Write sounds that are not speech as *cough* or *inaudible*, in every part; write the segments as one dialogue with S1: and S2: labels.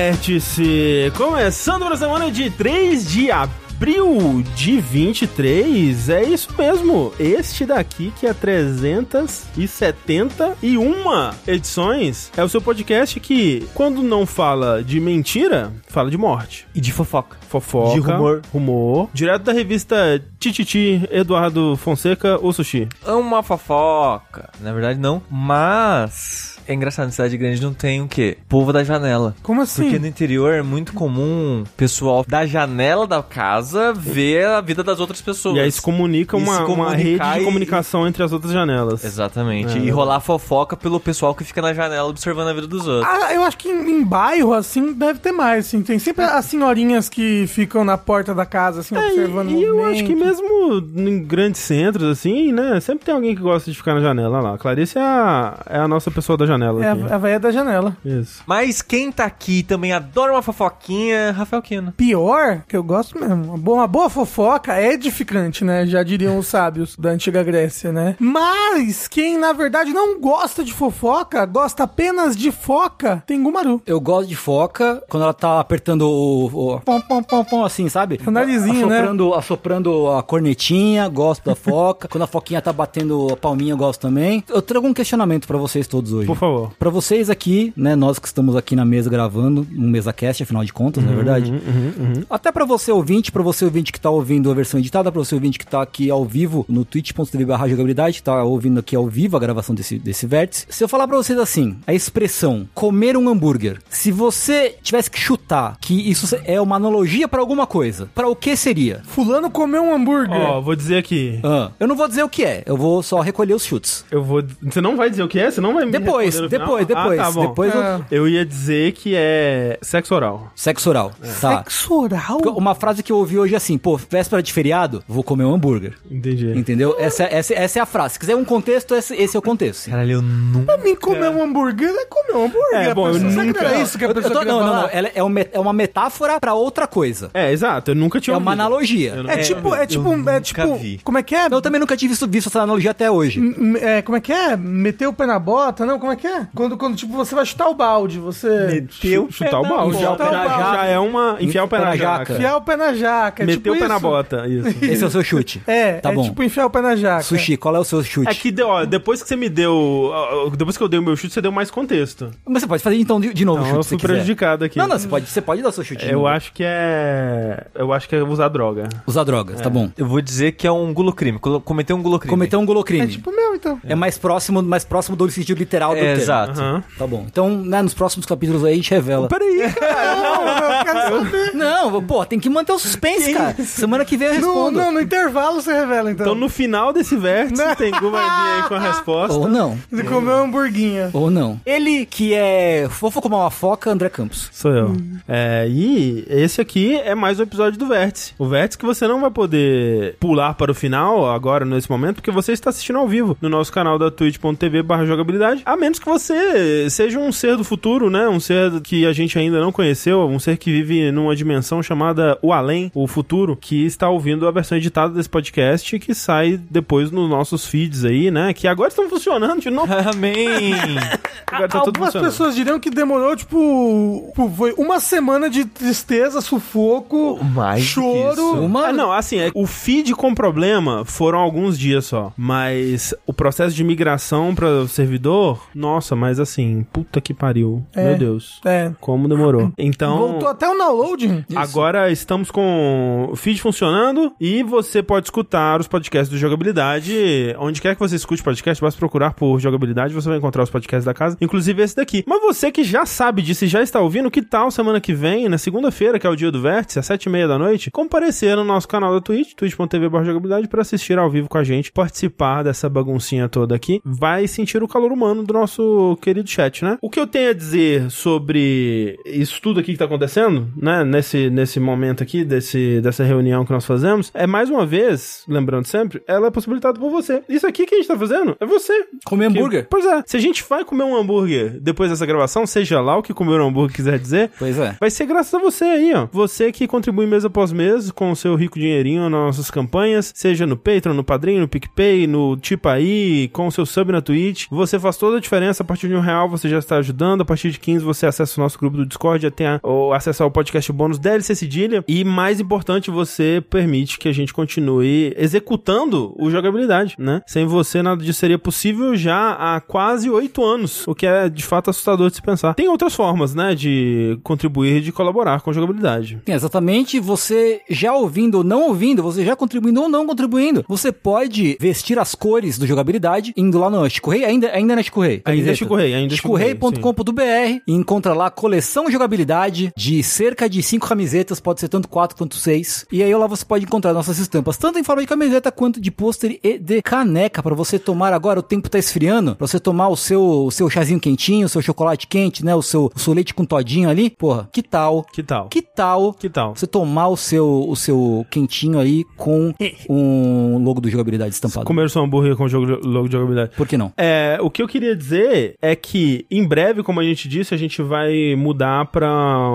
S1: Vórtice! Começando para a semana de 3 de abril de 23. É isso mesmo. Este daqui que é 371 edições é o seu podcast que quando não fala de mentira, fala de morte.
S2: E de fofoca.
S1: Fofoca,
S2: De rumor.
S1: rumor. Direto da revista Tititi Eduardo Fonseca ou Sushi.
S2: É uma fofoca. Na verdade, não. Mas é engraçado, na cidade grande não tem o quê? Povo da janela.
S1: Como assim?
S2: Porque no interior é muito comum o pessoal da janela da casa ver a vida das outras pessoas.
S1: E aí se comunica
S2: E se
S1: uma, uma rede
S2: comunicar
S1: de
S2: e-
S1: comunicação entre as outras janelas.
S2: Exatamente.
S1: É,
S2: e rolar fofoca pelo pessoal que fica na janela observando a vida dos outros.
S3: Ah, eu acho que em, em bairro, assim, deve ter mais, assim. Tem sempre as senhorinhas que ficam na porta da casa, assim,
S1: É,
S3: observando o
S1: e eu
S3: movimento.
S1: acho que mesmo em grandes centros, assim, né? Sempre tem alguém que gosta de ficar na janela. Olha lá, a Clarice é a, é a nossa pessoa da janela.
S3: É
S1: aqui.
S3: a, a véia da janela.
S1: Isso.
S2: Mas quem tá aqui e também adora uma fofoquinha, Rafael Kino.
S3: Pior, que eu gosto mesmo. Uma boa, uma boa fofoca é edificante, né? Já diriam os sábios da antiga Grécia, né? Mas quem, na verdade, não gosta de fofoca, gosta apenas de foca, tem Gumaru.
S4: Eu gosto de foca quando ela tá apertando o. o pom, pom, pom, pom, assim, sabe?
S3: O narizinho, né?
S4: assoprando, Assoprando a cornetinha, gosto da foca. *laughs* quando a foquinha tá batendo a palminha, eu gosto também. Eu trago um questionamento pra vocês todos hoje.
S1: Por favor.
S4: Pra vocês aqui, né, nós que estamos aqui na mesa gravando, um mesa cast, afinal de contas, não é verdade? Até pra você ouvinte, pra você ouvinte que tá ouvindo a versão editada, pra você ouvinte que tá aqui ao vivo no twitch.tv barra jogabilidade, tá ouvindo aqui ao vivo a gravação desse, desse vértice. Se eu falar pra vocês assim, a expressão comer um hambúrguer, se você tivesse que chutar que isso é uma analogia pra alguma coisa, pra o que seria?
S3: Fulano comeu um hambúrguer.
S4: Oh,
S1: Ó, vou dizer aqui.
S4: Ah, eu não vou dizer o que é, eu vou só recolher os chutes.
S1: Eu vou. Você não vai dizer o que é? Você não vai me
S4: Depois,
S1: responder no final?
S4: depois, depois,
S1: Ah, tá bom.
S4: depois eu...
S3: É.
S1: Eu ia dizer que é sexo oral.
S4: Sexo oral.
S1: É.
S4: Tá.
S3: Sexo oral?
S4: Porque Uma frase que eu ouvi hoje é assim, pô, véspera de feriado, vou comer um hambúrguer.
S1: Entendi.
S4: Entendeu? Essa, essa, essa é a frase. Se quiser um contexto, esse, esse é o contexto.
S2: Caralho, eu nunca.
S3: Pra mim, comer um hambúrguer é comer um hambúrguer.
S1: É, bom,
S3: a
S1: eu
S3: pessoa- Será que
S1: nunca-
S3: era isso que a
S4: Eu- eu
S3: pessoa
S4: tô-
S3: queria
S4: não, não,
S3: falar?
S4: não. Ela é, um met- é uma metáfora pra outra coisa.
S1: É, exato. Eu nunca tinha
S4: É uma
S1: ouvido.
S4: analogia.
S3: É, tipo, é tipo, um- é
S2: nunca
S3: tipo,
S2: vi.
S3: como é que é?
S4: Eu também nunca tive visto, visto essa analogia até hoje.
S3: M- é, como é que é? Meter o pé na bota? Não, como é que é? Quando, quando tipo, você vai chutar o balde, você...
S1: Chu- chutar o balde.
S4: Enfiar o pé na jaca.
S1: Já é uma. Enfiar o pé na jaca.
S3: Enfiar o pé na jaca, é
S1: Meter
S3: tipo
S1: o pé na
S3: isso.
S1: bota.
S4: *laughs*
S1: Isso.
S4: Esse é o seu chute.
S3: É,
S4: tá
S3: é
S4: bom.
S3: tipo enfiar o pé na jaca.
S4: Sushi, qual é o seu chute?
S1: É que, deu- ó, depois que você me deu. ó, Depois que eu dei o meu chute, você deu mais contexto.
S4: Mas você pode fazer então de, de novo
S1: Então
S4: o
S1: eu
S4: chute. se
S1: fui
S4: quiser.
S1: prejudicado aqui.
S4: Não, não, você pode, você pode dar o seu chute. de
S1: Eu
S4: novo.
S1: acho que é. Eu acho que é usar droga.
S4: Usar drogas, tá bom.
S2: Eu vou dizer que é um gulocrime. Colo- Cometeu um gulocrime.
S4: Cometer um golocrime.
S3: É
S4: É,
S3: tipo o meu,
S4: *laughs*
S3: então.
S4: mais próximo mais próximo do sentido literal do
S2: É, *laughs*
S4: termo.
S2: exato.
S1: Aham. Então,
S4: Tá bom. Então, né, nos próximos capítulos aí a gente revela.
S3: Peraí, cara, não, eu quero saber.
S4: Não, pô, tem que manter o suspense, cara. Semana que vem eu
S3: No,
S4: respondo.
S3: não, no intervalo você revela, então.
S1: Então no final desse vértice, o Tengu vai vir *laughs* aí com a resposta.
S4: Ou não.
S3: De comer uma hamburguinha.
S4: Ou não. Ele que é fofo como uma foca, André Campos.
S1: Sou eu. É, e esse aqui é mais um episódio do Vértice. O Vértice que você não vai poder pular para o final agora, nesse momento, porque você está assistindo ao vivo no nosso canal da twitch.tv barra jogabilidade, a menos que você seja um ser do futuro, né? Um ser que a gente ainda não conheceu, um ser que vive numa dimensão chamada o além, o futuro, que está ouvindo a versão editada desse podcast que sai depois nos nossos feeds aí, né? Que agora estão funcionando de
S2: *laughs*
S1: novo.
S2: Amém!
S1: Agora tá tudo
S3: Algumas
S1: funcionando.
S3: pessoas diriam que demorou, tipo, tipo, foi uma semana de tristeza, sufoco,
S2: Mais do que isso.
S3: choro.
S4: Uma...
S1: Ah, não, assim, é- o feed com problema foram alguns dias só. Mas o processo de migração para o servidor, nossa, mas assim, puta que pariu.
S3: É.
S1: Meu Deus.
S3: É.
S1: Como demorou. Então.
S3: Voltou até o downloading.
S1: Agora estamos com o feed funcionando e você pode escutar os podcasts do Jogabilidade. Onde quer que você escute podcast, basta procurar por Jogabilidade, você vai encontrar os podcasts da casa, inclusive esse daqui. Mas você que já sabe disso e já está ouvindo, que tal semana que vem, na segunda-feira, que é o dia do vértice, às sete e meia da noite, comparecer no nosso canal da Twitch, twitch.tv jogabilidade, para assistir ao vivo com a gente, participar dessa baguncinha toda aqui. Vai sentir o calor humano do nosso querido chat, né? O que eu tenho a dizer sobre isso tudo aqui que tá acontecendo, né? Nesse, nesse momento aqui, desse, dessa reunião que nós fazemos, é mais uma vez, lembrando sempre, ela é possibilitada por você. Isso aqui que a gente tá fazendo é você.
S4: Comer
S1: Que-
S4: hambúrguer.
S1: Pois é. Se a gente vai comer um hambúrguer depois dessa gravação, seja lá o que comer o hambúrguer quiser dizer,
S4: Pois é.
S1: Vai ser graças a você aí, ó. Você que contribui mês após mês com o seu rico dinheirinho nas nossas campanhas, seja no Patreon, no Padrinho, no PicPay, no Tipaí, com o seu sub na Twitch. Você faz toda a diferença. A partir de um real você já está ajudando. A partir de 15 você acessa o nosso grupo do Discord, já tem a, ou acesso ao podcast bônus DLC Cedilha. E mais importante, você permite que a gente continue executando o jogabilidade, né? Sem você nada disso seria possível já há quase oito anos, o que é de fato assustador de se pensar. Tem outras formas, né, de contribuir e de colaborar com a jogabilidade.
S4: É, Exatamente, você já ouvindo ou não ouvindo, você já contribuindo ou não contribuindo, você pode vestir as cores do jogabilidade indo lá no Chico Rei, ainda, ainda na Chico Rei.
S1: Ainda é
S4: camiseta?
S1: Chico Rei, ainda é Chico Rei,
S4: chicorei.com.br e encontra lá a coleção jogabilidade de cerca de cinco camisetas, pode ser tanto quatro quanto seis. E aí lá você pode encontrar nossas estampas, tanto em forma de camiseta quanto de pôster e de caneca, pra você tomar agora, o tempo tá esfriando, pra você tomar o seu, o seu chazinho quentinho, o seu chocolate quente, né, o seu, o seu leite com todinho ali. Porra, que tal?
S1: Que tal?
S4: Que tal
S1: Que tal?
S4: você tomar o seu, o seu quentinho aí com um logo do jogabilidade estampado.
S1: Comer seu hambúrguer com o jogo, logo de jogabilidade.
S4: Por que não?
S1: É, o que eu queria dizer é que em breve, como a gente disse, a gente vai mudar para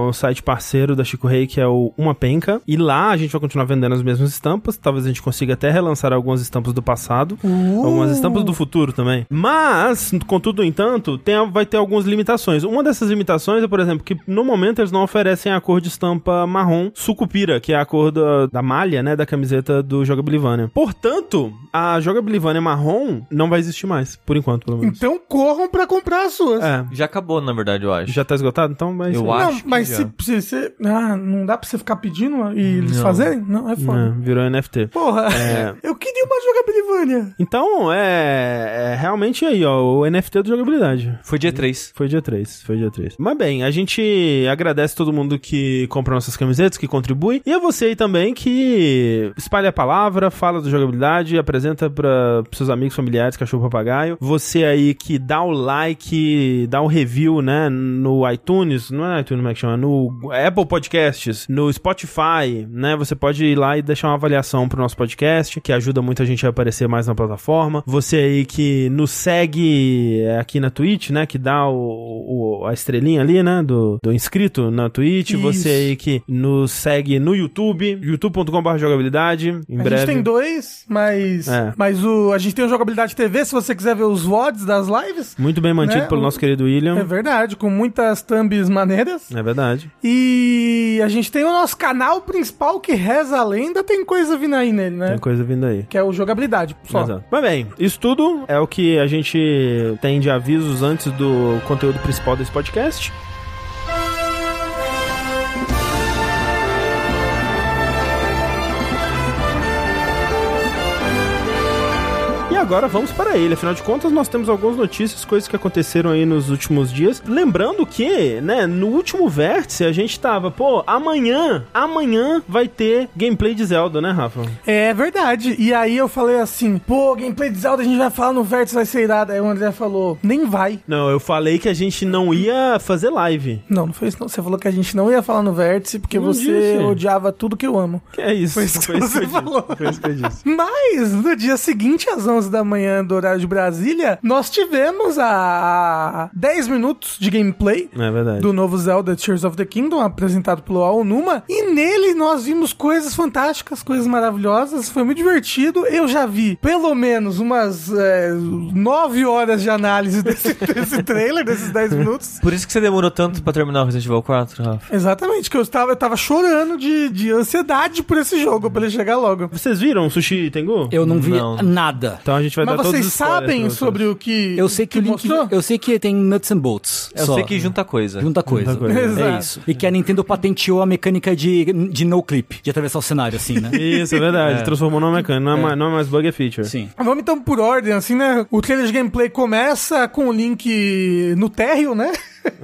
S1: o site parceiro da Chico Rei, que é o Uma Penca, e lá a gente vai continuar vendendo as mesmas estampas, talvez a gente consiga até relançar algumas estampas do passado,
S3: Uh.
S1: algumas estampas do futuro também. Mas, contudo, no entanto, tem, vai ter algumas limitações. Uma dessas limitações é, por exemplo, que no momento eles não oferecem a cor de estampa marrom sucupira, que é a cor da, da malha, né, da camiseta do Jogabilivania. Portanto, a Jogabilivania marrom não vai existir mais, por enquanto, pelo menos.
S3: Então corram pra comprar as suas.
S1: É.
S2: Já acabou, na verdade, eu acho.
S1: Já tá esgotado, então? Mas
S2: Eu
S3: Não,
S2: acho que
S3: mas
S2: já.
S3: se se você. Ah, não dá pra você ficar pedindo e eles
S2: Não.
S3: fazerem? Não, é foda.
S1: Não, virou NFT.
S3: Porra,
S1: É.
S3: *laughs* eu queria uma jogabilivânia.
S1: Então, é, é realmente aí, ó, o NFT é do jogabilidade.
S2: Foi dia 3.
S1: Foi dia 3, foi dia 3. Mas bem, a gente agradece todo mundo que compra nossas camisetas, que contribui, e a você aí também que espalha a palavra, fala do jogabilidade, apresenta para seus amigos, familiares, cachorro, papagaio. Você aí que dá o like, dá o review, né, no iTunes, não é no iTunes, como é que chama? No Apple Podcasts, no Spotify, né? Você pode ir lá e deixar uma avaliação pro nosso podcast, que ajuda muito a gente a aparecer mais na plataforma. Você aí que nos segue é, aqui na Twitch, né? Que dá o, o- a estrelinha ali, né? Do, do inscrito na Twitch.
S3: Isso.
S1: Você aí que nos segue no YouTube, youtube.com.br jogabilidade. Em
S3: a
S1: breve.
S3: gente tem dois, mas.
S1: É.
S3: Mas o, a gente tem o Jogabilidade TV, se você quiser ver os VODs das lives.
S1: Muito bem mantido
S3: né,
S1: pelo
S3: o-
S1: nosso querido
S3: É
S1: William.
S3: verdade, com muitas thumbs maneiras.
S1: É verdade.
S3: E a gente tem o nosso canal principal que reza a lenda, tem coisa vindo aí nele, né?
S1: Tem coisa vindo aí.
S3: Que é o jogabilidade, só.
S1: Exato. Mas bem, isso tudo é o que a gente tem de avisos antes do conteúdo principal desse podcast. E agora vamos para ele. Afinal de contas, nós temos algumas notícias, coisas que aconteceram aí nos últimos dias. Lembrando que, né, no último vértice a gente tava, pô, amanhã, amanhã vai ter gameplay de Zelda, né, Rafa?
S3: É verdade. E aí eu falei assim, pô, gameplay de Zelda a gente vai falar no Vértice, vai ser irado. Aí o André falou, nem vai.
S1: Não, eu falei que a gente não ia fazer live.
S3: Não, não foi isso não. Você falou que a gente não ia falar no Vértice porque
S1: Não
S3: você
S1: disse.
S3: odiava tudo que
S1: *laughs*
S3: eu amo.
S1: Que é isso.
S3: Foi isso que você
S1: eu disse.
S3: falou.
S1: Foi isso que eu disse.
S3: Mas, no dia seguinte, às 11 da manhã do horário de Brasília, nós tivemos a a 10 minutos de gameplay
S1: É verdade.
S3: do novo Zelda Tears of the Kingdom, apresentado pelo Aonuma. E nele nós vimos coisas fantásticas, coisas maravilhosas. Foi muito divertido. Eu já vi pelo menos umas é, nove horas de análise *laughs* desse, desse trailer, desses 10 minutos.
S2: Por isso que você demorou tanto pra terminar o Resident Evil 4, Rafa.
S3: Exatamente, que eu estava, eu estava chorando de, de ansiedade por esse jogo, pra ele chegar logo.
S1: Vocês viram o Sushi Tengu?
S4: Eu não vi
S2: Não.
S4: nada.
S1: Então a gente vai
S3: Mas
S1: dar todos
S3: vocês
S1: os spoilers pra
S3: sabem
S1: vocês.
S3: sobre o que
S4: Eu sei que, o Link,
S3: mostrou?
S4: eu sei que tem nuts and bolts.
S2: Eu
S4: só.
S2: sei que junta coisa.
S4: junta coisa.
S1: coisa.
S4: É
S3: Exato.
S4: isso. E que a Nintendo patenteou a mecânica de, de no clip, de atravessar o cenário assim, né?
S1: *laughs* Isso, é verdade. Transformou numa mecânica. Não é, mais, não é mais bug, é feature.
S4: Sim.
S3: Vamos então por ordem, assim, né? O trailer de gameplay começa com o Link no térreo, né?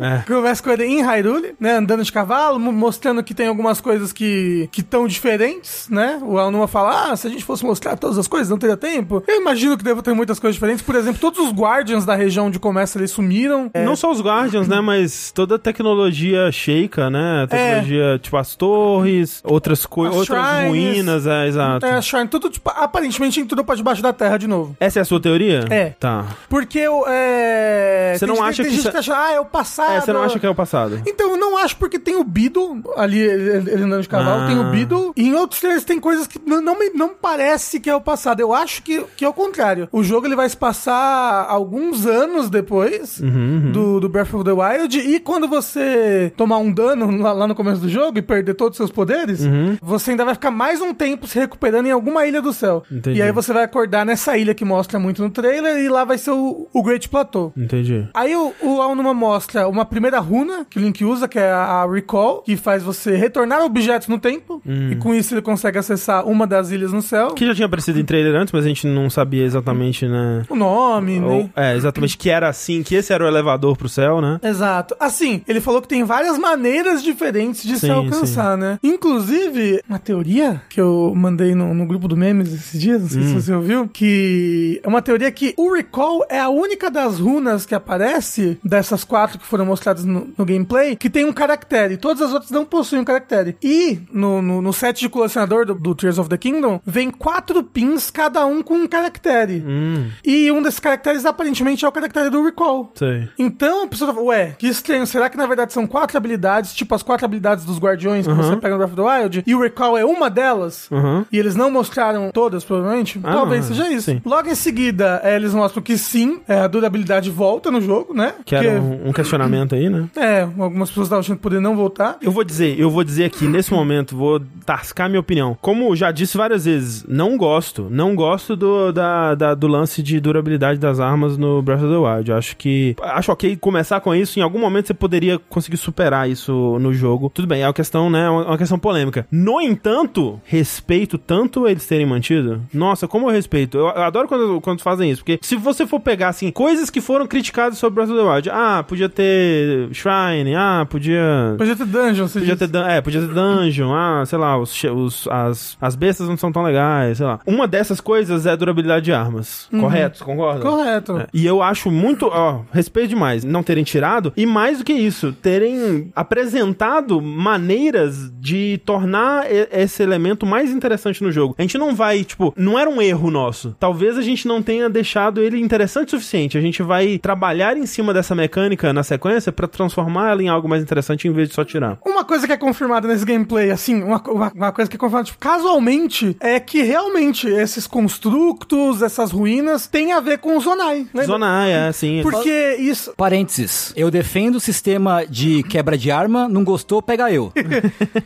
S1: É.
S3: *laughs* Começa com ele em Hyrule, né? Andando de cavalo, mo- mostrando que tem algumas coisas que estão diferentes, né? O Alnuma fala: Ah, se a gente fosse mostrar todas as coisas, não teria tempo. Eu imagino que devo ter muitas coisas diferentes. Por exemplo, todos os Guardians da região onde começa eles sumiram.
S1: É,
S3: É,
S1: Não só os Guardians, né? Mas toda a tecnologia sheika, né? A tecnologia, tipo, as torres, outras
S3: É. As
S1: coisas, outras
S3: shrines.
S1: ruínas, é, exato.
S3: É, Shrine, tudo, tipo, aparentemente entrou pra debaixo da terra de novo.
S1: Essa é a sua teoria?
S3: É.
S1: Tá.
S3: Porque eu, é...
S1: Você
S3: tem
S1: não
S3: gente-
S1: acha
S3: tem
S1: que
S3: gente
S1: isso-
S3: que acha, ah, é o passado.
S1: É, você não acha que é o passado?
S3: Então, eu não acho porque tem o Beedle ali, ele ele andando de cavalo,
S1: Ah.
S3: tem o Beedle. E em outros trailers tem coisas que não, não me não parece que é o passado. Eu acho que, que é o contrário. O jogo ele vai se passar alguns anos depois
S1: Uhum,
S3: Do, do Breath of the Wild. E quando você tomar um dano lá, lá no começo do jogo e perder todos os seus poderes,
S1: Uhum.
S3: você ainda vai ficar mais um tempo se recuperando em alguma ilha do céu.
S1: Entendi.
S3: E aí você vai acordar nessa ilha que mostra muito no trailer e lá vai ser o, o Great Plateau.
S1: Entendi.
S3: Aí o, o Alnuma mostra uma primeira runa que o Link usa, que é a, a Recall, que faz você retornar objetos no tempo, e com isso ele consegue acessar uma das ilhas no céu.
S1: Hum. Que já tinha aparecido em trailer antes, mas a gente não sabia exatamente, né?
S3: O nome,
S1: Ou,
S3: né?
S1: é, exatamente, que era assim, que esse era o elevador pro céu, né?
S3: Exato. Assim, ele falou que tem várias maneiras diferentes de se
S1: Sim,
S3: alcançar, né? Inclusive, uma teoria que eu mandei no, no grupo do memes esses dias, não sei
S1: Hum.
S3: se você ouviu, que é uma teoria que o Recall é a única das runas que aparece, dessas quatro que foram mostradas no, no gameplay, que tem um caractere. Todas as outras não possuem um caractere. E no, no, no set de colecionador do, do Tears of the Kingdom, vem quatro pins, cada um com um caractere.
S1: Hum,
S3: E um desses caracteres aparentemente é o caractere do Recall.
S1: sei.
S3: Então a pessoa fala, ué, que estranho, será que na verdade são quatro habilidades, tipo as quatro habilidades dos guardiões que você pega no Breath of the Wild, e o Recall é uma delas?
S1: Aham.
S3: E eles não mostraram todas, provavelmente?
S1: Ah,
S3: Talvez
S1: não,
S3: seja isso.
S1: sim.
S3: Logo em seguida, eh, eles mostram que sim, eh, a durabilidade volta no jogo, né?
S1: Que era um, um questionamento aí, né?
S3: É, algumas pessoas estavam achando que poder não voltar.
S1: Eu vou dizer, eu vou dizer aqui nesse momento, vou tascar minha opinião. Como eu já disse várias vezes, não gosto, não gosto do, da, da- do lance de durabilidade das armas no Breath of the Wild. Eu Acho que. Acho ok começar com isso. Em algum momento você poderia conseguir superar isso no jogo. Tudo bem, é uma questão, né? É uma uma questão polêmica. No entanto, respeito tanto eles terem mantido. Nossa, como eu respeito. Eu, eu adoro quando, quando fazem isso. Porque se você for pegar, assim, coisas que foram criticadas sobre Breath of the Wild. Ah, podia ter Shrine. Ah, podia.
S3: Podia ter dungeon, você
S1: Podia ter,
S3: disse.
S1: dun- é, podia ter dungeon, ah, sei lá, os, che- os- as, as bestas não são tão legais, sei lá. Uma dessas coisas é a durabilidade de armas. Correto, concorda?
S3: Correto.
S1: É, E eu acho muito, ó, respeito demais não terem tirado e mais do que isso, terem apresentado maneiras de tornar e- esse elemento mais interessante no jogo. A gente não vai, tipo, não era um erro nosso. Talvez a gente não tenha deixado ele interessante o suficiente. A gente vai trabalhar em cima dessa mecânica na sequência pra transformar ela em algo mais interessante em vez de só tirar.
S3: Uma coisa que é confirmada nesse gameplay, assim, uma, co- uma, uma coisa que é confirmada tipo, casualmente, é que realmente esses construtos, essas ruínas, tem a ver com o Zonai, né?
S1: Zonai, é assim.
S3: Porque isso.
S4: Parênteses. Eu defendo o sistema de quebra de arma, não gostou, pega eu.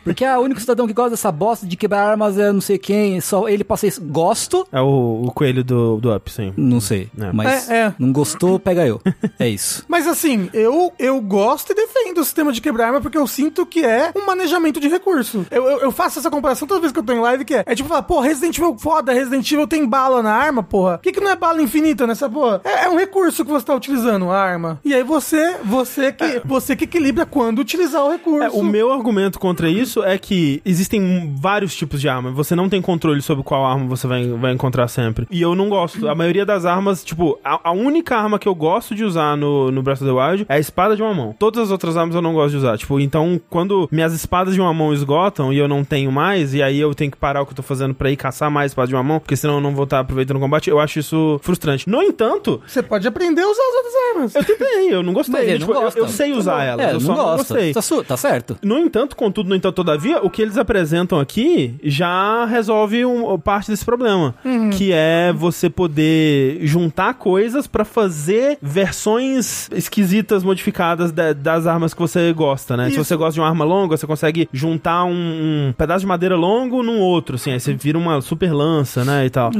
S4: Porque é o único cidadão que gosta dessa bosta de quebrar armas é não sei quem, só ele passa isso. Gosto,
S1: É o, o coelho do, do Up, sim.
S4: não sei,
S1: É.
S4: mas
S3: É, é.
S4: não gostou, pega
S1: *laughs*
S4: eu. É isso.
S3: Mas assim, eu, eu gosto e defendo o sistema de quebrar arma porque eu sinto que é um manejamento de recurso. Eu, eu, eu faço essa comparação toda vez que eu tô em live, que é, é tipo falar, pô, Resident Evil foda, Resident Evil tem bala na arma, porra. Por que, que não é bala infinita nessa porra? É, é um recurso que você tá utilizando, a arma. E aí você, você que, você que equilibra quando utilizar o recurso.
S1: É, o meu argumento contra isso é que existem vários tipos de arma. Você não tem controle sobre qual arma você vai, vai encontrar sempre. E eu não gosto. A maioria das armas, tipo, a, a única arma que eu gosto de usar no, no Breath of the Wild é a espada de uma mão. Todas as outras armas eu não gosto de usar. Tipo, então, quando minhas espadas de uma mão esgotam e eu não tenho mais, e aí eu tenho que parar o que eu tô fazendo pra ir caçar mais espada de uma mão, porque senão eu não vou estar aproveitando o combate, eu acho isso frustrante. No entanto,
S3: Você pode aprender a usar as outras armas.
S1: eu tentei, eu não gostei.
S4: Mas ele não
S1: Tipo, eu-
S4: gosta.
S1: eu, sei usar elas,
S4: é,
S1: eu só não,
S4: gosta.
S1: gostei.
S4: Tá, su- tá certo.
S1: No entanto, contudo, no entanto, todavia, o que eles apresentam aqui já resolve um- parte desse problema, que é você poder juntar coisas pra fazer versões esquisitas modificadas da- das armas armas que você gosta, né? Se
S3: Isso.
S1: você gosta de uma arma longa, você consegue juntar um, um pedaço de madeira longo num outro, assim. Aí você vira uma super lança, né? E tal.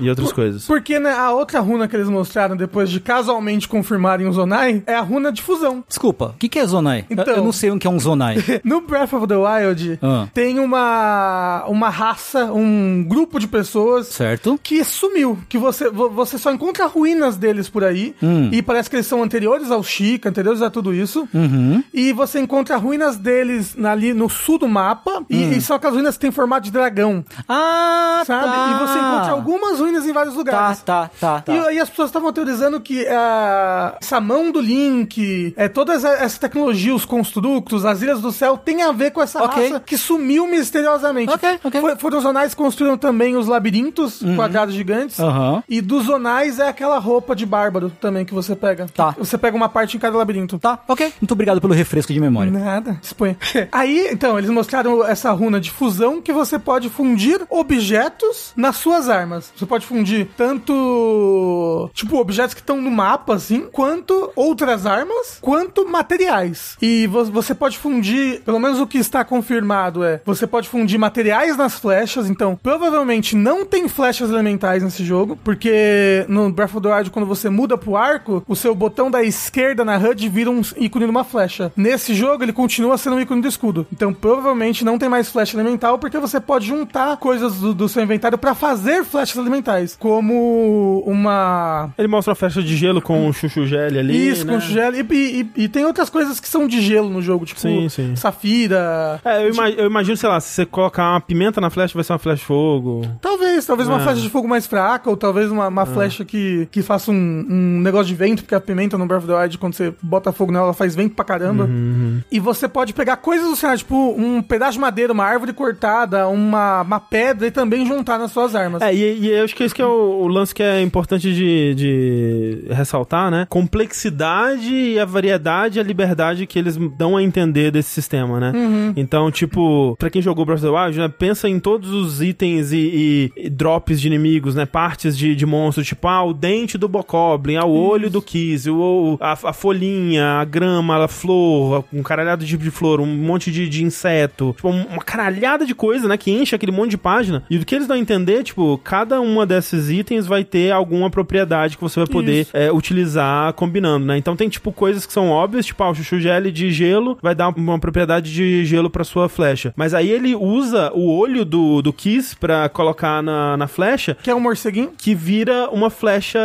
S1: E outras coisas.
S3: Porque né, a outra runa que eles mostraram depois de casualmente confirmarem o Zonai é a runa de fusão.
S4: Desculpa, o que, que é Zonai? Eu-
S3: Então.
S4: Eu não sei o que é um
S1: *laughs*
S4: Zonai.
S3: No Breath of the Wild
S4: Ah.
S3: tem uma, uma raça, um grupo de pessoas
S4: certo?
S3: que sumiu, que você, vo- você só encontra ruínas deles por aí,
S4: Hum.
S3: e parece que eles são anteriores ao Chica, anteriores a tudo isso,
S4: Uhum.
S3: e você encontra ruínas deles na- ali no sul do mapa, e, e são aquelas ruínas que têm formato de dragão,
S4: Hum. Ah,
S3: sabe?
S4: tá.
S3: E você encontra algumas ruínas em vários
S4: Tá,
S3: lugares.
S4: tá, tá. tá.
S3: E aí as pessoas estavam teorizando que ah, essa mão do Link, é, toda essa- essa tecnologia, os construtos, as ilhas do céu, tem a ver com essa
S4: Ok.
S3: raça que sumiu misteriosamente.
S4: Ok, ok. Uhum.
S3: Foi- foram os zonais que construíram também os labirintos, quadrados gigantes.
S4: Aham.
S3: E dos zonais é aquela roupa de bárbaro também que você pega.
S4: Tá.
S3: Você pega uma parte em cada labirinto.
S4: Tá, ok. Muito obrigado pelo refresco de memória.
S3: Nada, disponha. *laughs* Aí, então, eles mostraram essa runa de fusão que você pode fundir objetos nas suas armas. Você pode fundir tanto, tipo, objetos que estão no mapa, assim, quanto outras armas, quanto materiais. E vo- você pode fundir, pelo menos o que está confirmado é, você pode fundir materiais nas flechas, então, provavelmente não tem flechas elementais nesse jogo, porque no Breath of the Wild, quando você muda pro arco, o seu botão da esquerda na HUD vira um ícone de uma flecha. Nesse jogo, ele continua sendo um ícone do escudo. Então, provavelmente não tem mais flecha elemental, porque você pode juntar coisas do, do seu inventário pra fazer flechas elementais, como uma.
S1: Ele mostra a flecha de gelo com o chuchu gel ali.
S3: Isso,
S1: né?
S3: com gelo. E, e- e tem outras coisas que são de gelo no jogo, tipo
S1: Sim, sim.
S3: safira.
S1: É, eu, ima- eu imagino, sei lá, se você colocar uma pimenta na flecha, vai ser uma flecha de fogo.
S3: Talvez, talvez uma
S1: Ah.
S3: flecha de fogo mais fraca, ou talvez uma, uma flecha que, que faça um, um negócio de vento, porque a pimenta no Breath of the Wild, quando você bota fogo nela, ela faz vento pra caramba.
S1: Uhum,
S3: E você pode pegar coisas do cenário, tipo um pedaço de madeira, uma árvore cortada, uma, uma pedra, e também juntar nas suas armas.
S1: É, e, e eu acho que esse que é o, o lance que é importante de, de ressaltar, né? Complexidade e a variedade e a liberdade que eles dão a entender desse sistema, né? Então, tipo, pra quem jogou Breath of the Wild, né? Pensa em todos os itens e, e- e drops de inimigos, né? Partes de, de monstros, tipo, ah, o dente do Bokoblin, ah, o olho do Kiz, o, o- a, a folhinha, a grama, a flor, um caralhado de tipo de flor, um monte de, de inseto, tipo, um- uma caralhada de coisa, né? Que enche aquele monte de página. E do que eles dão a entender, tipo, cada uma desses itens vai ter alguma propriedade que você vai poder é, utilizar combinando, né? Então tem, tipo, coisas que são óbvias, tipo, ah, o chuchu gel de gelo vai dar uma propriedade de gelo pra sua flecha. Mas aí ele usa o olho do, do Kiss pra colocar na, na flecha,
S3: Que é um morceguinho?
S1: que vira uma flecha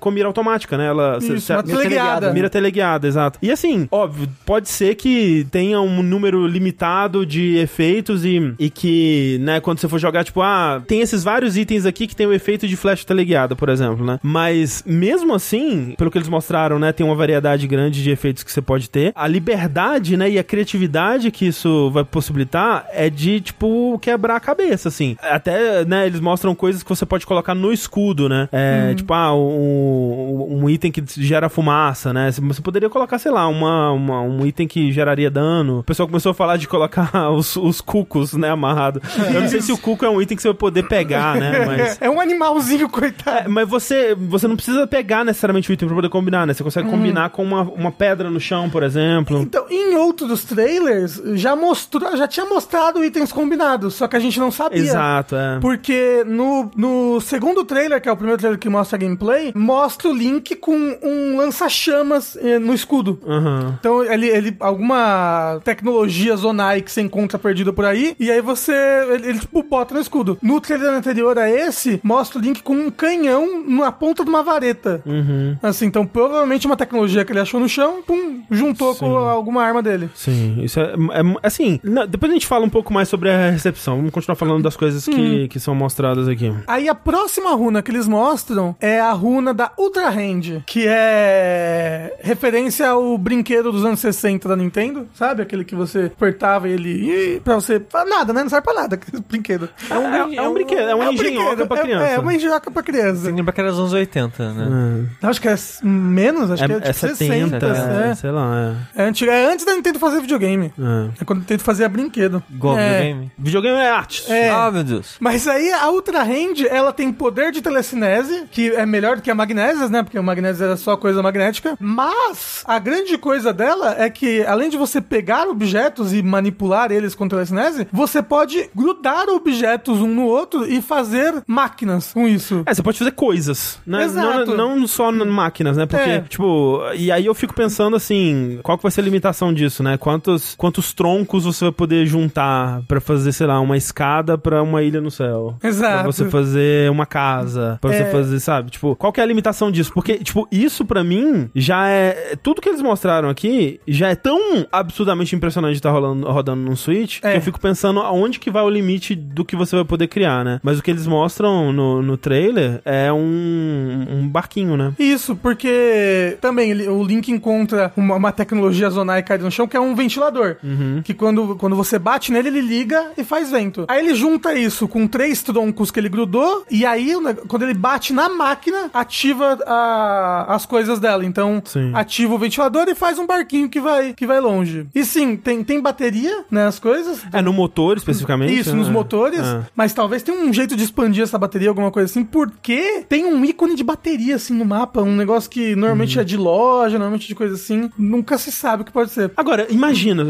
S1: com mira automática, né? Ela cê-
S3: Isso,
S1: cê-
S3: uma teleguiada.
S1: Mira teleguiada, exato. E assim, óbvio, pode ser que tenha um número limitado de efeitos e, e que, né, quando você for jogar, tipo, ah, tem esses vários itens aqui que tem o efeito de flecha teleguiada, por exemplo, né? Mas mesmo assim, pelo que eles mostraram, né, tem uma variedade grande de efeitos que você pode ter. A liberdade, né, e a criatividade que isso vai possibilitar é de, tipo, quebrar a cabeça, assim. Até, né, eles mostram coisas que você pode colocar no escudo, né? É, Tipo, ah, um, um item que gera fumaça, né? Você- Você poderia colocar, sei lá, uma, uma- um item que geraria dano. O pessoal começou a falar de colocar *laughs* os, os cucos, né, amarrado. Eu não sei se o cuco é um item que você vai poder pegar, né? Mas...
S3: É um animalzinho, *laughs* coitado.
S1: É, mas você, você não precisa pegar necessariamente o item pra poder combinar, né? Você consegue combinar com uma, uma pedra no chão, por exemplo.
S3: Então, em outro dos trailers, já mostrou, já tinha mostrado itens combinados, só que a gente não sabia.
S1: Exato, é.
S3: Porque no, no segundo trailer, que é o primeiro trailer que mostra a gameplay, mostra o Link com um lança-chamas eh, no escudo.
S1: Aham.
S3: Então, ele, ele, alguma tecnologia zonai que você encontra perdida por aí, e aí você, ele, ele, tipo, bota no escudo. No trailer anterior a esse, mostra o Link com um canhão na ponta de uma vareta. Assim, então, provavelmente uma tecnologia que ele achou no chão, pum, juntou com alguma arma dele.
S1: Sim, isso é, é- assim. na- depois a gente fala um pouco mais sobre a recepção. Vamos continuar falando das coisas
S3: Hum.
S1: que, que são mostradas aqui.
S3: Aí a próxima runa que eles mostram é a runa da Ultra Hand, que é referência ao brinquedo dos anos 60 da Nintendo, sabe? Aquele que você apertava e ele. Ih, pra você. pra Nada, né? Não serve pra nada aquele *laughs* brinquedo.
S1: É um, é, um brinquedo, é uma engenhoca
S3: brinquedo,
S1: pra
S3: é-
S1: criança.
S3: É, uma engenhoca pra
S2: Você
S3: criança.
S2: lembra que era dos anos 80, né?
S3: Acho que é s- menos, acho que é
S1: É,
S3: tipo
S1: é 70,
S3: 60.
S1: é,
S3: É.
S1: sei lá,
S3: É, antiga- é antes da Nintendo fazer videogame.
S1: é. é.
S3: É quando a Nintendo fazia brinquedo.
S2: Igual
S3: é.
S2: videogame.
S1: Videogame é arte.
S3: É.
S2: Ah, meu Deus.
S3: Mas aí a Ultra Hand, ela tem poder de telecinese, que é melhor do que a Magnésias, né? Porque o Magnésias era só coisa magnética. Mas a grande coisa dela é que, além de você pegar objetos e manipular eles com telecinese, você pode grudar objetos um no outro e fazer máquinas com isso.
S1: É, você pode fazer coisas, né?
S3: Exato.
S1: Não, não só n- máquinas, né? Porque,
S3: É.
S1: tipo, e aí eu fico pensando assim, qual que vai ser a limitação disso, né? Quantos, quantos troncos você vai poder juntar pra fazer, sei lá, uma escada pra uma ilha no céu? É, Pra
S3: Exato.
S1: você fazer uma casa, pra
S3: É.
S1: você fazer, sabe? Tipo, qual que é a limitação disso? Porque, tipo, isso pra mim já é. Tudo que eles mostraram aqui já é tão absurdamente impressionante estar rolando, rodando num Switch
S3: É.
S1: que eu fico pensando aonde que vai o limite do que você vai poder criar, né? Mas o que eles mostram no, no trailer é um, um barquinho, né?
S3: Isso, porque também ele- o Link encontra uma, uma tecnologia zonaica ali no chão, que é um ventilador.
S1: Uhum.
S3: Que quando, quando você bate nele, ele liga e faz vento. Aí ele junta isso com três troncos que ele grudou, e aí o neg- quando ele bate na máquina, ativa a- as coisas dela. Então
S1: Sim.
S3: ativa o ventilador e faz um barquinho que vai, que vai longe. E sim, tem, tem bateria, né, as coisas.
S1: É no motor especificamente.
S3: Isso, nos
S1: né?
S3: motores.
S1: É.
S3: Mas talvez tenha um jeito de expandir essa bateria, alguma coisa assim, porque tem um ícone de bateria, assim, no mapa. Um negócio que normalmente
S1: Uhum.
S3: é de loja, normalmente de coisa assim. Nunca se sabe o que pode ser.
S1: Agora, imagina,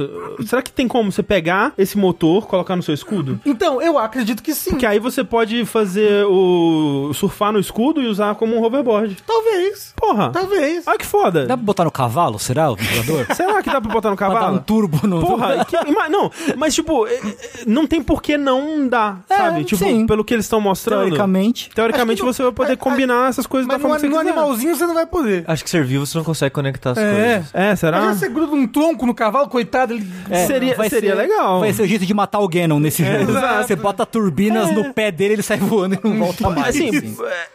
S1: será que tem como você pegar esse motor, colocar no seu escudo?
S3: Então, eu acredito que sim.
S1: Que aí você pode fazer o. surfar no escudo e usar como um hoverboard.
S3: Talvez.
S1: Porra!
S3: Talvez.
S1: Olha que foda!
S4: Dá pra botar no cavalo, será,
S1: *laughs*
S4: o ventilador?
S1: Será que dá pra
S3: *laughs*
S1: botar no
S4: pra dar um
S1: cavalo?
S4: turbo no... *laughs*
S1: Porra, que- ima- não, mas tipo, é- é- não tem por que não dar, sabe? Tipo,
S4: sim.
S1: pelo que eles estão mostrando.
S4: Teoricamente.
S1: Teoricamente
S3: É, Acho
S1: você
S3: que
S1: vai poder
S3: é-
S1: combinar essas coisas da
S3: Mas no,
S1: forma tá que você
S3: no
S1: quiser.
S3: animalzinho você não vai poder.
S2: Acho que ser vivo você não consegue conectar as
S3: É.
S2: coisas.
S1: É, será?
S3: Imagina você gruda um tronco no cavalo, coitado, ele...
S4: É,
S1: Seria-
S4: vai
S1: seria legal. É,
S4: Vai ser o jeito de matar o Ganon nesse jogo.
S1: exato. É.
S4: Você bota turbinas no pé dele, ele sai voando e não volta mais.
S1: Assim,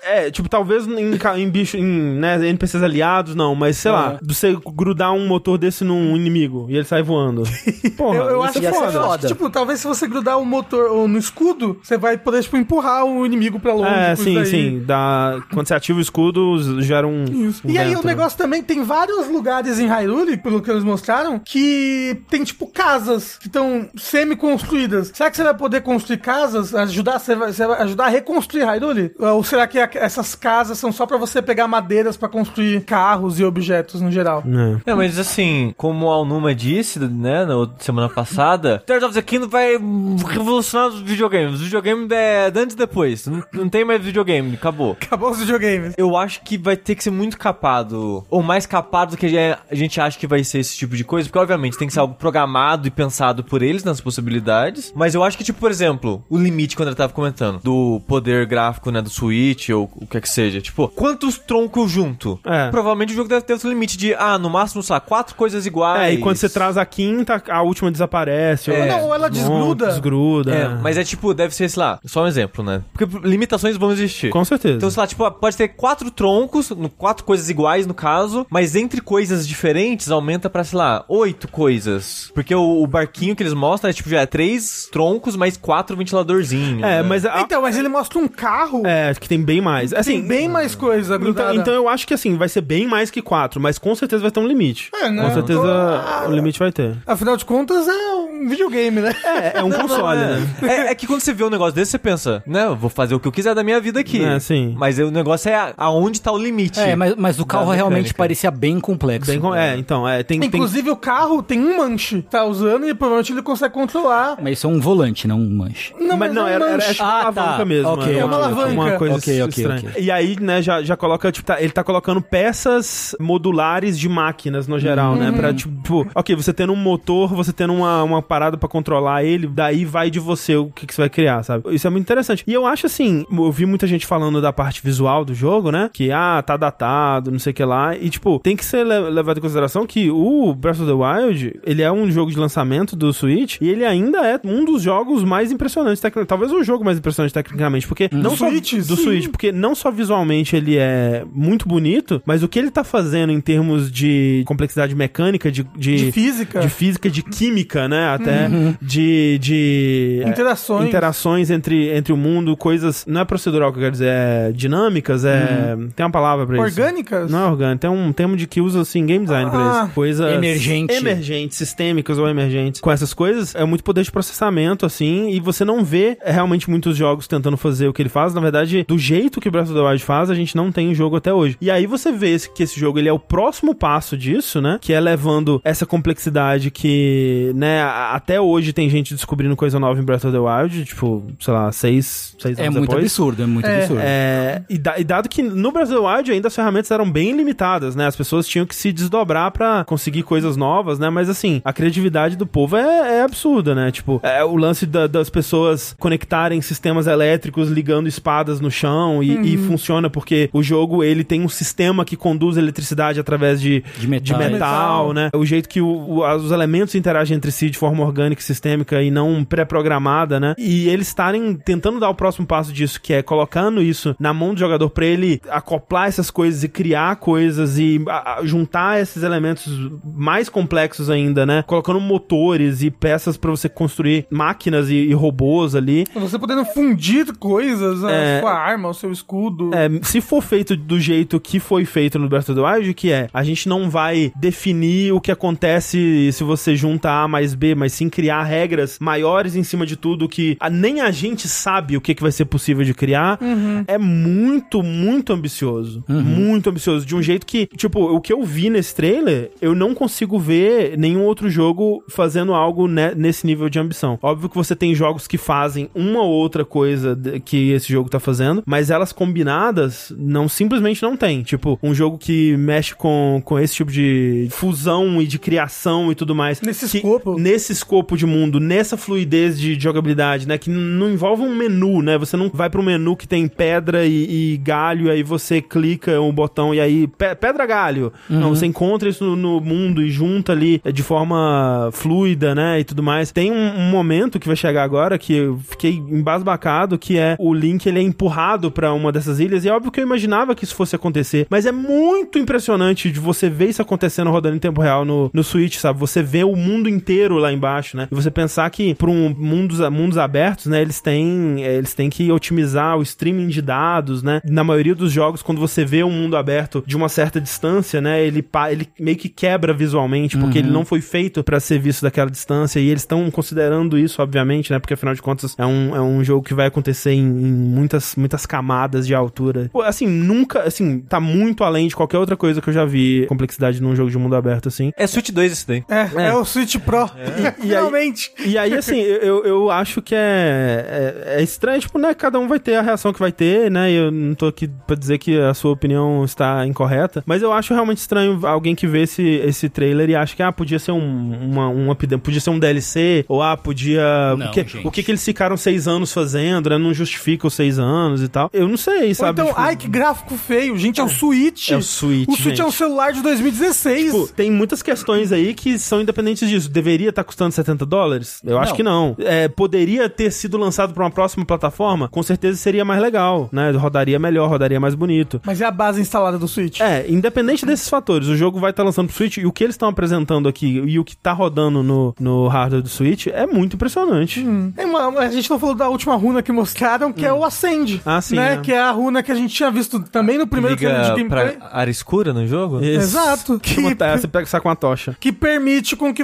S1: é, é, tipo, talvez em, ca- em bicho, em né, NPCs aliados, não, mas sei
S3: É.
S1: lá, você grudar um motor desse num inimigo e ele sai voando.
S3: *laughs*
S1: Porra,
S3: Eu, eu
S1: isso
S3: acho que
S1: é
S4: ia
S3: foda.
S4: ser
S3: Eu acho que,
S4: foda.
S3: tipo, talvez se você grudar o motor ou no escudo, você vai poder, tipo, empurrar o inimigo pra longe.
S1: É,
S3: com isso
S1: sim,
S3: daí.
S1: sim. Dá, quando você ativa o escudo, z- gera um. um
S3: E aí
S1: vento,
S3: o
S1: né?
S3: negócio também tem vários lugares em Hyrule, pelo que eles mostraram, que tem tipo casas que estão semi-construídas. Será que você vai poder construir casas, ajudar, você vai, você vai ajudar a reconstruir Hyrule? Ou será que a- essas casas são só pra você pegar madeiras pra construir carros e objetos no geral?
S1: É.
S2: É, mas assim, como a Alnuma disse, né, na outra- semana passada, *laughs* Tears of the Kingdom vai hum, revolucionar os videogames. Os videogames é antes e depois. Não, não tem mais videogame, acabou.
S3: Acabou os videogames.
S2: Eu acho que vai ter que ser muito capado, ou mais capado do que é, a gente acha que vai ser esse tipo de coisa, porque obviamente tem que ser algo programado e pensado por eles nas possibilidades, mas eu acho que, tipo, por exemplo, o limite, quando eu tava comentando, do poder gráfico, né, do Switch, ou o que é que seja, tipo, quantos troncos eu junto?
S1: É.
S2: Provavelmente o jogo deve ter esse limite de, ah, no máximo, sei lá, quatro coisas iguais.
S1: É, e quando você traz a quinta, a última desaparece.
S2: É.
S1: ou-
S3: Não, ou ela desgruda.
S1: desgruda.
S2: É, mas é tipo, deve ser, sei lá, só um exemplo, né? Porque limitações vão existir.
S1: Com certeza.
S2: Então, sei lá, tipo, pode ter quatro troncos, no- quatro coisas iguais no caso, mas entre coisas diferentes aumenta pra, sei lá, oito coisas. Porque o, o barquinho que eles mostram é tipo, já é três troncos mais quatro ventiladorzinhos.
S1: é,
S2: né?
S1: mas. a-
S3: Então, mas ele mostra um carro,
S1: é, que tem bem mais. Assim,
S3: tem bem mais coisa
S1: Então,
S3: grudada.
S1: então eu acho que assim, vai ser bem mais que quatro, mas com certeza vai ter um limite.
S3: É, né?
S1: Com certeza
S3: Ah.
S1: o limite vai ter.
S3: Afinal de contas, é um videogame, né? *laughs*
S1: É, é um console,
S2: É.
S1: né?
S2: É, é que quando você vê um negócio desse, você pensa, né, eu vou fazer o que eu quiser da minha vida aqui.
S1: É, sim.
S2: Mas aí o negócio é a- aonde tá o limite.
S4: É, mas, mas o carro
S2: Da
S4: realmente
S2: mecânica.
S4: parecia bem complexo.
S1: Bem com- é, então, é, tem, tem
S3: Inclusive, o carro tem um manche que tá usando e provavelmente ele consegue controlar.
S4: Mas isso é um volante, não um manche.
S3: Não,
S1: mas, não,
S3: é um
S1: era, era
S3: manche.
S1: acho que
S4: Ah,
S1: uma
S4: tá.
S1: alavanca mesmo.
S4: Ok,
S1: é
S4: ok,
S1: uma,
S3: ok.
S1: Uma coisa
S4: Ok, ok,
S1: estranha.
S4: ok.
S1: E aí, né, já, já coloca, tipo, tá- ele tá colocando peças modulares de máquinas no geral, né? Pra, tipo, ok, você tendo um motor, você tendo uma, uma parada pra controlar ele, daí vai de você o que, que você vai criar, sabe? Isso é muito interessante. E eu acho assim, eu vi muita gente falando da parte visual do jogo, né? Que, ah, tá datado, não sei o que lá. E, tipo, tem que ser le- levado em consideração que o Breath of the Wild, ele é um jogo de lançamento do Switch e ele ainda é um dos jogos mais impressionantes, tecno- talvez o jogo mais impressionante tecnicamente, porque não
S3: Do
S1: só
S3: Switch,
S1: do
S3: sim.
S1: Switch, porque não só visualmente ele é muito bonito, mas o que ele tá fazendo em termos de complexidade mecânica, de, de,
S3: De física. Uhum.
S1: de física, de química, né? até de, de é,
S3: Interações.
S1: interações entre, entre o mundo, coisas. Não é procedural que eu quero dizer, é dinâmicas, é. Tem uma palavra pra isso.
S3: Uhum. Orgânicas?
S1: Não é orgânico, tem um termo de que usa assim game design pra
S3: Ah.
S1: isso. Coisas
S4: Emergente.
S1: emergentes, sistêmicas ou emergentes. Com essas coisas é muito poder de processamento assim, e você não vê é, realmente muitos jogos tentando fazer o que ele faz. Na verdade, do jeito que Breath of the Wild faz, a gente não tem um jogo até hoje. E aí você vê esse- que esse jogo ele é o próximo passo disso, né? Que é levando essa complexidade que, né, a- até hoje tem gente descobrindo coisa nova em Breath of the Wild, tipo, sei lá, seis, seis
S4: É
S1: anos
S4: muito
S1: depois.
S4: absurdo, é muito absurdo.
S1: É, e, da- e dado que no Brasil Wide ainda as ferramentas eram bem limitadas, né? As pessoas tinham que se desdobrar pra conseguir coisas novas, né? Mas assim, a criatividade do povo é, é absurda, né? Tipo, é o lance da- das pessoas conectarem sistemas elétricos, ligando espadas no chão e, e funciona porque o jogo ele tem um sistema que conduz eletricidade através de,
S4: De metal.
S1: de metal,
S3: Metal.
S1: né? O jeito que o- o- as- os elementos interagem entre si de forma orgânica e sistêmica e não pré-programada, né? E eles estarem tentando dar o próximo passo disso, que é colocando isso na mão do jogador pra ele acoplar essas coisas e criar coisas e a- a- juntar esses elementos mais complexos ainda, né? Colocando motores e peças pra você construir máquinas e, e robôs ali.
S3: Você podendo fundir coisas, né?
S1: É.
S3: a sua arma, o seu escudo.
S1: É, se for feito do jeito que foi feito no Breath of the Wild, que é, a gente não vai definir o que acontece se você junta A mais B, mas sim criar regras maiores em cima de tudo que a- nem a gente sabe o que, que vai ser possível de criar. É muito, muito ambicioso. Muito ambicioso. De um jeito que, tipo, o que eu vi nesse trailer, eu não consigo ver nenhum outro jogo fazendo algo ne- nesse nível de ambição. Óbvio que você tem jogos que fazem uma ou outra coisa de- que esse jogo tá fazendo, mas elas combinadas não simplesmente não tem. Tipo, um jogo que mexe com, com esse tipo de fusão e de criação e tudo mais.
S3: Nesse
S1: que-
S3: escopo.
S1: nesse escopo de mundo, nessa fluidez de jogabilidade, né? Que n- não envolve um menu, né? Você não vai pro menu que tem pedra e, e galho, aí você clica um botão e aí pe- pedra galho. Não, você encontra isso no, no mundo e junta ali eh, de forma fluida, né? E tudo mais. Tem um, um momento que vai chegar agora que eu fiquei embasbacado, que é o Link ele é empurrado pra uma dessas ilhas. E é óbvio que eu imaginava que isso fosse acontecer, mas é muito impressionante de você ver isso acontecendo rodando em tempo real no, no Switch, sabe? Você vê o mundo inteiro lá embaixo, né? E você pensar que para um mundos, mundos abertos, né, eles têm eh, eles têm que otimizar o streaming de dados, né? Na maioria dos jogos, quando você vê um mundo aberto de uma certa distância, né, ele pa- ele meio que quebra visualmente, porque ele não foi feito para ser visto daquela distância e eles estão considerando isso, obviamente, né? Porque afinal de contas é um, é um jogo que vai acontecer em, em muitas, muitas camadas de altura. Pô, Assim, nunca, assim, tá muito além de qualquer outra coisa que eu já vi complexidade num jogo de mundo aberto, assim.
S2: É Switch 2 esse daí.
S3: É, é o Switch Pro.
S1: E- e aí-
S3: Finalmente.
S1: E aí, assim, eu, eu- eu acho que é, é, é estranho, tipo, né? Cada um vai ter a reação que vai ter, né? e Eu não tô aqui pra dizer que a sua opinião está incorreta, mas eu acho realmente estranho alguém que vê esse, esse trailer e acha que, ah, podia ser um, uma, um update, podia ser um DLC, ou ah, podia.
S4: Não,
S1: porque-
S4: gente.
S1: o que, que eles ficaram seis anos fazendo, né? Não justifica os seis anos e tal. Eu não sei,
S3: Ou
S1: sabe?
S3: então,
S1: tipo,
S3: ai, que gráfico feio. Gente, é o Switch.
S1: É o Switch,
S3: O Switch é um
S1: gente.
S3: celular de 2016.
S1: Tipo, tem muitas questões aí que são independentes disso. Deveria estar custando 70 dólares? Eu acho
S4: Não.
S1: que não. É, poderia ter sido lançado para uma próxima plataforma? Com certeza seria mais legal, né? Rodaria melhor, rodaria mais bonito.
S3: Mas é a base instalada do Switch.
S1: É, independente desses fatores, o jogo vai estar lançando pro Switch e o que eles estão apresentando aqui e o que tá rodando no, no hardware do Switch é muito impressionante.
S3: Tem uma- a gente não falou da última runa que mostraram, que é o Ascend.
S1: Ah, sim,
S3: Né?
S1: é.
S3: Que é a runa que a gente tinha visto também no primeiro trailer de
S2: Liga
S3: gameplay.
S2: pra área escura no jogo?
S3: Exato.
S1: Que... Uma, é, você pega e sai com uma tocha.
S3: que permite com que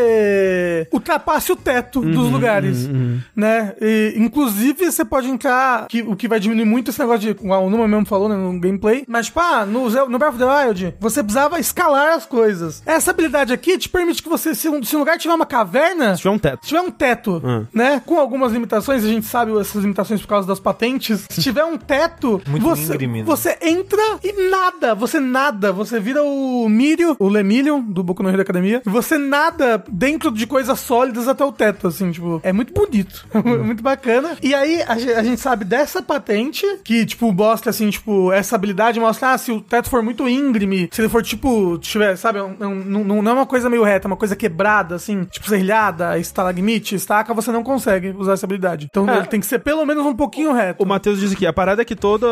S3: você ultrapasse o teto
S2: Uhum,
S3: dos lugares, né? E, inclusive, você pode entrar, que, o que vai diminuir muito esse negócio de, como a Numa mesmo falou, né, no gameplay, mas, tipo, ah, no, Zel- no Breath of the Wild, você precisava escalar as coisas. Essa habilidade aqui te permite que você, se um, se um lugar tiver uma caverna,
S1: Se tiver um teto.
S3: se tiver um teto,
S2: Ah.
S1: Hum.
S3: né? Com algumas limitações, a gente sabe essas limitações por causa das patentes. Se tiver um teto,
S2: Muito
S3: você,
S2: íngreme, né?
S3: você entra e nada, você nada. Você vira o Mírio, o Lemillion, do Boku no Hero Academia. e Você nada dentro de coisas sólidas até o teto, assim, tipo. É muito bonito. *laughs* É muito bacana. E aí, a, ge- a gente sabe dessa patente, que, tipo, mostra, assim, tipo, essa habilidade mostra, ah, se o teto for muito íngreme, se ele for, tipo, tiver, sabe, um- um- não- não não é uma coisa meio reta, é uma coisa quebrada, assim, tipo, serrilhada, estalagmite, estaca, você não consegue usar essa habilidade. Então,
S1: É.
S3: ele tem que ser pelo menos um pouquinho reto.
S1: O Matheus diz aqui, a parada é que toda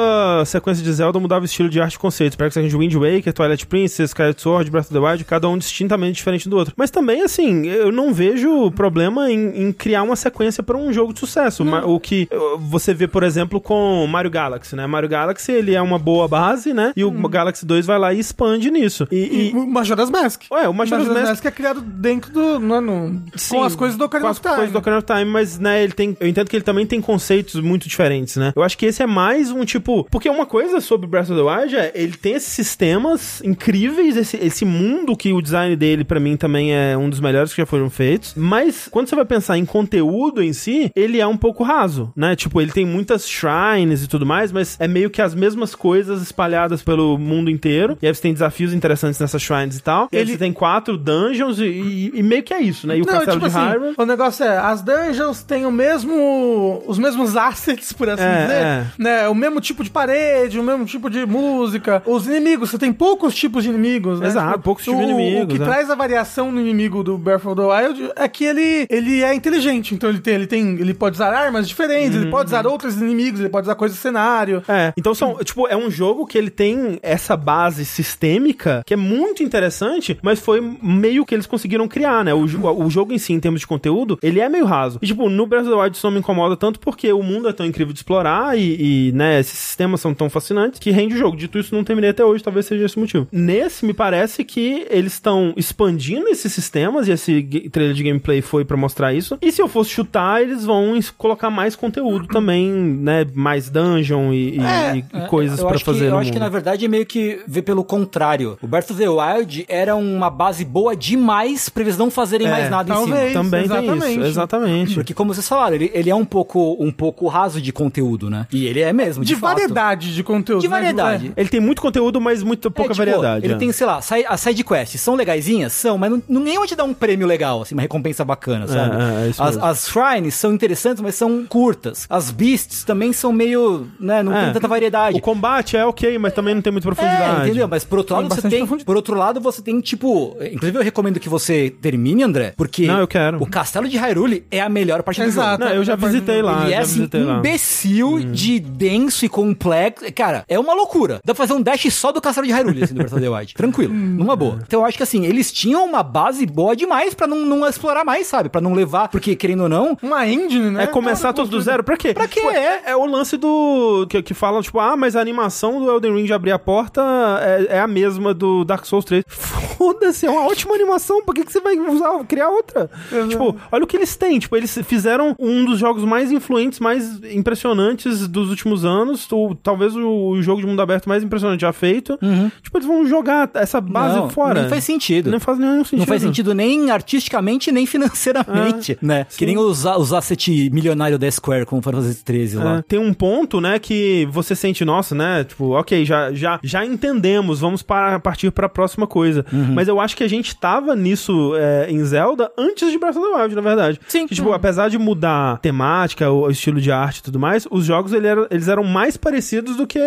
S1: sequência de Zelda mudava o estilo de arte e conceito. Pega Wind Waker, Twilight Princess, Skyward Sword, Breath of the Wild, cada um distintamente diferente do outro. Mas também, assim, eu, eu não vejo problema em, em criar uma sequência pra um jogo de sucesso. Ma- O que eh, você vê, por exemplo, com Mario Galaxy, né? Mario Galaxy, ele é uma boa base, né? E o Galaxy 2 vai lá e expande nisso. E...
S3: Uhum. E
S1: e...
S3: o Majora's Mask.
S1: Ué, o Majora's Mask
S3: é criado dentro do. Não é no- com as coisas do
S1: com
S3: Ocarina
S1: as
S3: of Time.
S1: coisas do Ocarina of Time, mas, né, ele tem... Eu entendo que ele também tem conceitos muito diferentes, né? Eu acho que esse é mais um tipo... Porque uma coisa sobre Breath of the Wild é... Ele tem esses sistemas incríveis, esse, esse mundo que o design dele, pra mim, também é um dos melhores que já foram feitos. Mas, quando você vai pensar em conteúdo em si, ele é um pouco raso, né? Tipo, ele tem muitas shrines e tudo mais, mas é meio que as mesmas coisas espalhadas pelo mundo inteiro. E aí você tem desafios interessantes nessas shrines e tal. Ele
S3: Ele-
S1: tem quatro dungeons e, e- e meio que é isso, né? E o
S3: Não,
S1: castelo
S3: tipo
S1: de
S3: assim,
S1: Hyrule...
S3: o negócio é, as dungeons têm o mesmo. os mesmos assets, por assim
S1: É,
S3: dizer.
S1: é.
S3: Né? O mesmo tipo de parede, o mesmo tipo de música. Os inimigos, você tem poucos tipos de inimigos, né?
S1: Exato, poucos tipos de
S3: o-
S1: inimigos,
S3: O que
S1: né?
S3: traz a variação no inimigo do Breath of the Wild é que ele, ele é inteligente. Então ele tem, ele tem. Ele pode usar armas diferentes, ele pode usar outros inimigos, ele pode usar coisas do cenário.
S1: Uhum. É, então são, tipo, é um jogo que ele tem essa base sistêmica que é muito interessante, mas foi meio que eles conseguiram criar, né? O, jo- o jogo em si, em termos de conteúdo, ele é meio raso. E, tipo, no Breath of the Wild isso não me incomoda tanto porque o mundo é tão incrível de explorar e, e, né, esses sistemas são tão fascinantes que rende o jogo. Dito isso, não terminei até hoje, talvez seja esse o motivo. Nesse, me parece que eles estão expandindo esses sistemas e esse ga- trailer de gameplay foi pra mostrar isso. E se eu fosse chutar, eles vão es- colocar mais conteúdo também, né? Mais dungeon e, e-
S3: É,
S1: e- e coisas
S4: eu
S1: pra
S4: acho que-
S1: fazer
S4: Eu
S1: no
S4: acho que na
S1: mundo.
S4: verdade é meio que ver pelo contrário. O Breath of the Wild era uma base boa demais pra eles não
S1: É,
S4: fazerem mais nada em cima.
S3: talvez.
S1: Também tem isso,
S3: Exatamente.
S1: exatamente.
S4: é Porque como vocês falaram, ele, ele é um pouco, um pouco raso de conteúdo, né? E ele é mesmo, de,
S3: De,
S4: fato.
S3: variedade de conteúdo.
S4: De
S3: né?
S4: variedade.
S1: Ele tem muito conteúdo, mas muito
S4: É,
S1: pouca
S4: tipo,
S1: variedade.
S4: Ele
S1: é.
S4: tem, sei lá, sai- as side quests são legaisinhas? São, mas não, nenhuma te dá um prêmio legal, assim, uma recompensa bacana, sabe?
S1: é, é isso
S4: as,
S1: mesmo.
S4: as shrines são interessantes, mas são curtas. As beasts também são meio, né, não
S1: É.
S4: tem tanta variedade.
S1: O combate é ok, mas também não tem muita profundidade.
S4: É, entendeu? Mas por outro lado, você
S3: bastante
S4: tem.
S3: profundidade.
S4: Por outro lado, você tem, tipo. Inclusive, eu recomendo que você termine, André, porque.
S1: Não, eu quero.
S4: O castelo de Hyrule é a melhor parte do
S3: Exato.
S4: jogo.
S1: Não, eu já visitei lá.
S4: Ele é
S1: já
S4: assim,
S1: visitei lá. Uhum.
S4: imbecil de denso e complexo. Cara, é uma loucura. Dá pra fazer um dash só do castelo de Hyrule, assim, do Breath of
S1: *laughs*
S4: the Wild. Tranquilo, numa boa. Então eu acho que assim, eles tinham uma base boa demais pra não, não explorar mais, sabe? Pra não levar, porque querendo ou não,
S3: Uma engine, né?
S1: É começar tudo do zero, pra quê?
S4: Pra quê?
S1: Tipo, é, é o lance do. Que, que falam, tipo, ah, mas a animação do Elden Ring de abrir a porta é, é a mesma do Dark Souls 3. Foda-se, é uma ótima animação, pra que, que você vai usar, criar outra? Tipo, olha o que eles têm. Tipo, eles fizeram um dos jogos mais influentes, mais impressionantes dos últimos anos. ou talvez o, o jogo de mundo aberto mais impressionante já feito. Tipo, eles vão jogar essa base
S4: Não,
S1: fora.
S4: nem faz sentido.
S1: Não faz nenhum sentido.
S4: Não faz sentido nem artisticamente, nem financeiramente,
S1: Ah,
S4: né? Que nem os, os asset milionário da Square, como foram os 13 lá.
S1: É, Tem um ponto, né, que você sente, nossa, né, tipo, ok, já, já, já entendemos, vamos para, partir pra próxima coisa. Mas eu acho que a gente tava nisso é, em Zelda antes de Breath of the Wild, na verdade.
S4: Sim.
S1: Que, tipo, apesar de mudar a temática, o, o estilo de arte e tudo mais, os jogos ele era- eles eram mais parecidos do que,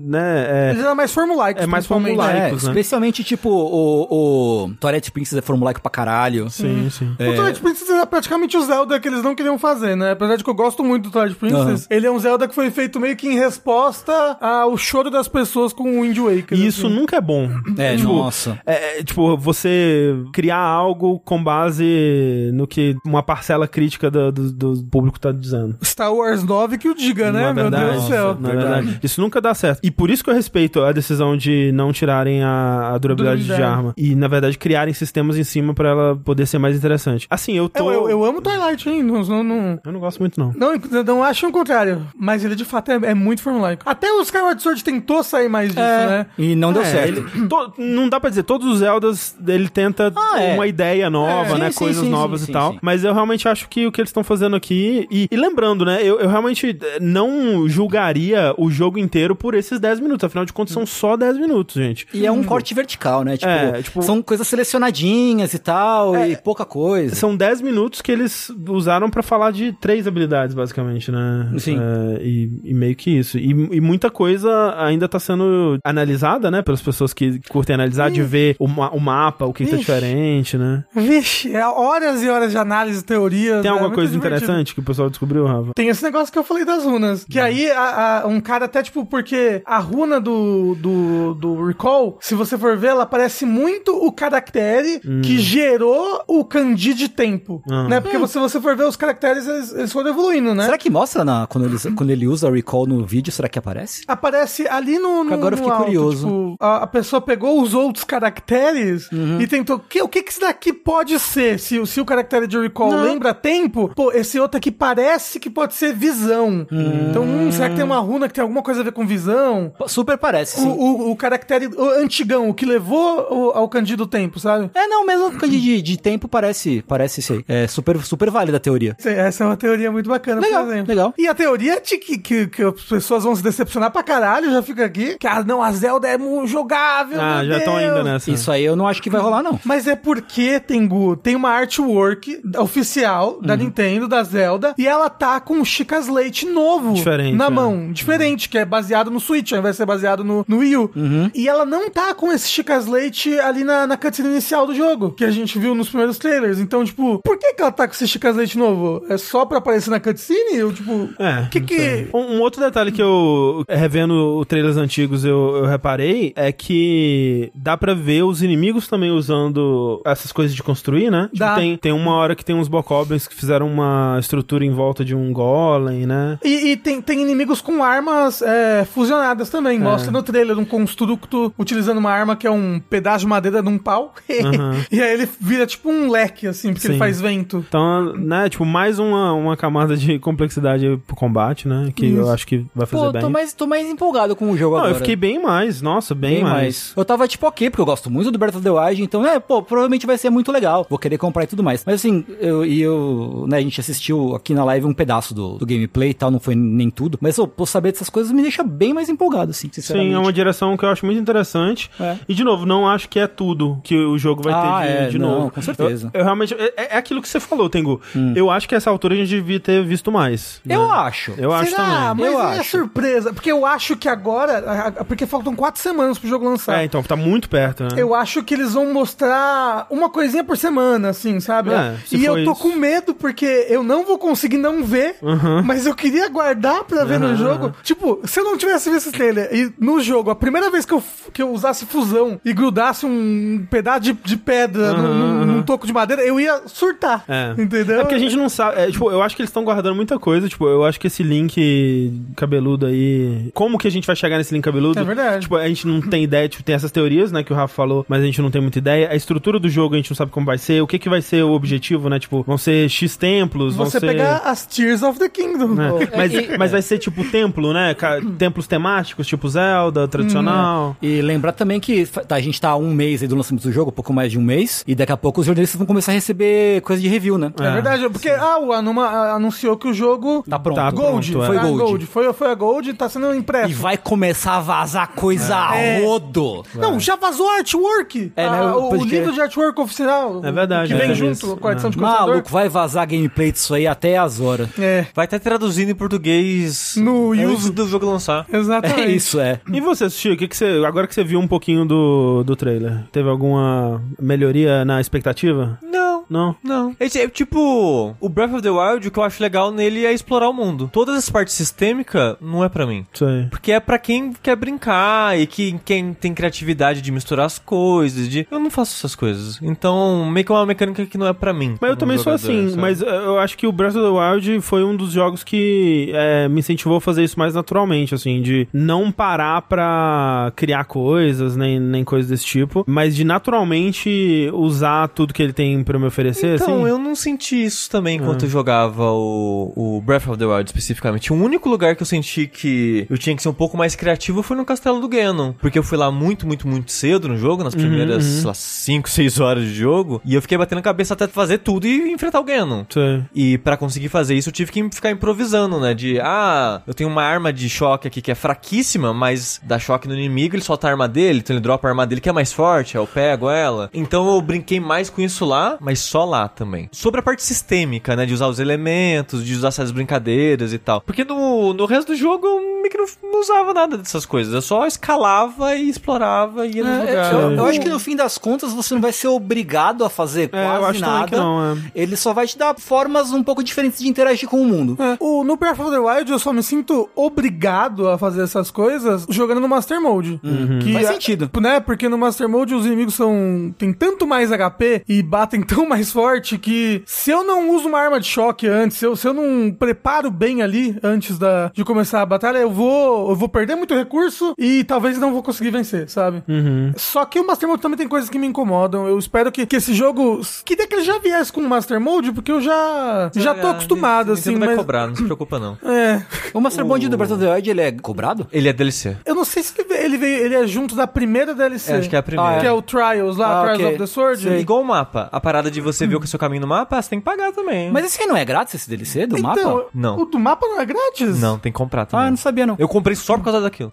S1: né, é,
S3: Eles eram mais formulaicos.
S1: É mais
S3: principalmente.
S1: formulaico.
S4: É,
S1: laicos, né?
S4: especialmente tipo o, o Toilette Princess é formulaico pra caralho.
S1: Sim, sim.
S3: O Twilight Princess é praticamente o Zelda que eles não queriam fazer, né? Apesar de que eu gosto muito do Twilight Princess, ele é um Zelda que foi feito meio que em resposta ao choro das pessoas com o Wind Waker.
S1: E isso
S3: assim.
S1: nunca é bom.
S4: É,
S1: tipo,
S4: nossa.
S1: É, é, tipo, você criar algo com base no que uma parcela crítica do- do- do público tá dizendo.
S3: Star Wars 9 que o diga,
S1: Ah,
S3: né? Meu Deus do céu.
S1: Na é verdade. Isso nunca dá certo. E por isso que eu respeito a decisão de não tirarem a, a durabilidade de
S3: Durabilidade.
S1: arma. E, na verdade, criarem sistemas em cima pra ela poder ser mais interessante. Assim, eu tô.
S3: É, Eu, eu, eu amo Twilight, hein? Não, não, não,
S1: Eu não gosto muito,
S4: Ah,
S1: não.
S3: não, não acho o contrário. Mas ele de fato é, é muito formulaico. Até o Skyward Sword tentou sair mais disso, né?
S4: E não deu
S1: É,
S4: certo.
S1: ele- to- não dá pra dizer, todos os Zeldas ele tenta
S4: Ah, é.
S1: uma ideia nova,
S4: É.
S1: né?
S4: Sim, sim,
S1: Coisas
S4: sim,
S1: novas
S4: sim,
S1: e
S4: sim,
S1: tal.
S4: sim.
S1: Mas eu realmente acho que o que eles estão fazendo aqui. E, e lembrando, né? Eu, eu realmente eh, não julgaria o jogo inteiro por esses 10 minutos. Afinal de contas, são só 10 minutos, gente.
S4: E é um corte vertical, né? Tipo,
S1: É, tipo- É,
S4: são coisas selecionadinhas e tal, e pouca coisa.
S1: São 10 minutos que eles usaram pra falar de três habilidades, basicamente, né?
S4: Sim.
S1: É, e, e meio que isso. E, e muita coisa ainda tá sendo analisada, né? Pelas pessoas que curtem analisar, de ver o, ma- o mapa, o que tá
S3: Ixi.
S1: diferente, né?
S3: Vixe, é horas e horas de análise, teorias.
S1: Tem
S3: é
S1: alguma
S3: muito
S1: coisa
S3: divertido.
S1: interessante que o pessoal descobriu, Rafa?
S3: Tem esse negócio que eu falei das runas. Que aí a- a- um cara até, tipo, porque a runa do,
S1: Hum.
S3: do, do Recall, se você for ver, ela parece muito o caractere que gerou superou o Candide tempo,
S1: Ah.
S3: né? Porque se você for ver os caracteres, eles, eles foram evoluindo, né?
S4: Será que mostra na- quando, ele, quando ele usa recall no vídeo? Será que aparece?
S3: Aparece ali no. no
S4: Agora
S3: no
S4: eu fiquei
S3: alto,
S4: curioso.
S3: tipo, a, a pessoa pegou os outros caracteres
S4: Uhum.
S3: e tentou. "Que- o que, que isso daqui pode ser? Se, o- se o caractere de recall lembra tempo, pô, esse outro aqui parece que pode ser visão. Então, hum, será que tem uma runa que tem alguma coisa a ver com visão?
S4: Super parece,
S3: O,
S4: sim.
S3: o, o caractere o antigão, o que levou o- ao Candido Tempo, sabe?
S4: É, não, mesmo porque de, de tempo parece, parece isso aí. É super, super válida a teoria.
S3: Essa- Essa é uma teoria muito bacana,
S4: Legal,
S3: por exemplo.
S4: legal.
S3: E a teoria de que, que, que as pessoas vão se decepcionar pra caralho, já fica aqui. Que, ah, não, a Zelda é mu- jogável,
S1: Ah,
S3: meu
S1: já estão
S3: Deus.
S4: né?
S1: ainda nessa.
S4: Isso aí eu não acho que vai rolar, não.
S3: Mas é porque, Tengu, tem uma artwork oficial
S1: Uhum.
S3: da Nintendo, da Zelda, e ela tá com um Chicas Leite novo
S1: Diferente,
S3: na
S1: é.
S3: mão. Diferente, que é baseado no Switch, ao invés de ser baseado no, no Wii U.
S1: Uhum.
S3: E ela não tá com esse Chicas Leite ali na, na cutscene inicial do jogo, que a gente viu nos primeiros trailers. Então, tipo, por que, que ela tá com esse Chicas Leite novo? É só pra aparecer na cutscene? Eu, tipo,
S1: É,
S3: que
S1: não
S3: que...
S1: sei. Um, um outro detalhe que eu, revendo os trailers antigos, eu, eu reparei é que dá pra ver os inimigos também usando essas coisas de construir, né? Tipo,
S3: Dá.
S1: tem, tem uma hora que tem uns Bokoblins que fizeram uma estrutura em volta de um golem, né?
S3: E, e tem, tem inimigos com armas é, fusionadas também. Mostra no trailer um construto utilizando uma arma que é um pedaço de madeira num pau. *laughs*
S1: Aham.
S3: e aí ele vira tipo um leque, assim, porque ele
S1: Sim.
S3: faz vento.
S1: Então, né, tipo, mais uma, uma camada de complexidade aí pro combate, né? Que eu
S3: Isso.
S1: acho que vai fazer
S4: Pô,
S1: bem.
S4: tô mais, tô mais empolgado com o jogo
S1: Não,
S4: agora.
S1: eu fiquei bem mais, nossa, bem, mais.
S4: Eu tava tipo, ok, porque eu gosto muito do Breath of the Wild, então, né, pô, provavelmente vai ser muito legal. Vou querer comprar e tudo mais. Mas assim, eu e eu, né, a gente assistiu aqui na live um pedaço do, do gameplay e tal, não foi nem tudo. Mas, eu pô, saber dessas coisas me deixa bem mais empolgado, assim, sinceramente.
S1: Sim, é uma direção que eu acho muito interessante.
S4: É.
S1: E, de novo, não acho que é tudo que o jogo vai
S4: Ah,
S1: ter de,
S4: é,
S1: de
S4: não,
S1: novo.
S4: com certeza. Hum.
S1: Eu, eu realmente. É, é aquilo que você falou, Tengu. Eu acho que essa altura a gente devia ter visto mais. né?
S4: Eu acho.
S1: Eu acho
S3: Será?
S1: também.
S3: Mas
S4: Eu
S3: é
S4: acho.
S3: surpresa. Porque eu acho que agora. a- a- Porque faltam quatro semanas pro jogo lançar.
S1: É, então, tá muito perto, né?
S3: Eu acho que eles vão mostrar uma coisinha por semana, assim, sabe?
S1: É, se
S3: e eu
S1: for
S3: tô
S1: isso. Uhum.
S3: com medo porque eu não vou conseguir não ver, mas eu queria guardar pra ver no
S1: Aham,
S3: jogo.
S1: aham.
S3: Tipo, se eu não tivesse visto esse trailer e no jogo, a primeira vez que eu, f- que eu usasse fusão e grudasse um pedaço de, de pedra num- num,
S1: aham.
S3: num toco de madeira, eu ia surtar.
S1: Uhum, É.
S3: Entendeu?
S1: É porque a gente não sabe. é, tipo, eu acho que eles estão guardando muita coisa. Tipo, eu acho que esse link cabeludo aí. Como que a gente vai chegar nesse link cabeludo?
S3: É verdade.
S1: Tipo, a gente não tem ideia. Tipo, tem essas teorias, né, que o Rafa falou, mas a gente não tem muita ideia. A estrutura do jogo a gente não sabe como vai ser. O que, que vai ser o objetivo, né? Tipo, vão ser X templos, vão
S3: Você
S1: ser.
S3: pegar as Tears of the Kingdom.
S1: né?
S3: pô.
S1: *laughs* Mas, mas vai ser tipo templo, né? Ca- Templos temáticos, tipo Zelda,
S3: Uhum.
S1: tradicional.
S4: E lembrar também que fa- tá, a gente tá há um mês aí do lançamento do jogo, pouco mais de um mês, e daqui a pouco os jornalistas vão começar a receber coisa de review, né?
S3: É verdade, porque ah, o Anuma ah, anunciou que o jogo
S4: Tá pronto.
S1: Tá
S3: Gold,
S1: pronto, é.
S3: foi
S4: Foi
S3: Gold.
S4: Gold.
S3: Foi, foi a Gold, tá sendo impresso.
S4: E vai começar a vazar coisa a
S3: É.
S4: rodo.
S3: Não, já vazou artwork.
S4: É, né,
S3: Ah, o,
S4: pode
S3: o
S4: crer.
S3: livro de artwork oficial.
S1: É verdade,
S3: Que vem
S1: é.
S3: junto
S1: Isso,
S3: com a edição de colecionador.
S4: né, Maluco, vai vazar gameplay disso aí até as horas.
S3: É,
S2: Vai estar traduzindo em português
S3: No
S2: antes
S3: Yuzu.
S2: do jogo lançar.
S3: exatamente.
S4: É isso, é.
S1: E você, Sushi, o que, que você. Agora que você viu um pouquinho do, do trailer, teve alguma melhoria na expectativa?
S2: Não.
S1: Não?
S2: Não. É, ti- é tipo, o Breath of the Wild, o que eu acho legal nele é explorar o mundo. Todas as partes sistêmicas não é pra mim.
S1: Isso aí.
S2: Porque é pra quem quer brincar e que, quem tem criatividade de misturar as coisas. De... Eu não faço essas coisas. Então, meio que é uma mecânica que não é pra mim.
S1: Mas eu
S2: como
S1: também sou
S2: jogador,
S1: assim,
S2: sabe?
S1: mas eh, eu acho que o Breath of the Wild foi um dos jogos que eh, me incentivou a fazer isso mais naturalmente, assim, de não parar pra criar coisas, nem, nem coisas desse tipo, mas de naturalmente usar tudo que ele tem pra me oferecer,
S2: Então,
S1: assim.
S2: eu não senti isso também enquanto eu jogava o, o Breath of the Wild especificamente. O único lugar que eu senti que eu tinha que ser um pouco mais criativo foi no castelo do Ganon. Porque eu fui lá muito, muito, muito cedo no jogo, nas primeiras, sei lá, 5, 6 horas de jogo. E eu fiquei batendo cabeça até fazer tudo e enfrentar o Ganon.
S1: Sei.
S2: E pra conseguir fazer isso, eu tive que ficar improvisando, né? De, ah, eu tenho uma arma de choque aqui que é fraquíssima, mas dá choque no inimigo, ele solta a arma dele, então ele dropa a arma dele que é mais forte, aí eu pego ela. Então eu brinquei mais com isso lá, mas só lá também. Sobre a parte sistêmica, né? De usar os elementos, de usar essas brincadeiras e tal. Porque no, no resto do jogo eu meio que não, não usava nada dessas coisas. Eu só escalava e explorava e ia nos
S4: É,
S2: lugares.
S4: eu, eu acho que no fim das contas você não vai ser obrigado a fazer quase
S1: eu acho também
S4: nada.
S1: que não, é.
S4: Ele só vai te dar formas um pouco diferentes de interagir com o mundo.
S3: É. O, no Breath of the Wild eu só me sinto obrigado a fazer essas coisas jogando no Master Mode. Que
S4: Uhum. Faz
S3: a-
S4: sentido.
S3: Né? Porque no Master Mode os inimigos são. tem tanto mais HP e batem *laughs* tão mais forte que se eu não uso uma arma de choque antes, se eu, se eu não preparo bem ali antes da, de começar a batalha, eu vou. Eu vou perder muito recurso e talvez não vou conseguir vencer, sabe?
S4: Uhum.
S3: Só que o Master Mode também tem coisas que me incomodam. Eu espero que, que esse jogo. Queria que ele já viesse com o Master Mode, porque eu já. já tô
S2: Ah,
S3: acostumado,
S2: Nintendo
S3: assim.
S2: vai
S3: Mas...
S2: cobrar, não se preocupa não.
S3: É.
S4: O Master Bond do Breath of the Wild, ele é cobrado?
S2: Ele é DLC.
S3: Eu não sei se ele veio, ele, veio- ele é junto da primeira DLC.
S2: É, acho que é a primeira.
S3: Ah, Que é o Trials lá,
S4: Ah,
S3: Trials
S4: ok.
S3: of the Sword. né?
S2: É Igual o mapa. A parada de você ver o que é o seu caminho no mapa, você tem que pagar também.
S4: Mas esse aí não é grátis, esse DLC do
S3: então,
S4: mapa?
S2: Não.
S3: O do mapa não é grátis?
S2: Não, tem que comprar também.
S4: Ah, eu não sabia não.
S2: Eu comprei só por causa
S4: *laughs*
S2: daquilo.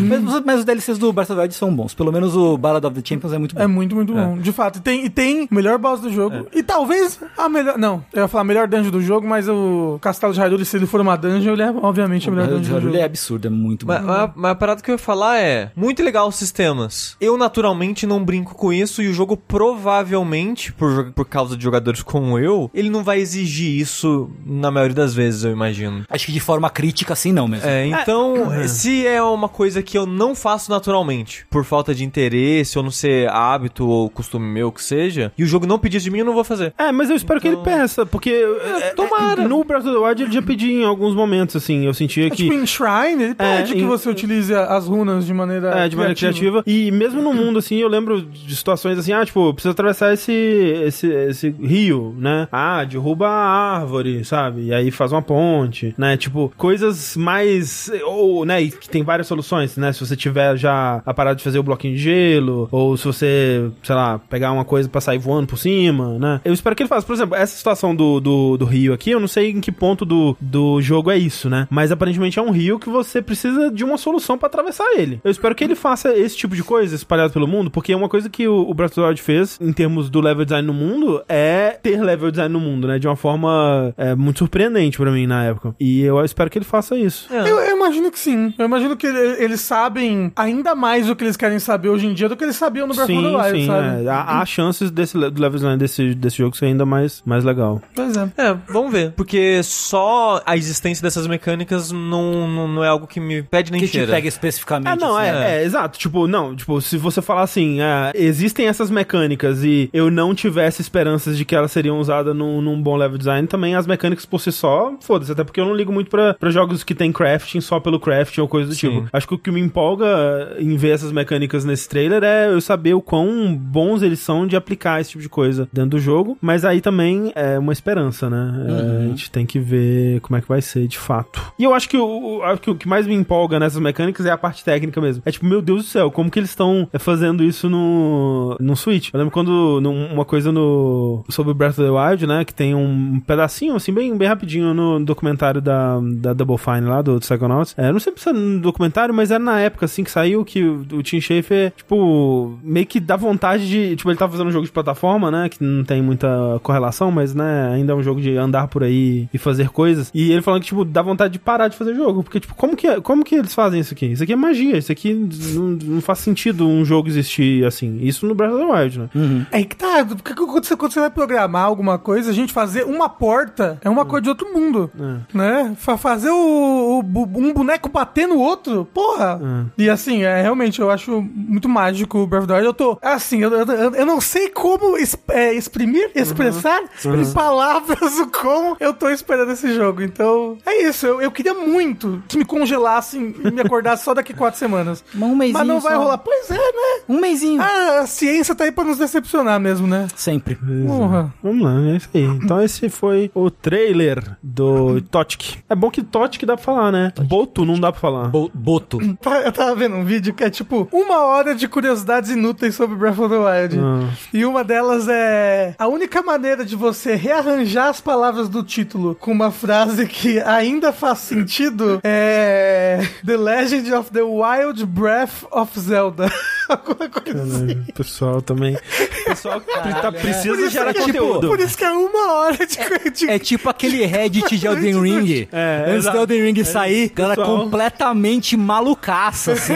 S4: Mas, os- mas os DLCs do Breath of the Wild são bons. Pelo menos o Ballad of the Champions é muito bom.
S3: É muito, muito bom. De fato, e tem, e tem o melhor boss do jogo. E talvez a melhor. Não, eu ia falar a melhor dungeon do jogo, mas o Castelo de Hyrule, se ele for uma dungeon, ele é obviamente a melhor
S4: Breath of
S3: dungeon
S4: the
S3: do
S4: Wild,
S3: jogo.
S4: ele é absurdo, é muito bom.
S2: Mas, mas- mas a parada que eu ia falar é: muito legal os sistemas. Eu naturalmente não brinco com isso e o jogo provavelmente, por, jo- por causa de jogadores como eu, ele não vai exigir isso na maioria das vezes, eu imagino.
S4: Acho que de forma crítica, assim, não mesmo.
S2: É, então,
S4: Uhum.
S2: se é uma coisa que eu não faço naturalmente, por falta de interesse, ou não ser hábito ou costume meu que seja, e o jogo não pedir isso de mim, eu não vou fazer.
S1: É, mas eu espero que ele peça, porque é,
S2: Então. tomara.
S1: é, no Breath of the Wild ele já pedia em alguns momentos, assim, eu sentia
S3: É
S1: que...
S3: tipo em Shrine, ele pede
S1: É,
S3: que
S1: em-
S3: você utilize a- as runas de maneira.
S1: É, de maneira criativa. E mesmo no mundo, assim, eu lembro de situações assim, ah, tipo, precisa atravessar esse, esse, esse rio, né? Ah, derruba a árvore, sabe? E aí faz uma ponte, né? Tipo, coisas mais. Ou, né? E que tem várias soluções, né? Se você tiver já a parada de fazer o bloquinho de gelo, ou se você, sei lá, pegar uma coisa pra sair voando por cima, né? Eu espero que ele faça. Por exemplo, essa situação do, do, do rio aqui, eu não sei em que ponto do, do jogo é isso, né? Mas aparentemente é um rio que você precisa de uma solução pra atravessar ele. Eu espero que ele faça esse tipo de coisa espalhado pelo mundo, porque uma coisa que o, o Breath of the Wild fez em termos do level design no mundo é ter level design no mundo, né? De uma forma é, muito surpreendente pra mim na época. E eu espero que ele faça isso.
S3: Eu, eu imagino que sim. Eu imagino que ele- eles sabem ainda mais o que eles querem saber hoje em dia do que eles sabiam no Breath of
S1: Sim,
S3: the Wild,
S1: sim.
S3: sabe?
S1: é. Há, há chances desse, le- do level design desse, desse jogo ser ainda mais, mais legal.
S3: Pois é.
S2: É, vamos ver. Porque só a existência dessas mecânicas não, não, não é algo que me pede nem
S4: que te
S2: cheira.
S4: pega especificamente.
S1: Ah, não,
S4: assim, né?
S1: é, é, exato. Tipo, não, tipo, se você falar assim, ah, existem essas mecânicas e eu não tivesse esperanças de que elas seriam usadas num, num bom level design, também as mecânicas por si só, foda-se, até porque eu não ligo muito pra, pra jogos que tem crafting só pelo crafting ou coisa do
S2: Sim.
S1: tipo. Acho que o que me empolga em ver essas mecânicas nesse trailer é eu saber o quão bons eles são de aplicar esse tipo de coisa dentro do jogo, mas aí também é uma esperança, né? É, a gente tem que ver como é que vai ser de fato. E eu acho que o, o- acho que o que mais me empolga nessas mecânicas é a parte técnica mesmo. É tipo, meu Deus do céu, como que eles estão é, fazendo isso no, no Switch? Eu lembro quando num- uma coisa no sobre o Breath of the Wild, né, que tem um pedacinho assim bem, bem rapidinho no documentário da, da Double Fine lá do Psychonauts. É, eu não sei se é no documentário, mas era na época assim que saiu que o, o Tim Schafer, tipo, meio que dá vontade de, tipo, ele tá fazendo um jogo de plataforma, né, que não tem muita correlação, mas né, ainda é um jogo de andar por aí e fazer coisas. E ele falando que tipo dá vontade de parar de fazer jogo, porque tipo, como que é- como que eles fazem isso aqui? Isso aqui é magia, isso aqui não, não faz sentido um jogo existir assim. Isso no Breath of the Wild, né?
S3: É aí que tá, porque quando você, quando você vai programar alguma coisa, a gente fazer uma porta é uma coisa de outro mundo,
S1: É.
S3: né? Fa- fazer o, o bu- um boneco bater no outro, porra! E assim, é realmente, eu acho muito mágico o Breath of the Wild. Eu tô, assim, eu, eu, eu não sei como es- é, exprimir, expressar em palavras o como eu tô esperando esse jogo. Então, é isso, eu, eu queria muito que me congelassem e me acordassem só daqui quatro semanas.
S4: Mas um mêsinho
S3: Mas não vai
S4: só.
S3: rolar. Pois é, né?
S4: Um mêsinho.
S3: Ah, a ciência tá aí pra nos decepcionar mesmo, né?
S4: Sempre.
S3: Porra.
S1: Vamos lá, é isso aí. Então esse foi o trailer do Totic. É bom que Totic dá pra falar, né? Boto não dá pra falar.
S4: Bo- boto.
S3: Tá- Eu tava vendo um vídeo que é tipo uma hora de curiosidades inúteis sobre Breath of the Wild.
S1: Ah.
S3: E uma delas é. A única maneira de você rearranjar as palavras do título com uma frase que ainda faz sentido é. The Legend of the Wild Breath of Zelda. *laughs* Alguma coisa assim.
S2: *laughs* É
S1: Pessoal é, também. pessoal que tá, precisa
S2: né? Por isso
S1: gerar
S2: que-
S1: conteúdo.
S3: Por isso que é uma hora de. de-
S4: É tipo aquele Reddit de Elden Ring.
S1: É,
S4: Antes
S1: exato.
S4: do Elden Ring sair, galera
S1: pessoal.
S4: completamente malucaça, assim.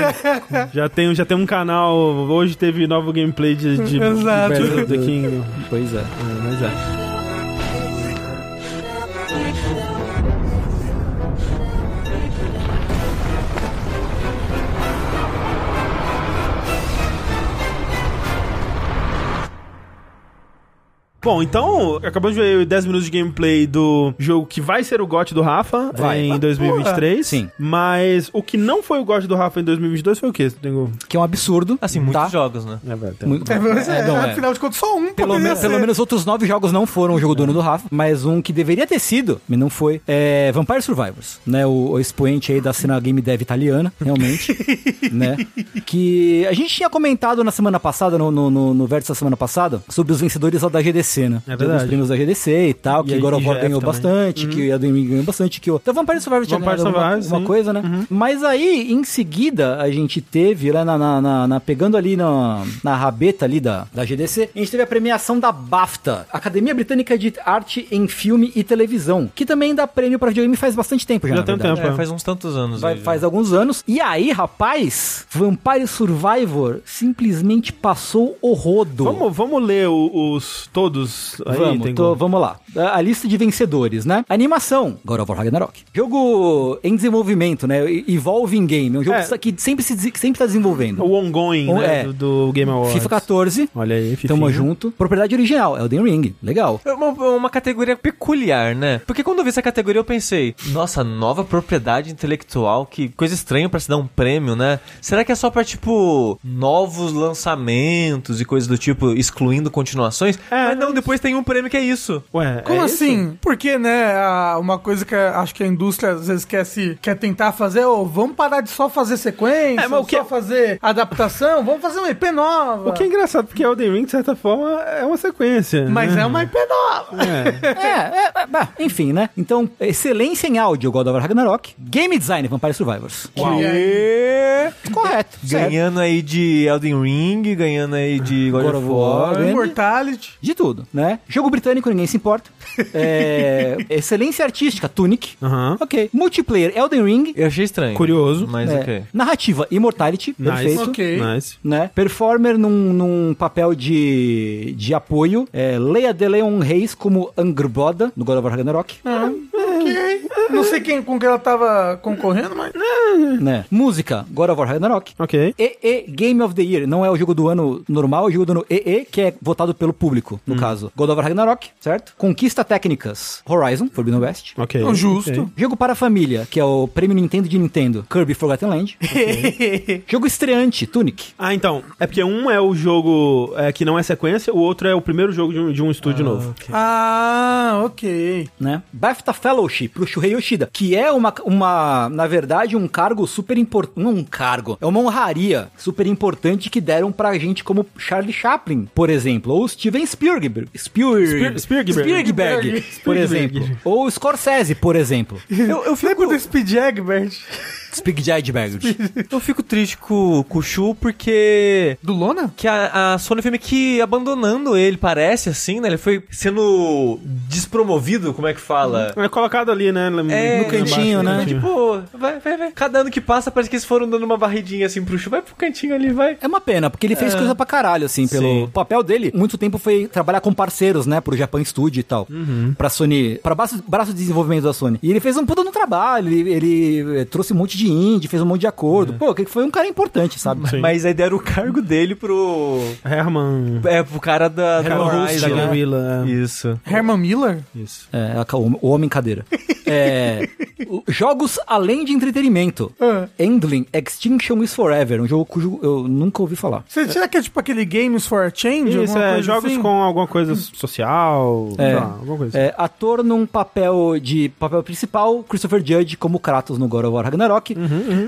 S1: Já tem, já tem um canal. Hoje teve novo gameplay de, de,
S3: Exato.
S1: de Breath of the King.
S4: pois é.
S1: Mas é. Bom, então, acabamos de ver 10 minutos de gameplay do jogo que vai ser o GOT do Rafa
S4: Vai.
S1: em 2023.
S4: Sim.
S1: Mas o que não foi o GOT do Rafa em 2022 foi o quê? Tenho...
S4: Que é um absurdo.
S2: Assim, muitos jogos, né?
S1: É, velho, tem-
S4: Muito-
S3: É, mas é,
S4: é, não, é.
S3: afinal de contas, só um
S4: *laughs* Pelo,
S3: poderia
S4: me- pelo
S3: ser.
S4: menos outros nove jogos não foram o jogo do ano do Rafa, mas um que deveria ter sido, mas não foi, é Vampire Survivors, né? O, o expoente aí da cena game dev italiana,
S1: *laughs*
S4: realmente, né? Que a gente tinha comentado na semana passada, no, no, no, no Vértice da semana passada, sobre os vencedores lá da GDC, né?
S1: É
S4: Sobre
S1: verdade.
S4: Os prêmios da GDC e tal,
S1: E
S4: que
S1: aí,
S4: God of War
S1: IGF
S4: ganhou
S1: também. Uhum.
S4: bastante, que Elden Ring ganhou bastante, que o... Então Vampire Survivors tinha
S1: Vampire
S4: ganhado alguma-
S1: Survivors,
S4: alguma
S1: sim.
S4: coisa, né?
S1: Uhum.
S4: Mas aí, em seguida, a gente teve lá na, na- na- na- pegando ali na, na rabeta ali da, da GDC, a gente teve a premiação da BAFTA, Academia Britânica de Arte em Filme e Televisão, que também dá prêmio pra videogame faz bastante tempo já,
S1: Já
S4: na
S1: tem um
S4: verdade.
S1: tempo,
S2: É, faz uns tantos anos.
S4: Vai-
S2: aí,
S4: faz alguns anos. E aí, rapaz, Vampire Survivor simplesmente passou o rodo.
S1: Vamos, vamos ler o- os todos aí,
S4: Vamos,
S1: tem
S4: tô- vamos lá. A, a lista de vencedores, né? Animação, God of War Ragnarok. Jogo em desenvolvimento, né? E- Evolving Game, um jogo
S1: É.
S4: que sa- que sempre se des- que sempre tá desenvolvendo.
S1: o ongoing,
S4: O-
S1: né,
S4: é.
S1: do, do Game Awards.
S4: FIFA 14,
S1: Olha aí, FIFA.
S4: tamo junto. Propriedade original, Elden Ring,
S1: *laughs*
S4: legal.
S2: É uma, uma categoria peculiar, né? Porque quando eu vi essa categoria eu pensei, nossa, nova propriedade intelectual, que coisa estranha pra se dar um prêmio, né? Será que é só pra, tipo, novos lançamentos e coisas do tipo, excluindo continuações?
S1: É,
S2: Mas não, depois tem um prêmio que é isso.
S1: Ué,
S3: Como
S1: é isso?
S3: assim? Porque, né, a- uma coisa que a- acho que a indústria às vezes quer, se, quer tentar fazer, ô, vamos parar de só fazer sequência,
S1: É, mas o que-
S3: só fazer adaptação, vamos fazer uma IP nova.
S1: O que é engraçado, porque Elden Ring, de certa forma, é uma sequência.
S3: Mas
S1: né?
S3: é uma IP nova.
S1: É.
S4: É, é, é, bah, enfim, né? Então, excelência em áudio, God of War Ragnarok. Game Design, Vampire Survivors.
S1: *laughs*
S3: Que é-
S4: Correto. certo.
S2: Ganhando aí de Elden Ring, ganhando aí de God, of War.
S3: É um
S4: Ganhando.
S3: Immortality.
S4: De tudo, né? Jogo britânico, ninguém se importa.
S1: *laughs*
S4: É, excelência artística, Tunic.
S1: Aham.
S4: Ok. Multiplayer, Elden Ring.
S2: Eu achei estranho.
S1: Curioso.
S2: Mas
S4: É.
S2: ok.
S4: Narrativa, Immortality,
S1: Nice.
S4: perfeito.
S3: Ok.
S1: Nice.
S4: Né? Performer num, num papel de, de apoio. É, Leia de Leon Reis como Angerboda, no God of War Ragnarok.
S1: Uhum.
S3: Ok. Não sei quem, com quem ela tava concorrendo, mas.
S4: Né? Música, God of War Ragnarok.
S1: Ok.
S4: EE Game of the Year. Não é o jogo do ano normal, é o jogo do ano EE, que é votado pelo público, no caso. God of War Ragnarok, certo? Conquista Técnicas, Horizon, Forbidden West.
S1: Ok.
S3: Não, justo.
S1: ok.
S4: Jogo para a família, que é o prêmio Nintendo de Nintendo, Kirby Forgotten Land. jogo estreante, Tunic.
S1: Ah, então. É porque um é o jogo é, que não é sequência, o outro é o primeiro jogo de um, de um estúdio novo.
S3: Ah, ok.
S4: né? BAFTA Fellowship pro Shuhei Yoshida, que é uma, uma na verdade, um cargo super importante, não um cargo, é uma honraria super importante que deram pra gente como Charlie Chaplin, por exemplo, ou Steven Spielberg, Spielberg,
S1: Spiel- Spielberg.
S4: Spielberg, por
S1: Spielberg.
S4: exemplo, ou Scorsese, por exemplo,
S3: Eu, eu fico do Speed Egbert.
S4: Spielberg.
S2: Eu fico triste com, com o Shu porque
S3: Do Lona?
S2: que a, a Sony foi meio que abandonando ele, parece assim, né? Ele foi sendo despromovido, como é que fala?
S1: É colocado ali, né?
S2: É,
S4: no cantinho,
S1: embaixo,
S4: né?
S1: no cantinho.
S2: Tipo, vai, vai, vai. Cada ano que passa, parece que eles foram dando uma barridinha assim pro Shu. Vai pro cantinho ali, vai.
S4: É uma pena, porque ele fez coisa pra caralho, assim, pelo
S2: Sim.
S4: o papel dele. Muito tempo foi trabalhar com parceiros, né, pro Japan Studio e tal. Pra Sony, pra braço, braço de desenvolvimento da Sony. E ele fez um puta no trabalho, ele, ele, eh, trouxe um monte de indie, fez um monte de acordo. Pô, que foi um cara importante, sabe?
S1: Sim.
S2: Mas aí deram o cargo dele pro.
S1: Herman.
S2: É, pro cara da.
S1: Herman Host da
S2: Horizon, né?
S1: Guerrilla. é.
S2: Isso.
S3: Herman Miller?
S1: Isso.
S4: É, a- o o homem cadeira. É, o- jogos além de entretenimento.
S3: Ah.
S4: Endling Extinction is Forever, um jogo cujo eu nunca ouvi falar.
S3: Você será que é tipo aquele Games for Change?
S1: Isso,
S3: alguma
S1: é
S3: coisa
S1: jogos
S3: assim?
S1: com alguma coisa social,
S4: Hum. É.
S1: sei lá, alguma coisa. assim.
S4: É, ator num papel de papel principal, Christopher Judge como Kratos no God of War Ragnarok.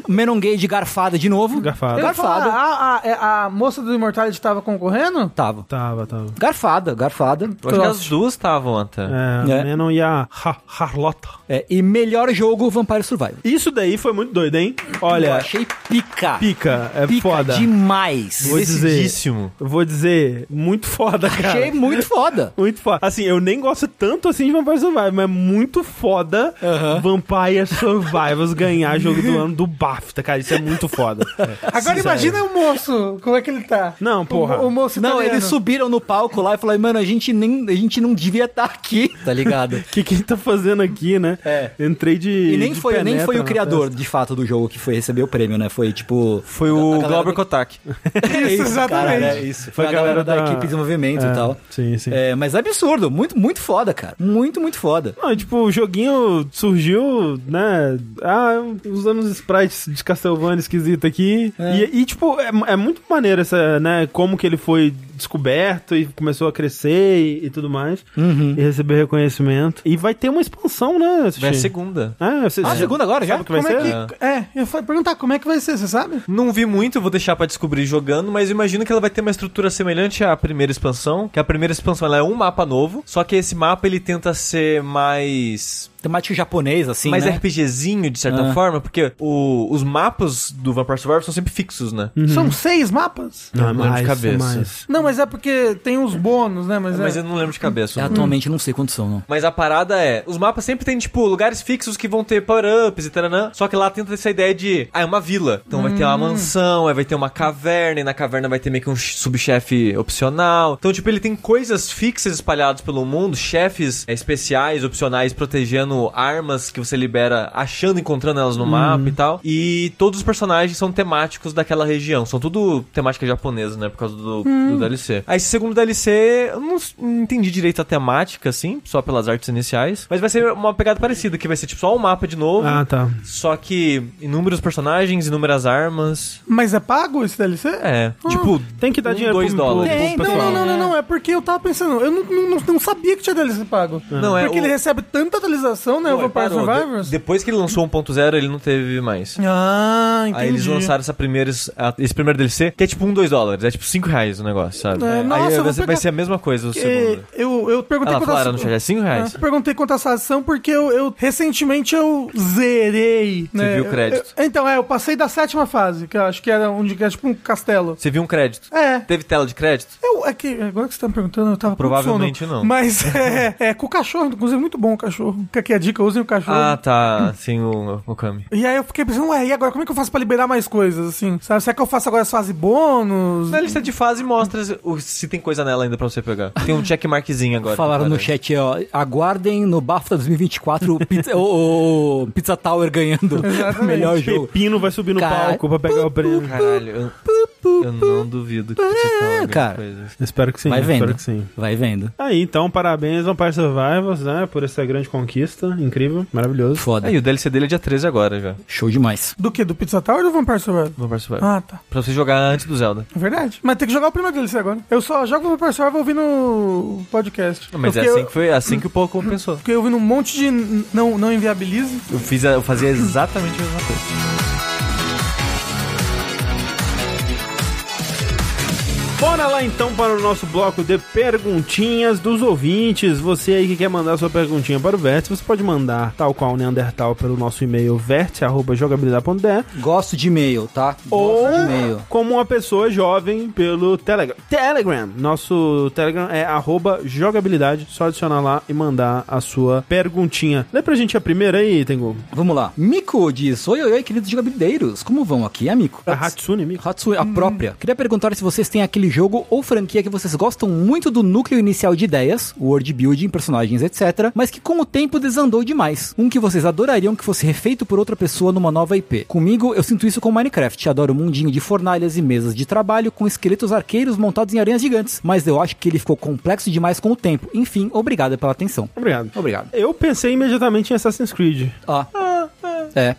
S4: Menon Gay de garfada de novo.
S1: Uhum, Garfada.
S3: Eu ia falar,
S4: Garfada.
S3: A, é, a- a moça do Immortality tava concorrendo?
S4: Tava.
S1: Tava, tava.
S4: Garfada, garfada.
S2: Eu acho que as duas estavam até.
S1: É,
S4: É.
S1: Menon e a Ha- Harlota.
S4: É, e melhor jogo Vampire Survival.
S1: Isso daí foi muito doido, hein?
S4: Eu
S1: Olha,
S4: achei pica.
S1: pica, é
S4: pica
S1: foda.
S4: demais.
S1: Vou dizer-
S2: Decidíssimo.
S1: Eu Vou dizer, muito foda, cara.
S4: Achei muito foda.
S1: Muito foda. Assim, eu nem gosto tanto assim de Vampire Survivors, mas é muito foda Vampire Survivors
S4: *laughs*
S1: ganhar jogo do ano do BAFTA, cara. Isso é muito foda.
S3: Agora imagina o moço, como é que ele tá?
S1: Não, porra.
S3: O, o moço
S4: Não, é
S3: italiano.
S4: eles subiram no palco lá e falaram, mano, a gente, nem, a gente não devia
S3: *laughs*
S4: estar aqui, tá ligado?
S1: O que que ele tá fazendo aqui, né?
S4: É.
S1: Entrei de.
S4: E nem
S1: de
S4: foi, nem
S1: penetra
S4: foi o
S1: na
S4: criador, de fato, do jogo que foi receber o prêmio, né? Foi tipo.
S2: Foi
S4: A- a
S2: o
S4: galera
S2: Glauber
S4: da-
S2: Kotak.
S3: é Isso,
S4: Cara,
S3: exatamente.
S4: né? Isso. Foi a galera da, equipe de desenvolvimento
S1: É,
S4: e tal.
S1: sim, sim.
S4: É, mas é absurdo, muito, muito foda, cara. Muito, muito foda.
S1: Não, e, tipo, o joguinho surgiu, né? Ah, usando os sprites de Castlevania esquisito aqui. E, e, tipo, é, é muito maneiro essa, né? Como que ele foi descoberto e começou a crescer e, e tudo mais. E receber reconhecimento. E vai ter uma expansão, né? Sushi?
S2: É a segunda.
S1: Ah, você,
S4: Ah,
S1: você-
S4: segunda agora já?
S1: sabe o que vai
S3: como
S1: ser?
S3: é que. É, eu fui perguntar como é que vai ser, você sabe?
S2: Não vi muito, vou deixar pra descobrir jogando, mas eu imagino que ela vai ter uma estrutura semelhante à primeira expansão, que a primeira expansão ela é um mapa novo, só que esse mapa ele tenta ser mais
S4: Temático japonês, assim,
S2: mais
S4: né?
S2: RPGzinho de certa
S4: Ah.
S2: forma, porque o- os mapas do Vampire Survivor são sempre fixos, né?
S3: São seis mapas?
S1: Não, é
S2: Eu não lembro
S1: mais,
S2: de cabeça.
S1: é mais.
S3: Não, mas é porque tem uns bônus, né? Mas,
S2: Mas
S3: é.
S2: eu não lembro de cabeça.
S4: Eu Atualmente não sei quantos são, não.
S2: Mas a parada é, os mapas sempre tem, tipo, lugares fixos que vão ter power-ups e taranã, só que lá tenta ter essa ideia de, ah, é uma vila. Então vai ter uma mansão, aí vai ter uma caverna, e na caverna vai ter meio que um ch- subchefe opcional. Então, tipo, ele tem coisas fixas espalhadas pelo mundo, chefes é, especiais, opcionais, protegendo armas que você libera, achando, encontrando elas no mapa e tal. E todos os personagens são temáticos daquela região. São tudo temática japonesa, né, por causa do, do DLC. Aí, esse segundo DLC, eu não s- não entendi direito a temática, assim, só pelas artes iniciais. Mas vai ser uma pegada parecida, que vai ser, tipo, só um mapa de novo.
S1: Ah, tá.
S2: Só que inúmeros personagens, inúmeras armas.
S3: Mas é pago esse DLC?
S2: É. Tipo,
S1: Tem que dar
S2: Um,
S1: dinheiro
S2: dois
S1: pro, pro-
S2: dólares.
S1: pro
S4: Tem,
S3: Não,
S1: pessoal.
S3: não, não, não, não, é porque eu tava pensando, eu não, não, não- não sabia que tinha DLC pago.
S2: Não, é
S3: Porque
S2: o-
S3: ele recebe tanta atualização, né, o
S2: Ué,
S3: Vampire
S2: parou.
S3: Survivors.
S2: De- depois que ele lançou o 1.0, ele não teve mais.
S3: Ah, entendi.
S2: Aí eles lançaram essa primeira, a- esse primeiro DLC, que é tipo um, dois dólares. É tipo cinco reais o negócio, sabe?
S3: É,
S2: Aí
S3: nossa, eu vou
S2: vai, ser- vai
S3: pegar-
S2: ser a mesma coisa o
S3: E
S2: segundo.
S3: É, eu, eu perguntei
S2: Ela falaram no
S3: sa-
S2: chat, é cinco reais?
S3: Eu Ah, perguntei quanto a satisfação porque eu, eu- recentemente eu zerei. né?
S2: viu o crédito.
S3: Eu- eu- então, é, eu passei da sétima fase, que eu acho que era onde que é tipo um castelo.
S2: Você viu um crédito?
S3: É.
S2: Teve tela de crédito?
S3: Eu, é que, agora que você tá me perguntando, eu tava com
S2: Provavelmente
S3: sono.
S2: não. *laughs*
S3: Mas é, é, com o cachorro, inclusive, muito bom o cachorro. Fica aqui a dica, usem o cachorro.
S2: Ah, tá. Sim, o, o Kami.
S3: E aí eu fiquei pensando, ué, e agora como é que eu faço pra liberar mais coisas, assim? Sabe, será que eu faço agora as fases bônus?
S2: Na lista de fase mostra se- o- se tem coisa nela ainda pra você pegar. Tem um checkmarkzinho agora.
S4: Falaram no
S2: parece.
S4: chat, ó, aguardem no BAFTA 2024 o Pizza, o- o Pizza Tower ganhando o melhor jogo.
S1: Pepino vai subir no
S4: Cara,
S1: palco pra pegar o prêmio.
S2: Caralho, eu, eu não duvido que você
S3: É,
S2: fala
S4: cara.
S2: cara. coisa.
S1: Espero que sim.
S4: Vai
S1: Espero
S4: vendo.
S1: que sim.
S4: Vai vendo.
S1: Aí, então, parabéns Vampire Survivors, né, por essa grande conquista, incrível, maravilhoso.
S4: Foda.
S2: Aí, o DLC dele é dia 13 agora já.
S4: Show demais.
S3: Do que? Do Pizza Tower ou do Vampire Survivor?
S2: Vampire Survivor.
S3: Ah, tá.
S2: Pra você jogar antes do Zelda.
S3: É Verdade. Mas tem que jogar o primeiro DLC agora. Eu só jogo Vampire Survivor ouvindo o podcast.
S2: Mas
S3: eu
S2: é
S3: fiquei-
S2: assim que foi, assim que o povo pensou.
S3: Fiquei ouvindo um monte de n- não, não inviabilize.
S2: Eu, fiz a- eu fazia exatamente a mesma coisa.
S1: Bora lá então para o nosso bloco de perguntinhas dos ouvintes. Você aí que quer mandar sua perguntinha para o Vértice, você pode mandar tal qual o Neandertal pelo nosso e-mail vértice.jogabilidade.de
S4: Gosto de e-mail, tá? Gosto
S1: ou
S4: de e-mail.
S1: como uma pessoa jovem pelo Telegram. Telegram! Nosso Telegram é arroba jogabilidade, só adicionar lá e mandar a sua perguntinha. Lê pra gente a primeira aí, Tengu.
S4: Vamos lá. Mico diz: Oi, oi, oi, queridos jogabilideiros. Como vão aqui, amigo?
S1: A Hatsune Miku.
S4: Hatsui, a própria. Queria perguntar se vocês têm aquele jogo ou franquia que vocês gostam muito do núcleo inicial de ideias, world building, personagens, etc., mas que com o tempo desandou demais. Um que vocês adorariam que fosse refeito por outra pessoa numa nova IP. Comigo, eu sinto isso com Minecraft. Adoro o mundinho de fornalhas e mesas de trabalho com esqueletos arqueiros montados em aranhas gigantes, mas eu acho que ele ficou complexo demais com o tempo. Enfim, obrigado pela atenção.
S1: Obrigado.
S4: Obrigado.
S1: Eu pensei imediatamente em Assassin's Creed.
S4: Ah. É.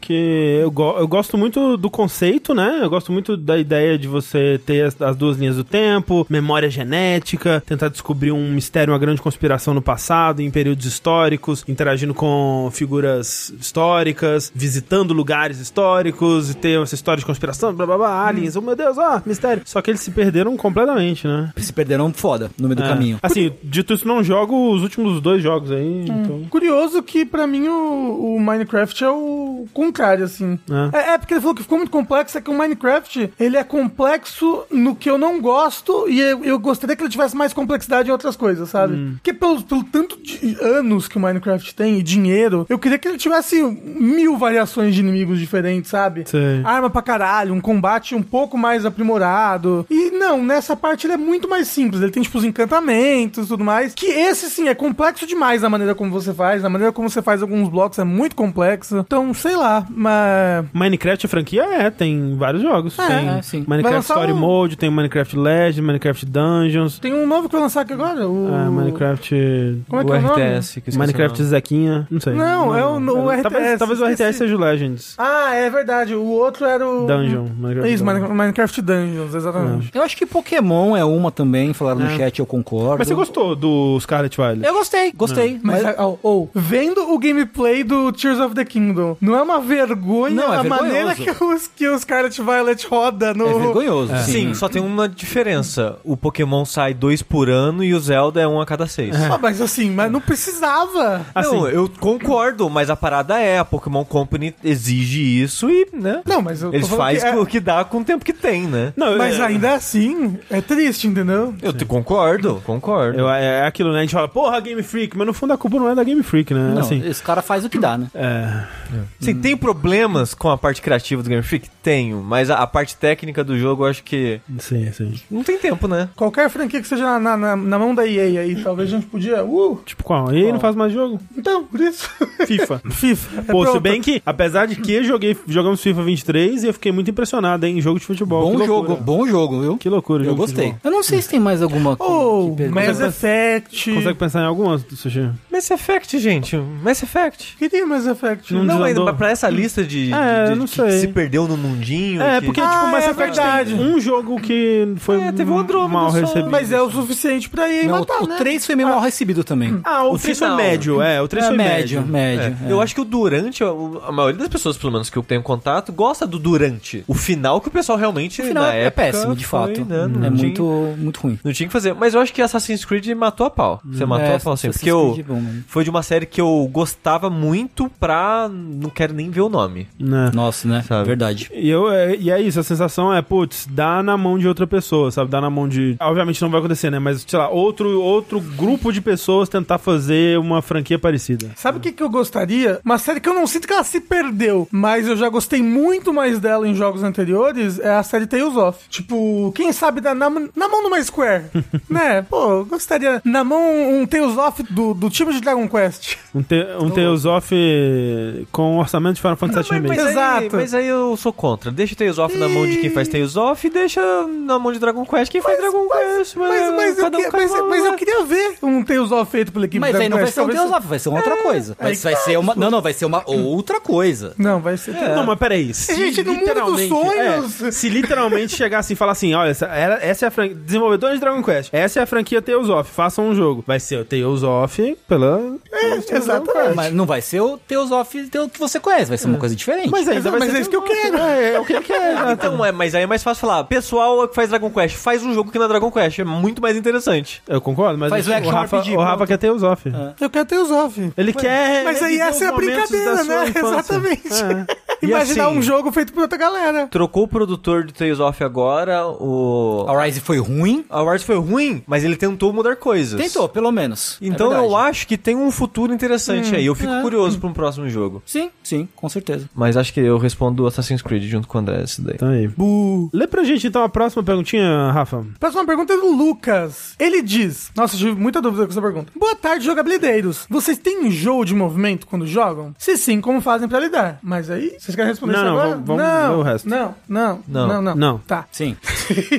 S1: Que eu, go- eu gosto muito do conceito, né? Eu gosto muito da ideia de você ter as, as duas linhas do tempo, memória genética, tentar descobrir um mistério, uma grande conspiração no passado, em períodos históricos, interagindo com figuras históricas, visitando lugares históricos, e ter essa história de conspiração, blá blá blá, aliens, oh meu Deus, ah, mistério. Só que eles se perderam completamente, né?
S4: Se perderam, foda, no meio do
S1: É.
S4: caminho.
S1: Assim, dito isso, não jogo os últimos dois jogos aí, então.
S3: Curioso que, pra mim, o, o Minecraft é o contrário, assim.
S1: É.
S3: É. é porque ele falou que ficou muito complexo, é que o Minecraft, ele é complexo no que eu não gosto e eu, eu gostaria que ele tivesse mais complexidade em outras coisas, sabe? Porque pelo, pelo tanto de anos que o Minecraft tem e dinheiro, eu queria que ele tivesse mil variações de inimigos diferentes, sabe?
S1: Sei.
S3: Arma pra caralho, um combate um pouco mais aprimorado. E não, nessa parte ele é muito mais simples. Ele tem, tipo, os encantamentos e tudo mais. Que esse, sim, é complexo demais a maneira como você faz. A maneira como você faz alguns blocos é muito complexa. Então, sei lá, mas.
S1: Minecraft a franquia é, tem vários jogos.
S3: É,
S1: tem
S4: é, sim.
S3: Vai
S1: Minecraft
S3: lançar
S1: Story
S3: um-
S1: Mode, tem Minecraft Legends, Minecraft Dungeons,
S3: Tem um novo que vai lançar aqui agora? O...
S4: Ah,
S1: é, Minecraft.
S3: Como é que
S2: o
S3: é o nome?
S2: RTS, que eu esqueci
S1: Minecraft
S2: o nome.
S1: Zequinha, não sei.
S3: Não, é o- o RTS,
S1: Talvez, talvez o RTS
S3: esqueci.
S1: seja o Legends.
S3: Ah, é verdade. O outro era o. É
S1: Dungeon. Minecraft
S3: Ah, Isso,
S1: Dungeon.
S3: Minecraft- Minecraft Dungeons, exatamente.
S4: Eu acho que Pokémon é uma também, falaram no chat, eu concordo.
S1: É. Mas você gostou do Scarlet Violet?
S4: Eu gostei, gostei. ah, oh,
S3: Mas, ou, vendo o gameplay do Tears of the Kingdom, não é uma vergonha
S4: Não, é
S3: a maneira que
S4: vergonhoso.
S3: os, que os Scarlet Violet roda no.
S4: É vergonhoso,
S2: Sim, só tem uma diferença. O Pokémon sai dois por ano e o Zelda é Ah, um a cada seis.
S3: Ah, mas assim, mas não precisava.
S2: não, eu concordo, mas a parada é, a Pokémon Company exige isso e, né?
S3: Não, mas eu tô
S2: Eles
S3: falando
S2: fazem
S3: que é-
S2: o que dá com o tempo que tem, né?
S1: Não, eu-
S3: Mas ainda assim, é triste, entendeu?
S2: Eu te concordo, concordo.
S1: eu- é é aquilo, né? A gente fala, porra, Game Freak, mas no fundo a culpa não é da Game Freak, né?
S4: Não,
S1: assim.
S4: esse cara faz o que dá, né?
S1: É.
S2: Sim, tem problemas com a parte criativa do Game Freak? Tenho, mas a, a parte técnica do jogo eu acho que
S1: Sim, sim.
S2: não tem tempo, né?
S3: Qualquer franquia que seja na, na- na- na mão da EA aí, talvez a gente podia. Uh,
S1: Tipo qual? E aí não faz mais jogo?
S3: então, por isso.
S1: *laughs* FIFA.
S3: FIFA.
S1: Pô,
S3: É,
S1: se
S3: pronto.
S1: bem que, apesar de que eu joguei, jogamos FIFA 23 e eu fiquei muito impressionado, hein? Jogo de futebol.
S4: bom
S1: que
S4: jogo,
S1: loucura.
S4: bom jogo, viu?
S1: Que loucura,
S4: eu
S1: jogo de
S4: gostei.
S1: futebol.
S4: Eu não sei se tem mais alguma
S3: *laughs* Oh,
S4: que- que pergunta.
S3: Mass Effect.
S1: Consegue pensar em algumas, Sushi?
S2: Mass Effect, gente, Mass Effect.
S3: Queria Mass Effect. é
S1: Não
S2: Não,
S1: desandou?
S2: ainda pra essa lista de,
S1: É,
S2: de-
S1: eu
S2: de-
S1: não
S2: que
S1: sei.
S2: se perdeu no mundinho.
S1: É,
S2: que-
S1: porque,
S3: Ah,
S1: tipo, Mass
S3: é
S1: Effect
S3: verdade.
S1: tem um jogo que foi
S2: É, teve o Andrômeda
S1: mal
S2: só.
S1: recebido.
S3: Mas é o suficiente pra EA
S4: Não,
S3: matar,
S4: o,
S3: né?
S4: o 3 foi meio mal recebido também.
S1: Ah, o,
S2: o
S1: 3 foi
S2: final.
S1: médio, é. O 3
S4: é,
S1: foi médio.
S4: médio, médio.
S2: É. Eu acho que o durante, a- a maioria das pessoas, pelo menos que eu tenho contato, gosta do durante. O final que o pessoal realmente.
S4: que o final
S2: na
S4: é
S2: época,
S4: péssimo, de
S2: foi,
S4: fato.
S2: né, não tinha-
S4: é muito, muito ruim.
S2: Não tinha o que fazer. Mas eu acho que Assassin's Creed matou a pau. Você matou
S4: É,
S2: a pau, assim.
S4: Assassin's
S2: Porque eu,
S4: Creed é bom, né?
S2: foi de uma série que eu gostava muito pra. Não quero nem ver o nome.
S1: Né?
S4: Nossa, né?
S2: Sabe?
S4: Verdade.
S1: E, eu, é, e é isso, a sensação é, putz, dá na mão de outra pessoa, sabe? Dá na mão de. Obviamente não vai acontecer, né? Mas, sei lá, outro, outro grupo de pessoas tentar fazer uma franquia parecida.
S3: Sabe o que, que eu gostaria? Uma série que eu não sinto que ela se perdeu, mas eu já gostei muito mais dela em jogos anteriores, é a série Tales of. Tipo, quem sabe na, na, na mão numa Square, né? Pô, eu gostaria na mão um Tales of do, do time de Dragon Quest.
S1: Um, te, um Tales of com um orçamento de Final Fantasy VII Remake.
S3: mas-
S2: Aí,
S3: Exato.
S2: mas aí eu sou contra. Deixa o Tales of na mão de quem faz Tales of e deixa na mão de Dragon Quest quem faz Dragon Quest.
S3: Mas, mas, eu,
S2: cada um
S3: que-
S2: cai
S3: mas-
S2: mal,
S3: mas eu
S2: né?
S3: queria ver um Tales of feito pela equipe
S4: Mas
S3: Dragon
S4: aí não vai
S3: Quest,
S4: ser um
S3: talvez-
S4: Deus lá, vai ser uma outra coisa. Vai, vai ser uma. Não, não, vai ser uma outra coisa.
S3: Não, vai ser...
S1: Não, mas peraí. Se
S3: Gente, no mundo dos
S1: literalmente-
S3: sonhos.
S1: é, se literalmente chegar assim e falar assim: olha, essa, era- essa é a franquia. Desenvolvedores de Dragon Quest, essa é a franquia Tales of, façam um jogo. Vai ser o Tales of pela.
S3: É, exatamente.
S4: Mas não vai ser o Teus Off teu- que você conhece, vai ser uma coisa diferente.
S1: Mas ainda vai
S3: mas
S1: ser
S3: é isso que eu
S1: Tales of.
S3: quero.
S1: É, é o que eu quero. exato.
S2: Então, é, mas aí é mais fácil falar, pessoal é que faz Dragon Quest, faz um jogo que não é Dragon Quest, é muito mais interessante.
S1: Eu concordo, mas
S4: Faz
S1: o,
S4: o action
S1: Rafa,
S4: RPG,
S1: o Rafa
S4: pronto.
S1: quer Tales of.
S3: Eu quero Tales of.
S1: Ele quer.
S3: Ah. Mas aí
S1: reviver
S3: essa é a
S1: os momentos
S3: brincadeira,
S1: da sua
S3: né?
S1: infância. É.
S3: Exatamente. *laughs*
S2: E
S3: Imaginar
S2: assim-
S3: um jogo feito por outra galera.
S2: Trocou o produtor de Tales of agora, o...
S4: A Rise foi ruim?
S2: A Wars foi ruim, mas ele tentou mudar coisas.
S4: Tentou, pelo menos.
S2: Então
S4: É verdade.
S2: eu acho que tem um futuro interessante aí, eu fico
S4: é.
S2: curioso pra um próximo jogo.
S4: Sim, sim, com certeza.
S2: Mas acho que eu respondo Assassin's Creed junto com o André esse daí.
S1: Então aí. Lê pra gente então a próxima perguntinha, Rafa.
S3: Próxima pergunta é do Lucas. Ele diz: Nossa, eu tive muita dúvida com essa pergunta. Boa tarde, jogabilideiros. Vocês têm enjoo de movimento quando jogam? Se sim, como fazem pra lidar? Mas aí, Vocês querem responder
S1: Não,
S3: isso
S1: não,
S3: agora?
S1: vamos- vamos
S3: não,
S1: ver o resto.
S3: Não, não,
S2: Não.
S3: não, não.
S1: Não.
S3: Tá.
S4: *laughs* Sim.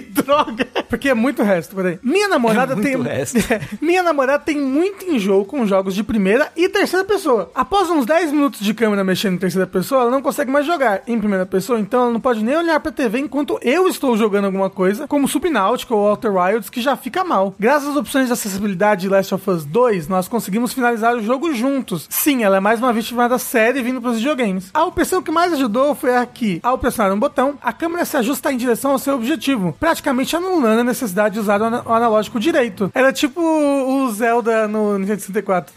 S3: Droga. Porque é muito resto, peraí. Minha
S1: *laughs*
S3: namorada
S4: É muito
S3: tem.
S4: *laughs* resto.
S3: Minha namorada tem muito enjoo com jogos de primeira e terceira pessoa. Após uns 10 minutos de câmera mexendo em terceira pessoa, ela não consegue mais jogar em primeira pessoa, então ela não pode nem olhar pra TV enquanto eu estou jogando alguma coisa, como Subnautica ou Outer Wilds, que já fica mal. Graças às opções de acessibilidade de Last of Us 2, nós conseguimos finalizar o jogo juntos. Sim, ela é mais uma vítima da série vindo pros videogames. A opção que mais ajudou foi a que, ao pressionar um botão, a câmera se ajusta em direção ao seu objetivo, praticamente anulando a necessidade de usar o ana- o analógico direito. Era tipo o Zelda no Nintendo 64,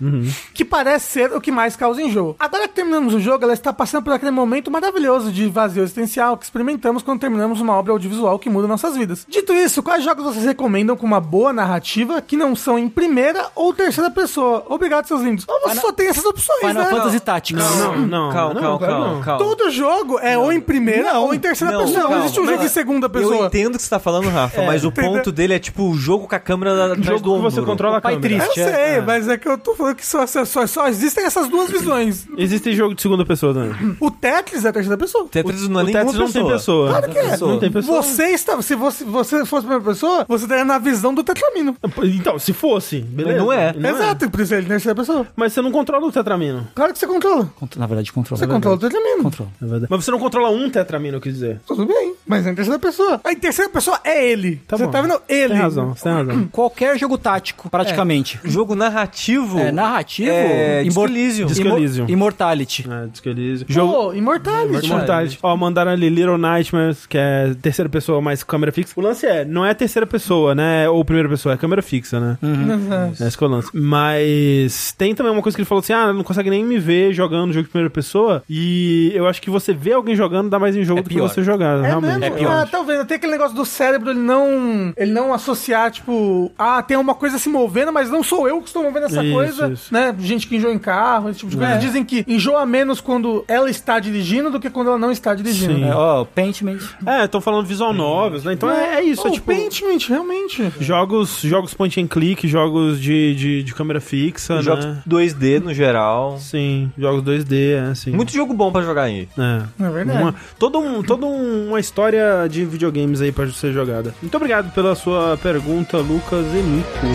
S3: que parece ser o que mais causa enjoo. Agora que terminamos o jogo, ela está passando por aquele momento maravilhoso de vazio existencial que experimentamos quando terminamos uma obra audiovisual que muda nossas vidas. Dito isso, quais jogos vocês recomendam com uma boa narrativa que não são em primeira ou terceira pessoa? Obrigado, seus lindos. Ou você só tem essas opções,
S4: Final
S3: né?
S4: Fantasy Tactics.
S1: Não, não.
S2: calma,
S1: não,
S2: calma,
S1: claro
S2: calma,
S1: não.
S2: calma.
S3: Todo jogo é ou em primeira ou em terceira
S2: não,
S3: pessoa. Não
S2: calma,
S3: existe um jogo
S2: mas
S3: em segunda
S2: Eu
S3: pessoa.
S2: entendo o que você tá falando, Rafa, mas o
S3: Entendeu?
S2: ponto dele é tipo o jogo com a câmera da- atrás
S1: Jogo
S2: do
S1: que
S2: ombro.
S1: você controla a
S4: Pai
S1: câmera.
S4: triste.
S3: Eu sei,
S2: É.
S3: mas é que eu tô falando que só, só, só- só existem essas duas visões.
S1: Existe jogo de segunda pessoa também.
S3: O Tetris é a terceira pessoa.
S2: Tetris não é
S1: o
S2: nenhuma
S1: Tetris não tem pessoa. Claro
S3: que é.
S1: Não tem pessoa.
S3: Você está. Se você, você fosse a primeira pessoa, você estaria na visão do tetramino.
S1: Então, se fosse, beleza.
S2: não é.
S1: Exato.
S3: Exato, por isso ele é terceira pessoa.
S1: Mas você não controla o tetramino.
S3: Claro que você controla.
S4: Contro- Na verdade, controla.
S3: Você
S4: é
S3: controla o
S4: verdade.
S3: tetramino.
S4: Controla.
S1: É verdade. Mas você não controla um tetramino, eu quis dizer.
S3: Tudo bem, mas é em terceira pessoa. A terceira pessoa é ele.
S1: Tá
S3: você
S1: bom.
S3: tá vendo ele.
S1: Tem razão, você tem *coughs* razão.
S4: Qualquer jogo tático, praticamente.
S2: Jogo narrativo.
S4: É, narrativo.
S2: É, Disco Elysium.
S1: Disco
S4: Immo-
S1: Elysium.
S4: Immortality.
S1: É, diz que eles... Jogo...
S3: Pô, imortalis.
S2: Imortalis.
S1: Mortality. Ó, mandaram ali Little Nightmares, que é terceira pessoa mais câmera fixa. O lance é, não é terceira pessoa, né? Ou primeira pessoa, é câmera fixa, né?
S3: Exato.
S1: É esse que é o lance. Mas tem também uma coisa que ele falou assim: ah, não consegue nem me ver jogando jogo de primeira pessoa. E eu acho que você ver alguém jogando dá mais em jogo
S2: É
S1: do
S2: pior.
S1: que você jogar,
S3: É
S1: realmente.
S3: mesmo?
S2: É pior.
S3: Ah, tá vendo? Tem aquele negócio do cérebro, ele não, ele não associar, tipo, ah, tem uma coisa se movendo, mas não sou eu que estou movendo essa
S1: Isso,
S3: coisa,
S1: isso.
S3: né? Gente que enjoa em carro, esse tipo de coisa. Dizem que enjoa menos quando ela está dirigindo do que quando ela não está dirigindo.
S1: Sim.
S4: É, ó, Pentiment.
S1: É, estão falando visual novels, né? Então é, é isso,
S3: Pô,
S1: é
S3: o
S1: tipo.
S3: Pentiment, realmente.
S1: Jogos, jogos point and click, jogos de, de, de câmera fixa,
S2: Jogos
S1: né?
S2: 2D no geral.
S1: Sim, jogos 2D, é assim.
S2: Muito jogo bom pra jogar aí.
S1: É.
S3: É verdade.
S1: Uma, toda um, toda um- uma história de videogames aí pra ser jogada. Muito obrigado pela sua pergunta, Lucas e Nico.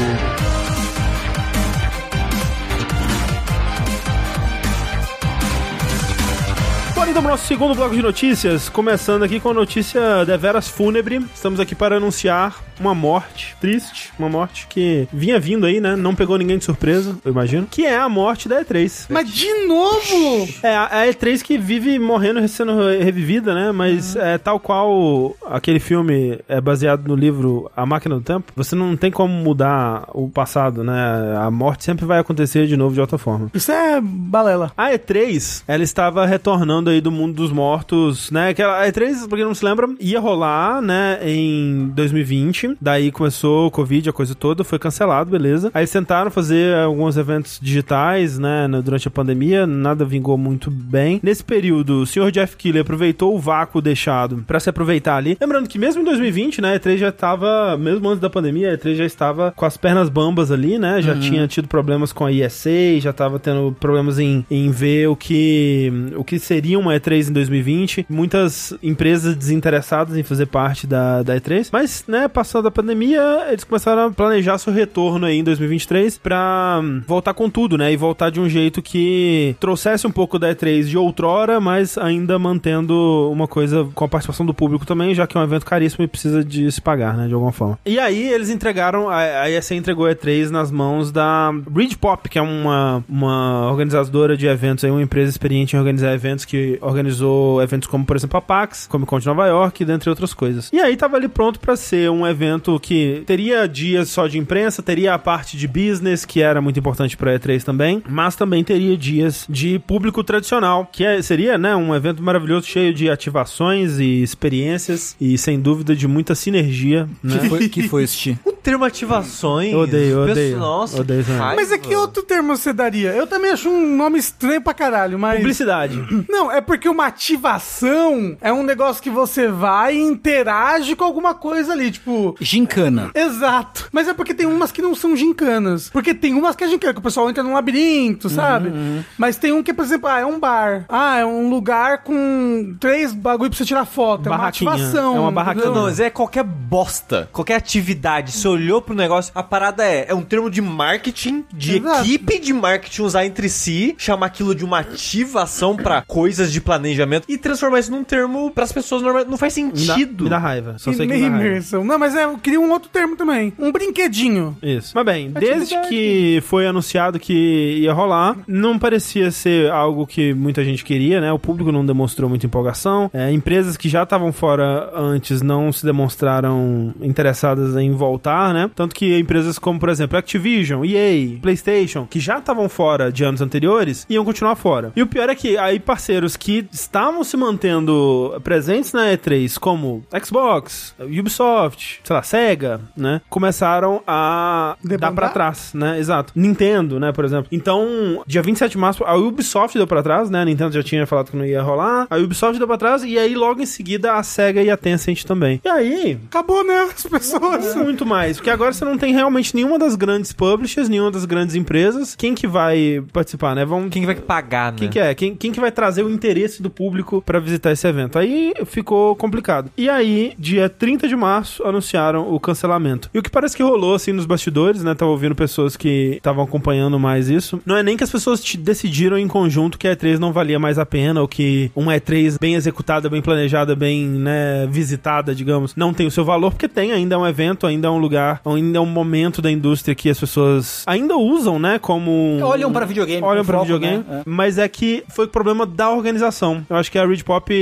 S1: Bora então pro nosso segundo bloco de notícias, começando aqui com a notícia deveras fúnebre. Estamos aqui para anunciar uma morte triste, uma morte que vinha vindo aí, né? Não pegou ninguém de surpresa, eu imagino. Que é a morte da E3.
S3: Mas de novo!
S1: É, a a E3 que vive morrendo e sendo re- revivida, né? Mas é tal qual aquele filme é baseado no livro A Máquina do Tempo. Você não tem como mudar o passado, né? A morte sempre vai acontecer de novo de outra forma.
S3: Isso é balela.
S1: A E3, ela estava retornando aí do mundo dos mortos, né? Que ela- a E3, pra quem não se lembra, ia rolar, né, em 2020. Daí começou o Covid, a coisa toda, foi cancelado, beleza. Aí tentaram fazer alguns eventos digitais, né, no- durante a pandemia, nada vingou muito bem. Nesse período, o senhor Jeff Keighley aproveitou o vácuo deixado pra se aproveitar ali. Lembrando que mesmo em 2020, né, a E3 já tava, mesmo antes da pandemia, a E3 já estava com as pernas bambas ali, né? Já tinha tido problemas com a ESA, já tava tendo problemas em, em ver o que, o que seria uma E3 em 2020. Muitas empresas desinteressadas em fazer parte da, da E3. Mas, né, passando a pandemia, eles começaram a planejar seu retorno aí em 2023 pra hum, voltar com tudo, né? E voltar de um jeito que trouxesse um pouco da E3 de outrora, mas ainda mantendo uma coisa com a participação do público também, já que é um evento caríssimo e precisa de se pagar, né? De alguma forma. E aí eles entregaram, a, a ESA entregou a E3 nas mãos da Bridge Pop, que é uma, uma organizadora de eventos, aí, uma empresa experiente em organizar eventos, que organizou eventos como, por exemplo, a PAX, Comic Con de Nova York, dentre outras coisas. E aí tava ali pronto pra ser um evento que teria dias só de imprensa, teria a parte de business, que era muito importante pra E3 também, mas também teria dias de público tradicional, que é- seria, né, um evento maravilhoso, cheio de ativações e experiências, e sem dúvida de muita sinergia, né?
S4: Que foi, que foi *laughs* este?
S2: O termo ativações.
S1: Eu odeio, eu
S2: Pensa-
S1: odeio.
S2: Nossa,
S1: Odeio
S2: que
S1: também.
S3: é
S2: raiva.
S3: Mas é que outro termo você daria? Eu também acho um nome estranho pra caralho, mas.
S1: Publicidade.
S3: Não, é porque uma ativação é um negócio que você vai e interage com alguma coisa ali, tipo.
S4: Gincana.
S3: Exato. Mas é porque tem umas que não são gincanas. Porque tem umas que é gincana, que o pessoal entra
S1: Uhum,
S3: num labirinto, sabe? Mas tem um que, por exemplo, ah, é um bar. Ah, é um lugar com três bagulho pra você tirar foto. É uma
S1: Barraquinha.
S3: ativação.
S1: É uma barraquinha.
S2: Não,
S3: entendeu?
S2: não, mas é qualquer bosta, qualquer atividade. Você olhou pro negócio, a parada é, é um termo de marketing, de
S3: Exato.
S2: equipe de marketing usar entre si, chamar aquilo de uma ativação pra coisas de planejamento e transformar isso num termo pras pessoas normais. Não faz
S1: Me dá,
S2: sentido.
S1: me dá raiva. Só
S3: E
S1: sei que me
S3: nem
S1: dá raiva.
S3: imersão. Não, mas é, eu queria um outro termo também. Um brinquedinho.
S1: Isso. Mas é bem, desde que foi anunciado que ia rolar, não parecia ser algo que muita gente queria, né? O público não demonstrou muita empolgação. É, empresas que já estavam fora antes não se demonstraram interessadas em voltar, né? Tanto que empresas como, por exemplo, Activision, EA, PlayStation, que já estavam fora de anos anteriores, iam continuar fora. E o pior é que aí parceiros que estavam se mantendo presentes na E3, como Xbox, Ubisoft, sei lá, Sega, né? Começaram a
S3: Debandar?
S1: dar pra trás, né? Exato. Nintendo, né, por exemplo. Então, dia 27 de março, a Ubisoft deu pra trás, né? A Nintendo já tinha falado que não ia rolar. A Ubisoft deu pra trás e aí logo em seguida a Sega e a Tencent também. E aí,
S3: Acabou, né? As pessoas.
S1: muito mais, porque agora você não tem realmente nenhuma das grandes publishers, nenhuma das grandes empresas. Quem que vai participar, né? Vão
S2: Quem que vai pagar, né?
S1: quem que é? Quem, quem que vai trazer o interesse do público pra visitar esse evento? Aí ficou complicado. E aí, dia 30 de março, anunciaram o cancelamento. E o que parece que rolou, assim, nos bastidores, né? Tava ouvindo pessoas que estavam acompanhando mais isso. Não é nem que as pessoas te- decidiram em conjunto que a E3 não valia mais a pena, ou que uma E3 bem executada, bem planejada, bem, né, visitada, digamos, não tem o seu valor, porque tem ainda é um evento, ainda é um lugar, ainda é um momento da indústria que as pessoas ainda usam, né, como...
S4: Olham um pra videogame.
S1: Olham
S4: com
S1: um pra
S4: foco,
S1: videogame.
S4: né? É.
S1: Mas é que foi o problema da organização. Eu acho que a Ridge Pop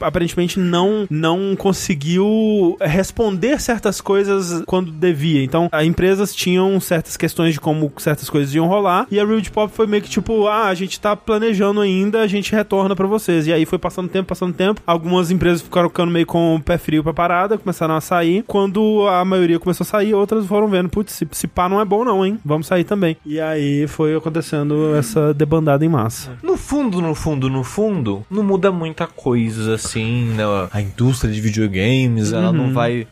S1: aparentemente não, não conseguiu responder certas coisas quando devia. Então, as empresas tinham certas questões de como certas coisas iam rolar. E a Ridge Pop foi meio que tipo: ah, a gente tá planejando ainda, a gente retorna pra vocês. E aí foi passando tempo, passando tempo. Algumas empresas ficaram ficando meio com o pé frio pra parada, começaram a sair. Quando a maioria começou a sair, outras foram vendo: putz, se, se pá não é bom, não, hein? Vamos sair também. E aí foi acontecendo essa debandada em massa.
S2: No fundo, no fundo, no fundo, não muda muita coisa, assim, né? A indústria de videogames, ela
S1: Uhum.
S2: não vai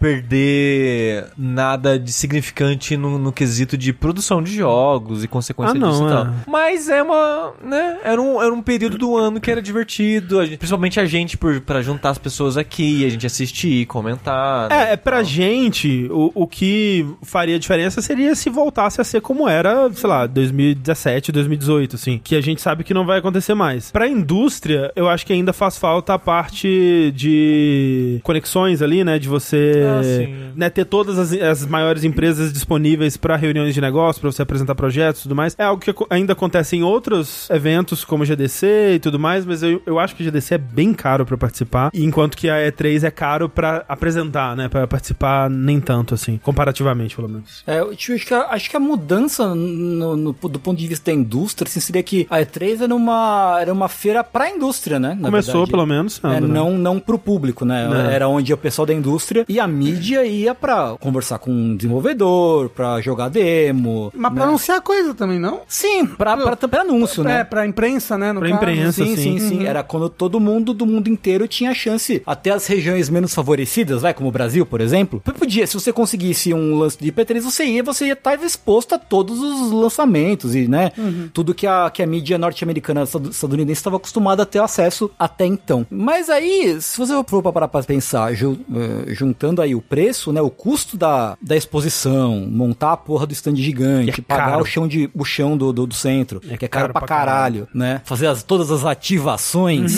S2: perder nada de significante no, no quesito de produção de jogos e consequência
S1: Ah, não,
S2: disso e
S1: é.
S2: tal. Mas é uma, né? Era um, era um período do ano que era divertido, a gente- principalmente a gente, por, pra juntar as pessoas aqui, a gente assistir, comentar. né?
S1: É, é pra gente, o, o que faria diferença seria se voltasse a ser como era, sei lá, 2017, 2018, assim, que a gente sabe que não vai acontecer mais. Pra indústria, eu acho que ainda faz falta a parte de conexões ali, né, de você
S2: Ah, sim.
S1: né, ter todas as, as maiores empresas disponíveis pra reuniões de negócio, pra você apresentar projetos e tudo mais. É algo que aco- ainda acontece em outros eventos, como GDC e tudo mais, mas eu, eu acho que GDC é bem caro pra participar, e enquanto que a E3 é caro pra apresentar, né? Pra participar, nem tanto assim, comparativamente, pelo menos.
S4: É, eu acho que, a, acho que a mudança no- no- do ponto de vista da indústria assim, seria que a E3 era uma, era uma feira pra indústria, né? na
S1: Começou,
S4: verdade.
S1: pelo menos,
S4: É,
S1: sendo, né? É.
S4: não, não pro público, né?
S1: Não.
S4: Era onde o pessoal da indústria e a mídia ia pra conversar com o desenvolvedor, pra jogar demo. né?
S3: Mas
S1: Né.
S3: pra anunciar coisa também, não?
S4: Sim, pra, pra, pra, anúncio,
S3: É,
S4: né?
S3: pra imprensa, né? No
S1: Pra
S3: caso.
S1: imprensa.
S4: Sim,
S1: assim.
S4: sim, sim. Era quando todo mundo do mundo inteiro tinha chance, até as regiões menos favorecidas, vai, como o Brasil, por exemplo. P- Podia, se você conseguisse um lance de IP3, você ia, você ia estar exposto a todos os lançamentos e, né, tudo que a, que a mídia norte-americana estad- estadunidense estava acostumada a ter acesso até então. Mas aí, se você for parar pra pensar, ju- eh, juntando aí o preço, né, o custo da, da exposição, montar a porra do stand gigante,
S1: É
S4: pagar
S1: caro.
S4: o chão, de, o chão do, do, do centro, que é caro, pra caralho trabalho, né? Fazer as- todas as
S1: Uhum.
S4: ativações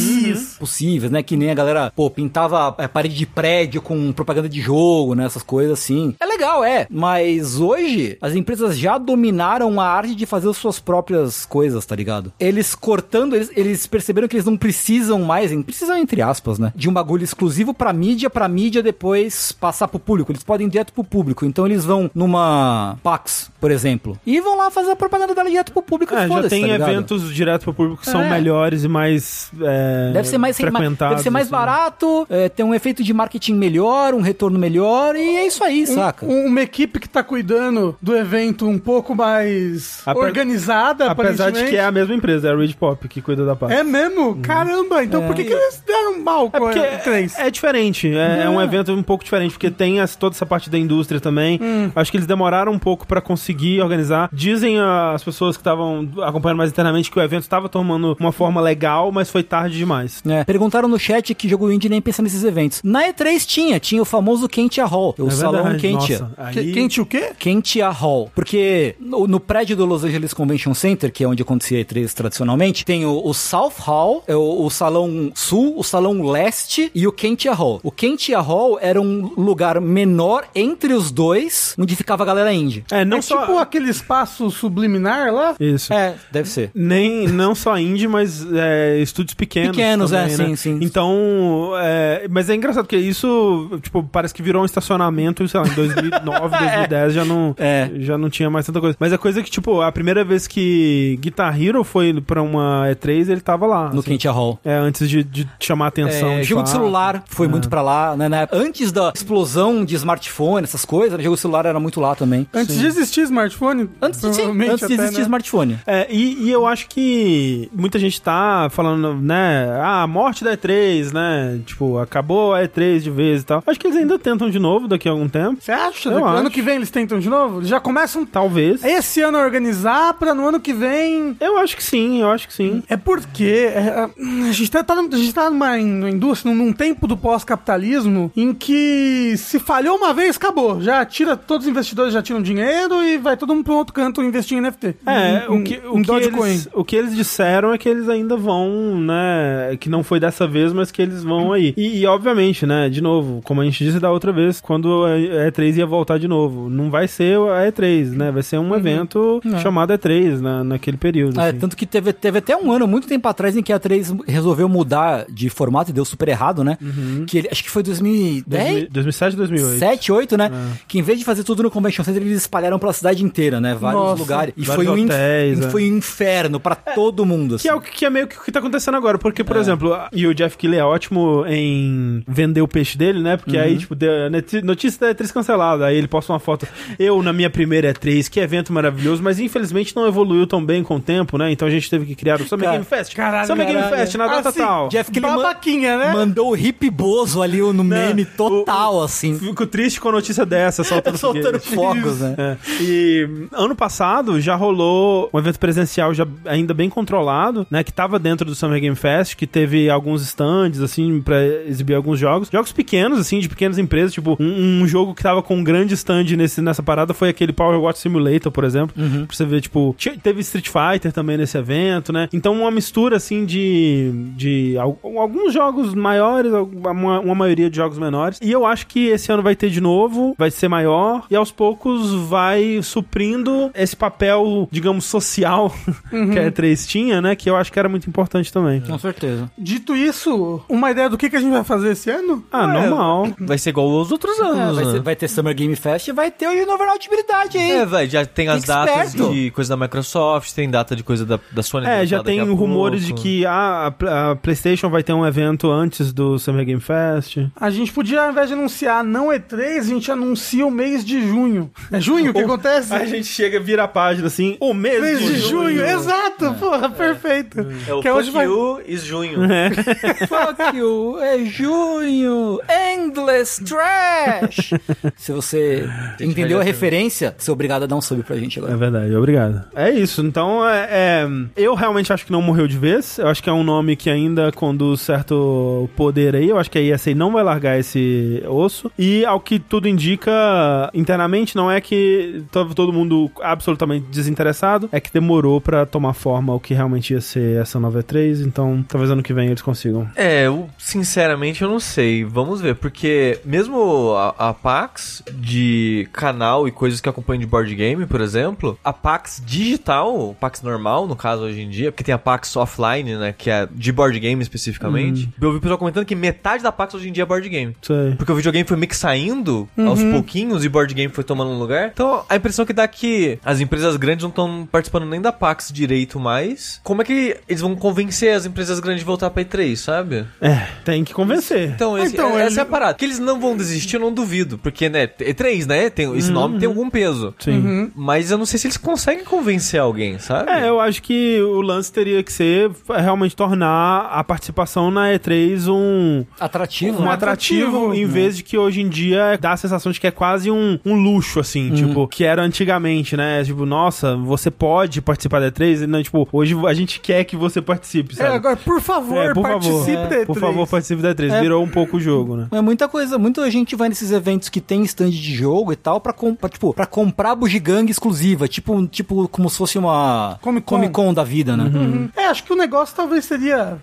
S4: possíveis, né? Que nem a galera, pô, pintava é, parede de prédio com propaganda de jogo, né? Essas coisas assim. É legal, é. Mas hoje, as empresas já dominaram a arte de fazer as suas próprias coisas, tá ligado? Eles cortando, eles, eles perceberam que eles não precisam mais, em- precisam entre aspas, né? De um bagulho exclusivo pra mídia, pra mídia depois passar pro público. Eles podem ir direto pro público. Então eles vão numa Pax, por exemplo, e vão lá fazer a propaganda dela direto pro público.
S1: É, já
S4: foda-se,
S1: tem
S4: tá ligado?
S1: eventos direto pro público que são
S4: É.
S1: melhores e mais. é,
S4: Deve ser mais,
S1: frequentados.
S4: deve ser mais
S1: assim.
S4: barato, é, tem um efeito de marketing melhor, um retorno melhor, e é isso aí, saca?
S3: Um- uma equipe que tá cuidando do evento um pouco mais
S1: Ape-
S3: organizada,
S1: Apesar de que é a mesma empresa, é a Ridge Pop, que cuida da parte.
S3: É mesmo? Caramba, então por que, que eles deram mal com
S1: Porque
S3: a 3?
S1: é, é diferente, é, é um evento um pouco diferente, porque tem as- toda essa parte da indústria também. Acho que eles demoraram um pouco pra conseguir organizar. Dizem ah, as pessoas que estavam acompanhando mais internamente que o evento estava tomando uma forma legal, mas foi tarde demais.
S4: É, perguntaram no chat que jogo indie nem pensa nesses eventos. Na E3 tinha, tinha o famoso Kentia Hall, o
S1: É
S4: salão
S1: verdade,
S4: Kentia.
S1: nossa, aí-
S3: Que- Quente o quê?
S4: Kentia Hall. Porque no, no prédio do Los Angeles Convention Center, que é onde acontecia a E3 tradicionalmente, tem o, o South Hall, é o, o Salão Sul, o Salão Leste e o Kentia Hall. O Kentia Hall era um lugar menor entre os dois, onde ficava a galera indie.
S1: É, não
S3: é
S1: só.
S3: tipo aquele espaço subliminar lá?
S1: Isso.
S4: É, deve ser.
S1: Nem, não só indie, mas é, estúdios pequenos.
S4: Pequenos,
S1: também,
S4: é, sim,
S1: né?
S4: sim.
S1: Então, é, mas é engraçado, porque isso, tipo, parece que virou um estacionamento, sei lá, em
S4: *laughs*
S1: 2009, 2010 já não,
S4: É.
S1: já não tinha mais tanta coisa. Mas a coisa é que, tipo, a primeira vez que Guitar Hero foi pra uma E3, ele tava lá.
S4: No
S1: assim.
S4: Kentia Hall.
S1: É, antes de, de chamar a atenção.
S4: É,
S1: de
S4: jogo de
S1: fato.
S4: celular foi muito pra lá, né, né? Antes da explosão de smartphone, essas coisas, né, jogo de celular era muito lá também.
S3: Antes de existir smartphone?
S4: Antes, de- sim,
S3: provavelmente
S4: antes de
S3: até,
S4: existir
S3: né?
S4: smartphone.
S1: É, e, e eu acho que muita gente tá falando, né? Ah, a morte da E3, né? Tipo, acabou a E3 de vez e tal. Acho que eles ainda tentam de novo daqui a algum tempo.
S3: Você acha?
S1: Eu
S3: Daqui- Ano
S1: acho.
S3: que vem eles tentam de novo? Eles já começam
S1: Talvez.
S4: É.
S3: esse ano a organizar pra no ano que vem
S1: Eu acho que sim, eu acho que
S4: Um,
S1: sim.
S3: É porque é, a gente tá, tá num- a gente tá numa, in- numa indústria, num tempo do pós-capitalismo, em que se falhou uma vez, acabou. Já tira, todos os investidores já tiram dinheiro e vai todo mundo pro outro canto investir em NFT.
S1: É,
S4: um,
S3: Em-
S1: o que,
S3: em
S1: o, que
S3: Dogecoin.
S1: eles, o que eles disseram é que eles ainda vão, né? Que não foi dessa vez, mas que eles vão aí. E, e, obviamente, né? De novo, como a gente disse da outra vez, quando a E3 ia voltar de novo, não vai ser a E3, né? Vai ser um evento chamado E3 na, naquele período.
S4: Uhum. É,
S1: assim.
S4: tanto que teve, teve até um ano, muito tempo atrás, em que a 3 resolveu mudar de formato e deu super errado, né?
S1: Uhum.
S4: Que ele- acho que foi 2010?
S1: 2007, 2008.
S4: 7, 8, né?
S1: É.
S4: Que em vez de fazer tudo no Convention Center, eles espalharam pela cidade inteira, né? Vários
S3: Nossa.
S4: lugares. E
S1: Vários
S4: foi, um in-
S1: hotéis, é.
S4: foi um inferno pra todo mundo.
S1: Que é, o
S4: assim.
S1: que que é meio que o que tá acontecendo agora. Porque,
S4: É.
S1: por exemplo, a- e o Jeff Keighley é ótimo em vender o peixe dele, né? Porque
S4: Uhum.
S1: aí, tipo, deu a noti- notícia da E3 cancelada. Aí ele posta uma foto. Eu, na minha primeira E3, que evento maravilhoso, mas infelizmente não evoluiu tão bem com o tempo, né? Então a gente teve que criar o Summer
S4: Cara, Ah,
S1: Game Fest.
S3: caralho,
S1: Summer Game
S3: caralho.
S1: Fest, na data
S3: Assim,
S1: tal.
S4: Jeff Keighley man-
S3: Babaquinha, né?
S4: mandou o hipbozo ali no meme total, assim.
S1: Fico triste com a notícia dessa, tá soltando
S4: *laughs* Soltando
S1: foguete.
S4: fogos, né?
S1: É. E ano passado já rolou um evento presencial já ainda bem controlado, né, que tava dentro do Summer Game Fest, que teve alguns stands assim pra exibir alguns jogos, jogos pequenos assim, de pequenas empresas, tipo um, um jogo que tava com um grande stand nesse nessa parada foi aquele Power Watch Simulator, por exemplo, pra você ver tipo, tinha- teve Street Fighter também nesse evento, né? Então uma mistura assim de de al- alguns jogos maiores, al- uma, uma maioria de jogos menores. E eu acho que esse ano vai ter de novo, vai ser maior e aos poucos vai suprindo esse papel, digamos, social *laughs* que a E3 tinha, né? Que eu acho que era muito importante também.
S4: Com certeza.
S3: Dito isso, uma ideia do que, que a gente vai fazer esse ano?
S1: Ah, normal.
S2: Vai ser igual aos outros
S4: É,
S2: anos,
S4: vai,
S2: né?
S4: ser- vai ter Summer Game Fest e vai ter o Novel Habilidade, hein?
S2: É, vai, já tem as
S4: Fique
S2: datas
S4: esperto.
S2: de coisa da Microsoft, tem data de coisa da, da Sony.
S1: É,
S2: daqui
S1: já
S2: a
S1: tem
S2: pouco.
S1: rumores de que ah, a, Pl- a PlayStation vai ter um evento antes do Summer Game Fest.
S3: A gente podia, ao invés de anunciar não E3, a gente anuncia o mês de junho. É junho
S1: *laughs*
S3: que acontece?
S1: A gente chega, vira a página assim, o mês,
S3: Mês de junho,
S1: junho. É.
S3: exato, porra, perfeito.
S2: É o
S3: Que hoje
S2: Fuck
S3: vai- É.
S2: You is junho.
S3: *laughs*
S4: Fuck you, é junho, endless trash. *laughs* Se você entendeu a referência, você é obrigado a dar um sub pra gente
S1: É
S4: agora.
S1: verdade, obrigado. É isso, então é, é, Eu realmente acho que não morreu de vez. Eu acho que é um nome que ainda conduz certo poder aí. Eu acho que a ESA não vai largar esse osso. E ao que tudo indica, internamente, não é que tava todo mundo absolutamente desinteressado, é que demorou pra tomar forma o que realmente ia ser essa nova E3. Então talvez ano que vem eles consigam.
S2: É, eu, sinceramente eu não sei. Vamos ver, porque mesmo a, a PAX de canal e coisas que acompanham de board game, por exemplo, a PAX digital, PAX normal, no caso hoje em dia, porque tem a PAX offline, né, que é de board game especificamente.
S3: Uhum.
S2: Eu ouvi o pessoal comentando que metade da PAX hoje em dia é board game.
S1: Não sei.
S2: Porque o videogame foi meio que saindo aos
S1: Uhum.
S2: pouquinhos e board game foi tomando um lugar. Então a impressão que dá é que as empresas grandes não estão participando nem da PAX direito mais. faz. Como é que eles vão convencer as empresas grandes de voltar pra E3, sabe?
S1: É, tem que convencer.
S2: Então, esse-
S3: Então,
S2: é-
S3: ele-
S2: essa é a parada. Que eles não vão desistir, eu não duvido. Porque, né, E3, né? Tem, esse nome tem algum peso.
S1: Uhum.
S2: Uhum.
S1: Sim. Uhum.
S2: Mas eu não sei se eles conseguem convencer alguém, sabe?
S1: É, eu acho que o lance teria que ser é, realmente tornar a participação na E3 um,
S4: Atrativo,
S1: um
S4: né?
S1: atrativo, em vez de que hoje em dia dá a sensação de que é quase um, um luxo, assim,
S3: Uhum.
S1: tipo, que era antigamente, né? Tipo, nossa, você pode participar da E3, e não, tipo, hoje a gente quer que você participe,
S3: É,
S1: sabe?
S3: agora, por favor,
S1: É, por favor.
S3: participe
S1: É,
S3: da E3.
S1: Por favor, participe da E3.
S4: É.
S1: Virou um pouco o jogo, né?
S4: É muita coisa, muita gente vai nesses eventos que tem stand de jogo e tal pra, com- pra, tipo, pra comprar bugiganga exclusiva, tipo, um- tipo como se fosse uma
S3: Comic Con.
S4: Con da vida, né?
S3: É, acho que o negócio talvez seria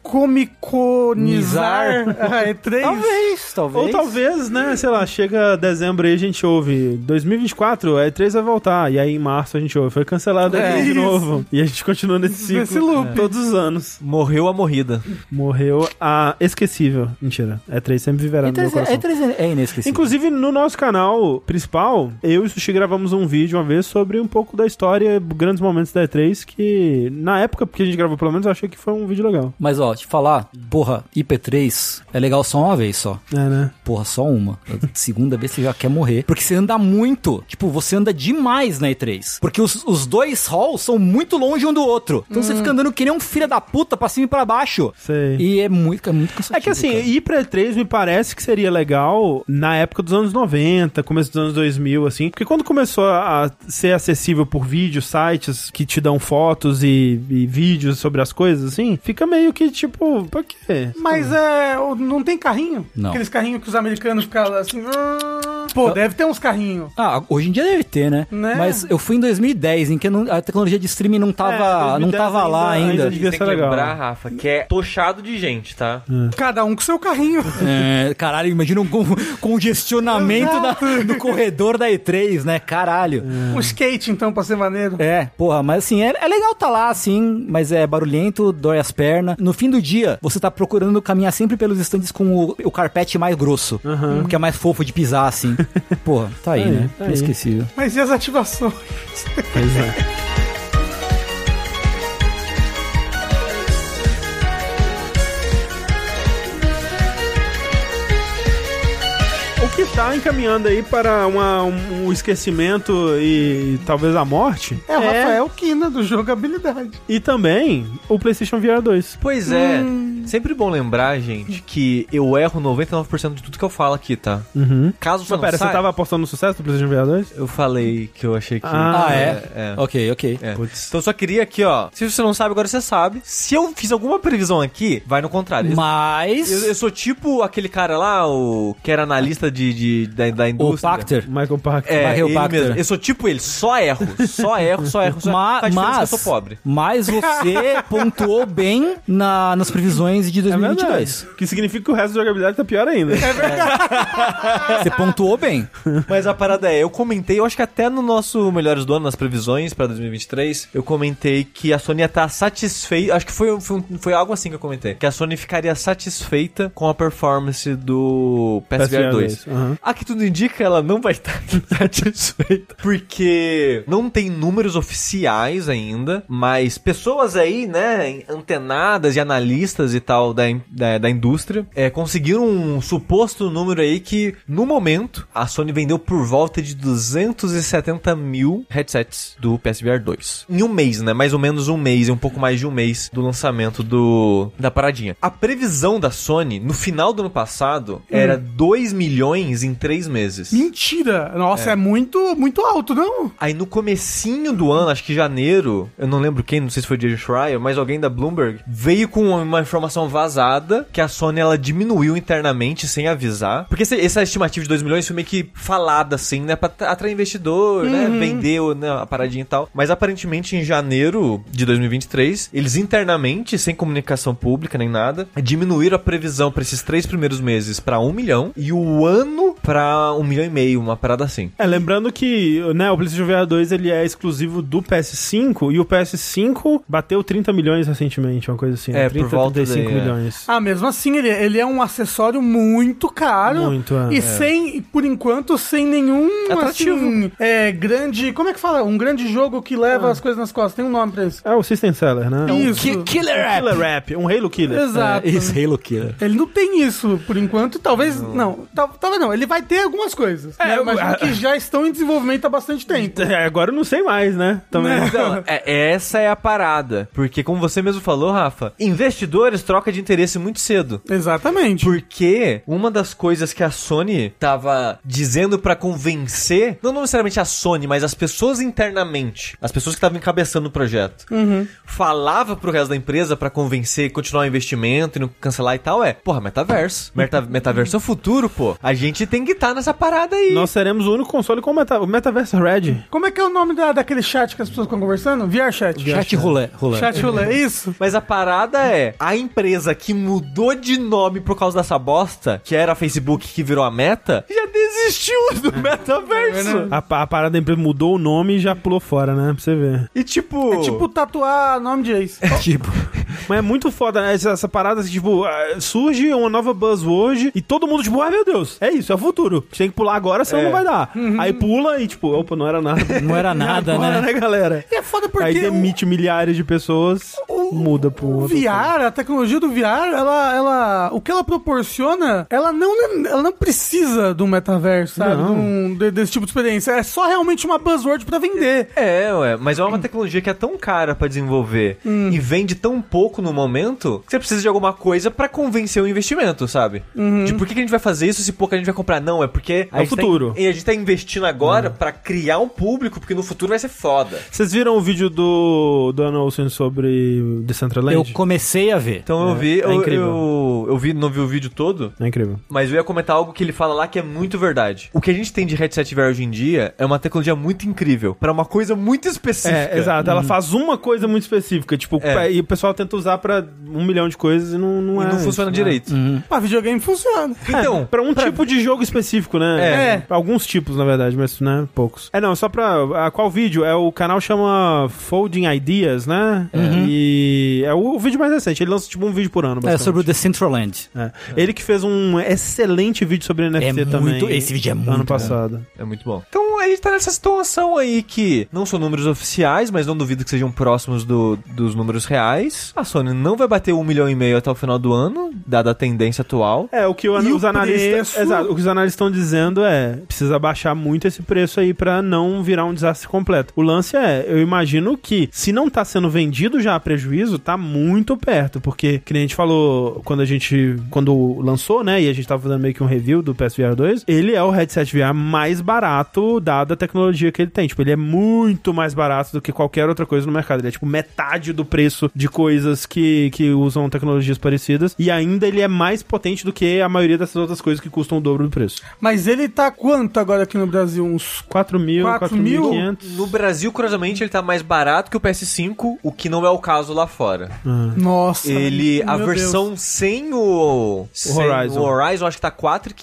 S3: comiconizar a *laughs* E3.
S4: Talvez, talvez.
S1: É Ou talvez, né, sei lá, chega dezembro aí a gente ouve 2024, a E3 vai voltar, e aí em março a gente ouve, foi cancelado a
S3: É,
S1: E3 de
S3: isso.
S1: novo. E a gente continua nesse ciclo né?
S3: Nesse loop.
S1: todos os anos.
S2: Morreu a morrida.
S1: Morreu a esquecível. Mentira, E3 sempre viverá no meu
S4: É,
S1: coração.
S4: é, é inesquecível.
S1: Inclusive, no nosso canal principal, eu e o Sushi gravamos um vídeo uma vez sobre um pouco da história, grandes momentos da E3, que na época porque a gente gravou, pelo menos, eu achei que foi um vídeo legal.
S4: Mas ó, te falar, porra, IP3 é legal só uma vez só.
S1: É, né?
S4: Porra, só uma. *laughs* Segunda vez você já quer morrer. Porque você anda muito. Tipo, você anda demais na E3. Porque os, os dois halls são muito longe um do outro. Então você fica andando que nem um filho da puta pra cima e pra baixo.
S1: Sei.
S4: E é muito, é muito cansativo.
S1: É que assim,
S4: cara.
S1: ir pra E3 me parece que seria legal na época dos anos 90, começo dos anos 2000, assim. Porque quando começou a ser acessível por vídeo, sites que te dão fotos e, e vídeos sobre as coisas, assim, fica meio que tipo, pra quê?
S3: Mas é, o- não tem carrinho?
S4: Não.
S3: Aqueles carrinhos que os americanos ficam assim... "Ah". Pô, deve ter uns carrinhos.
S4: Ah, hoje em dia deve ter, né?
S3: Né?
S4: Mas eu fui em 2010, em que não- a tecnologia de streaming não tava,
S1: É,
S4: não tava lá ainda.
S1: ainda- Devia
S2: tem
S1: ser
S2: que
S1: legal. né?
S2: lembrar, Rafa, que é tochado de gente, tá?
S3: Cada um com seu
S4: *laughs*
S3: carrinho.
S4: É, caralho, imagina um con- congestionamento da, do corredor da E3, né? Caralho.
S3: Um skate, então, pra ser maneiro.
S4: É, porra, mas assim, é, é legal tá lá, assim, mas é barulhento, dói as pernas. No fim do dia, você tá procurando caminhar sempre pelos estandes com o, o carpete mais grosso, que é mais fofo de
S1: *laughs*
S4: pisar, assim. Porra, tá aí,
S1: Tá aí,
S4: né?
S1: tá aí.
S4: Inesquecível.
S3: Mas e as ativações?
S1: Pois é. O que tá encaminhando aí para uma- um, um esquecimento e talvez a morte
S3: É o Rafael Kina, do Jogabilidade.
S1: e também o PlayStation VR 2.
S2: Pois é. Sempre bom lembrar, gente, que eu erro 99% de tudo que eu falo aqui, tá?
S1: Uhum.
S2: Caso você
S1: Mas
S2: não
S1: pera, você
S2: saiba-
S1: tava apostando no sucesso do PlayStation VR 2?
S2: Eu falei que eu achei que...
S1: Ah,
S4: Ah, é?
S2: é.
S4: Ok, ok.
S2: É. Então eu só queria aqui, ó. Se você não sabe, agora você sabe. Se eu fiz alguma previsão aqui, vai no contrário.
S4: Mas.
S2: Eu, eu sou tipo aquele cara lá, o que era analista de, de- da, da
S4: o
S2: indústria.
S4: Pacter.
S1: Michael Parker.
S2: É,
S4: Barrel
S2: ele
S4: Pacter.
S2: mesmo. Eu sou tipo ele, só erro, só erro, só erro, só erro.
S4: *laughs* Ma-
S2: é- Faz diferença que
S4: mas,
S2: eu sou pobre. *laughs*
S4: mas você pontuou bem na, nas previsões de
S1: É
S4: 2022.
S1: verdade. Que significa que o resto da jogabilidade tá pior ainda.
S2: *laughs*
S4: você pontuou bem.
S2: Mas a parada é, eu comentei, eu acho que até no nosso Melhores do Ano, nas previsões pra 2023, eu comentei que a Sony ia estar satisfeita. Acho que foi, foi, um- foi algo assim que eu comentei. Que a Sony ficaria satisfeita com a performance do PSVR 2.
S1: Aham.
S2: A que tudo indica, ela não vai estar *laughs* satisfeita. Porque não tem números oficiais ainda, mas pessoas aí, né, antenadas e analistas e tal da, in- da, da indústria, é, conseguiram um suposto número aí que, no momento, a Sony vendeu por volta de 270 mil headsets do PSVR 2. Em um mês, né? Mais ou menos um mês, e um pouco mais de um mês do lançamento do da paradinha. A previsão da Sony, no final do ano passado, era 2 milhões em 3 meses.
S3: Mentira! Nossa, é, muito, muito alto, não?
S2: Aí no comecinho do ano, acho que janeiro, eu não lembro quem, não sei se foi Jerry Schreier, mas alguém da Bloomberg, veio com uma informação vazada que a Sony ela diminuiu internamente sem avisar. Porque esse- essa estimativa de 2 milhões foi meio que falada assim, né? Pra tra- atrair investidor, né? Vendeu né, a paradinha e tal. Mas aparentemente em janeiro de 2023, eles internamente, sem comunicação pública nem nada, diminuíram a previsão pra esses três primeiros meses pra 1 milhão e o ano pra 1 milhão e meio, uma parada assim.
S1: É, lembrando que, né, o PlayStation VR 2 ele é exclusivo do PS5 e o PS5 bateu 30 milhões recentemente, uma coisa assim.
S2: É,
S1: 30,
S2: por volta
S1: 5
S2: é.
S1: milhões.
S3: Ah, mesmo assim, ele, ele é um acessório muito caro.
S1: Muito, é.
S3: E
S1: É.
S3: sem, por enquanto, sem nenhum
S2: Atrativo.
S3: assim, é, grande. Como é que fala? Um grande jogo que leva as coisas nas costas. Tem um nome pra isso.
S1: Ah. É o System Seller, né?
S3: Isso.
S2: Ki- Killer app.
S1: Killer Rap, um Halo Killer.
S3: Exato.
S4: É, isso, Halo Killer.
S3: Ele não tem isso, por enquanto. Talvez. Não, tal- talvez não. Ele vai ter algumas coisas. né?
S1: É, eu-
S3: Mas que já estão em desenvolvimento há bastante tempo.
S1: É, agora eu não sei mais, né? Também.
S2: Então, é- essa é a parada. Porque, como você mesmo falou, Rafa, investidores trocam de interesse muito cedo.
S3: Exatamente.
S2: Porque uma das coisas que a Sony tava dizendo pra convencer, não necessariamente a Sony, mas as pessoas internamente, as pessoas que estavam encabeçando o projeto, falava pro resto da empresa pra convencer, continuar o investimento e não cancelar e tal, é, porra, metaverso. Meta- metaverso é o futuro, pô. A gente tem que estar nessa parada
S1: *laughs*
S2: aí.
S1: Nós seremos o único console com o meta- o Metaverse Red.
S3: Como é que é o nome da, daquele chat que as pessoas ficam conversando? VR chat.
S4: Chat rolê. rolê.
S3: Chat rolê, é isso?
S1: Tipo-
S2: Mas a parada é, a empresa que mudou de nome por causa dessa bosta, que era a Facebook que virou a meta, já desistiu *laughs* do metaverso.
S1: A, pa- a parada da empresa mudou o nome e já pulou fora, né? Pra você ver.
S2: E tipo.
S3: É
S2: *laughs*
S3: tipo tatuar nome de ex.
S4: Tipo,
S1: Mas é muito foda, né? Essa, essa parada, assim, tipo, ah, surge uma nova buzzword e todo mundo, tipo, ai meu Deus, é isso, é o futuro. A gente tem que pular agora, senão
S2: É.
S1: não vai dar. Aí pula e, tipo, opa, não era *laughs* nada.
S4: não era nada,
S1: Agora,
S4: né?
S1: né, galera?
S3: E é foda porque.
S1: Aí
S3: o-
S1: demite milhares de pessoas,
S3: o-
S1: muda pro
S3: O
S1: outro.
S3: VR, a tecnologia do VR, ela, ela, o que ela proporciona, ela não, ela não precisa do metaverso, sabe?
S1: Não.
S3: De um- de- desse tipo de experiência. É só realmente uma buzzword pra vender.
S2: É, ué, mas é uma tecnologia que é tão cara pra desenvolver
S1: Hum.
S2: e vende tão pouco no momento que você precisa de alguma coisa pra convencer o investimento, sabe? De por que que a gente vai fazer isso se pouco a gente vai comprar? Não, é porque.
S1: Uhum. É
S2: a
S1: o
S2: gente tá-
S1: futuro. Uhum.
S2: e a gente tá investindo agora pra criar um público, porque no futuro vai ser foda.
S1: Vocês viram o vídeo do, do Anna Olsen sobre
S4: Eu
S1: Decentraland?
S4: comecei a ver.
S2: Então eu
S1: É,
S2: vi,
S1: é
S2: eu,
S1: incrível.
S2: eu, eu vi, não vi o vídeo todo,
S1: É incrível.
S2: Mas eu ia comentar algo que ele fala lá que é muito verdade. O que a gente tem de headset VR hoje em dia é uma tecnologia muito incrível pra uma coisa muito específica.
S1: É, exato. Ela faz uma coisa muito específica, tipo,
S2: É.
S1: e o pessoal tenta usar pra um milhão de coisas e não, não
S2: E
S1: é.
S2: não
S1: isso,
S2: funciona
S1: né?
S2: *laughs* direito.
S4: Uhum. É,
S3: Pra videogame funciona.
S1: Então,
S2: Então,
S1: *laughs* pra um tipo de jogo específico, né?
S2: É.
S1: Pra Alguns tipos, na verdade, mas, né, poucos. É, não, só pra... a- qual vídeo? É, o canal chama Folding Ideas, né?
S4: Uhum.
S1: E é o, o vídeo mais recente. Ele lança, tipo, um vídeo por ano,
S4: É
S1: basicamente.
S4: sobre o Decentraland.
S1: É. Ele que fez um excelente vídeo sobre NFT também.
S4: muito- esse vídeo é muito
S1: Ano
S4: bom.
S1: passado.
S2: é muito bom. Então a gente tá nessa situação aí que não são números oficiais, mas não duvido que sejam próximos do- dos números reais. A Sony não vai bater um milhão e meio até o final do ano, dada a tendência atual.
S1: É, o que o an-
S3: E
S1: os
S3: o
S1: analistas.
S3: preço?
S1: Exato, o que os analistas estão dizendo é: precisa baixar muito esse preço aí pra não virar um desastre completo. O lance é, eu imagino que se não tá sendo vendido já a prejuízo, tá muito perto, porque que nem a gente falou quando a gente quando lançou, né, e a gente tava fazendo meio que um review do PSVR 2, ele é o headset VR mais barato dada a tecnologia que ele tem. Tipo, ele é muito mais barato do que qualquer outra coisa no mercado. Ele é tipo metade do preço de coisas que, que usam tecnologias parecidas e ainda ele é mais potente do que a maioria dessas outras coisas que custam o dobro do preço.
S3: Mas ele tá quanto agora aqui no Brasil? Uns
S1: 4 mil,
S3: 4.000,
S1: 4.500.
S2: No Brasil, curiosamente, ele tá mais barato que o PS5, o que não é o caso lá fora.
S3: Nossa.
S2: Ele, a
S3: meu
S2: versão
S3: Deus.
S2: sem o, sem
S1: Horizon.
S2: o Horizon, acho que tá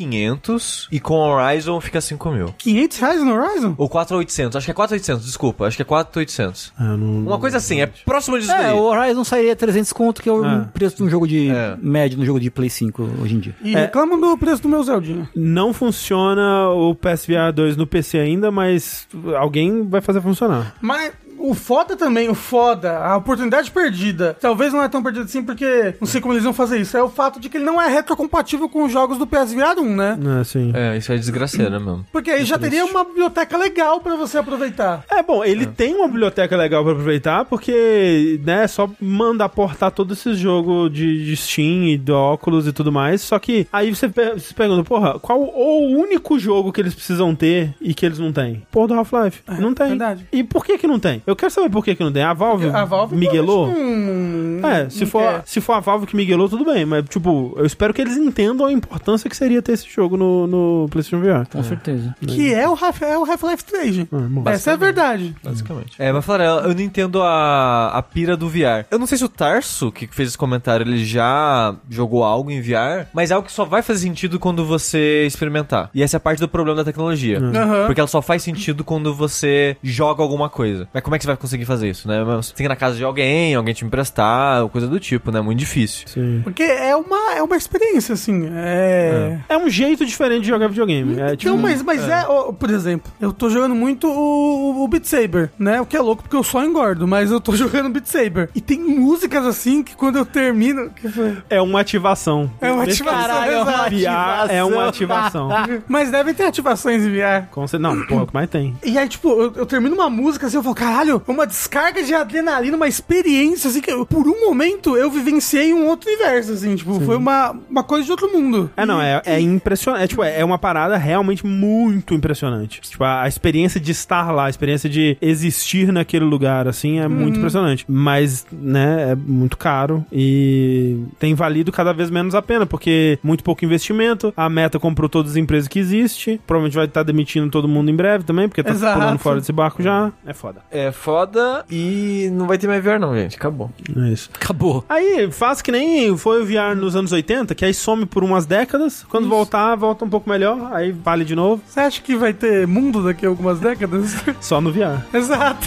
S2: 4,500 e com o Horizon fica 5 mil.
S3: 500 reais no Horizon?
S2: Ou 4,800, acho que é 4,800, desculpa, acho que é 4,800.
S1: Ah, não-
S2: Uma coisa assim, é próximo disso
S4: É,
S2: daí.
S4: o Horizon sairia 300 conto, que é o
S1: É.
S4: preço de um jogo de...
S2: É.
S4: Médio no jogo de Play 5 hoje em dia.
S3: E reclamam do preço do meu né? Zeldinho.
S1: Não funciona o PSVR 2 no PC ainda, mas alguém vai fazer funcionar.
S3: Mas o foda também, o foda, a oportunidade perdida. Talvez não é tão perdida assim, porque não sei como eles vão fazer isso. É o fato de que ele não é retrocompatível com os jogos do PSVR 1, né?
S1: É, assim.
S2: É, isso é desgraceira mesmo.
S3: Porque aí já teria uma biblioteca legal pra você aproveitar.
S1: É, bom, ele tem uma biblioteca legal pra aproveitar, porque, né, só manda portar todo esse jogo de, de Steam e do óculos e tudo mais. Só que aí você pe- se pergunta, porra, qual o único jogo que eles precisam ter e que eles não têm? Porra do Half-Life. não tem.
S3: É, verdade.
S1: E por que que não tem? Eu quero saber por que que não tem. A Valve,
S3: A Valve
S1: miguelou?
S3: Hum,
S1: É, se for,
S3: é.
S1: se for a Valve que miguelou, tudo bem, mas, tipo, eu espero que eles entendam a importância que seria ter esse jogo no, no PlayStation VR.
S3: Tá.
S4: Com certeza.
S3: Que é o Half- é o Half-Life 3, gente.
S1: Ah, bom.
S3: Essa é a verdade.
S2: Basicamente. É, mas falaram, eu não entendo a, a pira do VR. Eu não sei se o Tarso, que fez esse comentário, ele já jogou algo em VR, mas é algo que só vai fazer sentido quando você experimentar. E essa é a parte do problema da tecnologia.
S3: Aham.
S2: Porque ela só faz sentido quando você joga alguma coisa. Mas como é que você vai conseguir fazer isso, né? Mas Você tem que ir na casa de alguém, alguém te emprestar, ou coisa do tipo, né? Muito difícil.
S1: Sim.
S3: Porque é uma, é uma experiência, assim. É.
S1: É um jeito diferente de jogar videogame. É, tipo,
S3: Então, mas, mas é, ó, por exemplo, eu tô jogando muito o, o Beat Saber, né? O que é louco porque eu só engordo, mas eu tô *laughs* jogando Beat Saber. E tem músicas assim que quando eu termino. que foi-
S1: é uma ativação.
S3: É uma
S1: Esse
S3: ativação,
S1: caralho é uma
S3: exato.
S1: ativação. É uma ativação.
S3: Mas devem ter ativações em VR.
S1: Com cer- Não, pô, é o que mais tem.
S3: E aí, tipo, eu, eu termino uma música assim, eu falo, caralho, uma descarga de adrenalina, uma experiência, assim, que eu- por um momento eu vivenciei um outro universo, assim, tipo, foi uma, uma coisa de outro mundo.
S1: É, não, é, é impressionante. É, tipo, é uma parada realmente muito impressionante. Tipo, a, a experiência de estar lá, a experiência de existir naquele lugar, assim, é
S3: Uhum.
S1: muito impressionante. Mas, né, é muito caro e tem valido cada vez menos a pena, porque muito pouco investimento. A Meta comprou todas as empresas que existem. Provavelmente vai estar demitindo todo mundo em breve também, porque tá
S3: Exato.
S1: pulando fora desse barco já. É foda.
S2: É foda e não vai ter mais VR, não, gente. Acabou.
S1: É isso.
S4: Acabou.
S1: Aí faz que nem foi o VR nos anos 80, que aí some por umas décadas. Quando voltar, volta um pouco melhor, aí vale de novo.
S3: Você acha que vai ter mundo daqui a algumas décadas? *laughs*
S1: Só no VR.
S3: Exato.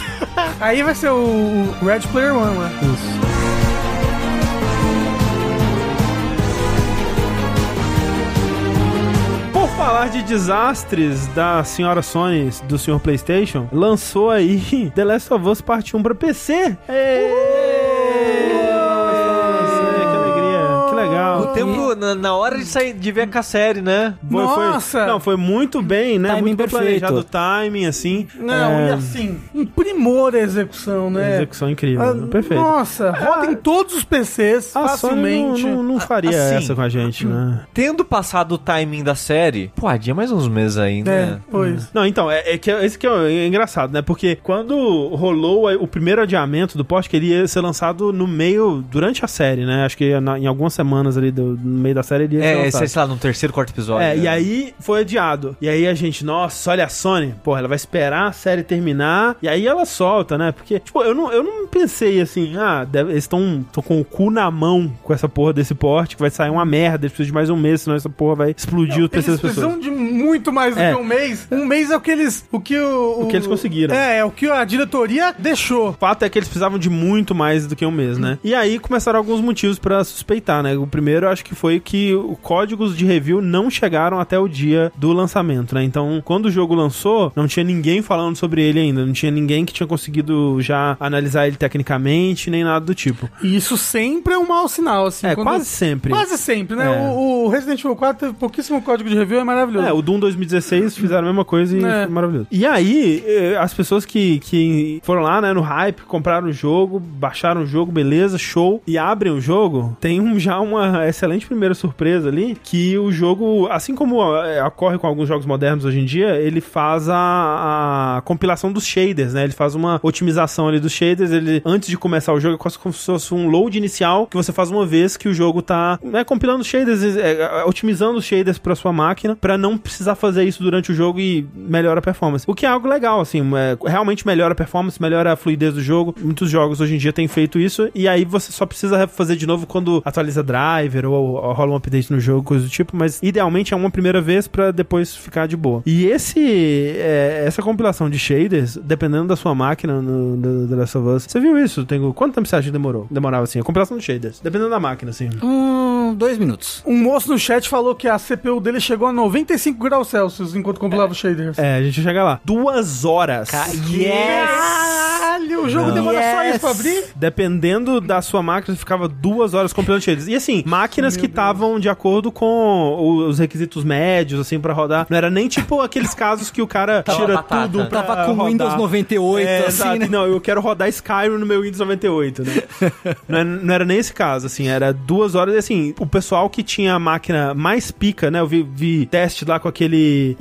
S3: Aí vai ser o o Red Player One lá.
S1: Por falar de desastres da senhora Sony, do senhor PlayStation, lançou aí *laughs* The Last of Us Parte 1 pra PC. Ê! Que alegria, que legal.
S2: O tempo, na, na hora de sair de ver com a série, né?
S1: Foi- foi-
S3: Nossa!
S1: não, foi muito bem, né?
S4: Timing
S1: muito bem
S4: perfeito.
S1: planejado o timing, assim.
S3: Não, e assim, um primor a execução, né?
S1: Execução incrível.
S3: Ah,
S1: Perfeito. Ah,
S3: Nossa, roda em todos os PCs
S1: A
S3: facilmente.
S1: Sony não, não, não faria
S2: Assim.
S1: essa com a gente, né?
S2: Tendo passado o timing da série, pô, adia mais uns meses ainda.
S3: É,
S2: né?
S3: pois.
S1: Não, então, é, é que é- esse que é, o- é engraçado, né? Porque quando rolou a- o primeiro adiamento do post, que ele ia ser lançado no meio, durante a série, né? Acho que na- em algumas semanas ali do, no meio da série ele ia ser
S2: É,
S1: lançado.
S2: sei lá, no terceiro, quarto episódio.
S1: É,
S2: né?
S1: e aí foi adiado. E aí a gente, nossa, olha a Sony, porra, ela vai esperar a série terminar e aí ela solta, né? Porque, tipo, eu não, eu não pensei assim, ah, deve- eles estão com o cu na mão com essa porra desse porte, que vai sair uma merda, eles precisam de mais um mês, senão essa porra vai explodir os
S3: Eles
S1: PCs das pessoas.
S3: precisam de muito mais do
S1: É.
S3: que um mês. Um mês é o que eles. O que o,
S1: O que eles conseguiram.
S3: É, é o que a diretoria deixou.
S1: O fato é que eles precisavam de muito mais do que um mês, né? E aí começaram alguns motivos pra suspeitar, né? O primeiro, eu acho que foi que os códigos de review não chegaram até o dia do lançamento, né? Então, quando o jogo lançou, não tinha ninguém falando sobre ele ainda, não tinha ninguém que tinha conseguido já analisar ele tecnicamente, nem nada do tipo.
S3: E isso sempre é um mau sinal, assim.
S1: É,
S3: quando-
S1: quase sempre.
S3: Quase sempre, né?
S1: É.
S3: O, o Resident Evil 4 teve pouquíssimo código de review, é maravilhoso.
S1: É, o Doom 2016 fizeram a mesma coisa e
S3: É.
S1: foi maravilhoso. E aí, eh, as pessoas que, que foram lá, né, no hype, compraram o jogo, baixaram o jogo, beleza, show, e abrem o jogo, tem um, já uma excelente primeira surpresa ali, que o jogo, assim como eh, ocorre com alguns jogos modernos hoje em dia, ele faz a, a compilação dos shaders, né? Ele faz uma otimização ali dos shaders, ele, antes de começar o jogo, é quase como se fosse um load inicial que você faz uma vez que o jogo tá né, compilando shaders, é, é, otimizando os shaders pra sua máquina, pra não precisar fazer isso durante o jogo e melhora a performance. O que é algo legal, assim, é, realmente melhora a performance, melhora a fluidez do jogo. Muitos jogos hoje em dia têm feito isso, e aí você só precisa fazer de novo quando atualiza driver ou, ou rola um update no jogo, coisa do tipo, mas idealmente é uma primeira vez pra depois ficar de boa. E esse é, essa compilação de shaders, dependendo da sua máquina no, no The Last of Us, você viu isso? Tengo, quanto tempo você acha que demorou? Demorava assim, a compilação de shaders, dependendo da máquina, assim.
S4: Hum, dois minutos.
S3: Um moço no chat falou que a CPU dele chegou a 95 graus Celsius enquanto compilava o shader.
S1: É, a gente chega lá. Duas horas. É.
S3: Caralho, o jogo
S4: Não.
S3: demora só
S4: Yes.
S3: isso pra abrir?
S1: Dependendo da sua máquina, você ficava duas horas compilando shaders. E assim, máquinas que estavam de acordo com o- os requisitos médios, assim, pra rodar. Não era nem tipo aqueles casos que o cara
S2: Tava
S1: tira
S2: batata.
S1: tudo pra
S4: Tava com
S1: rodar.
S4: Windows 98,
S1: É,
S4: assim,
S1: exato.
S4: né?
S1: Não, eu quero rodar Skyrim no meu Windows 98, né? não, é- não era nem esse caso, assim, era duas horas, e assim, o pessoal que tinha a máquina mais pica, né, eu vi, vi teste lá com aquele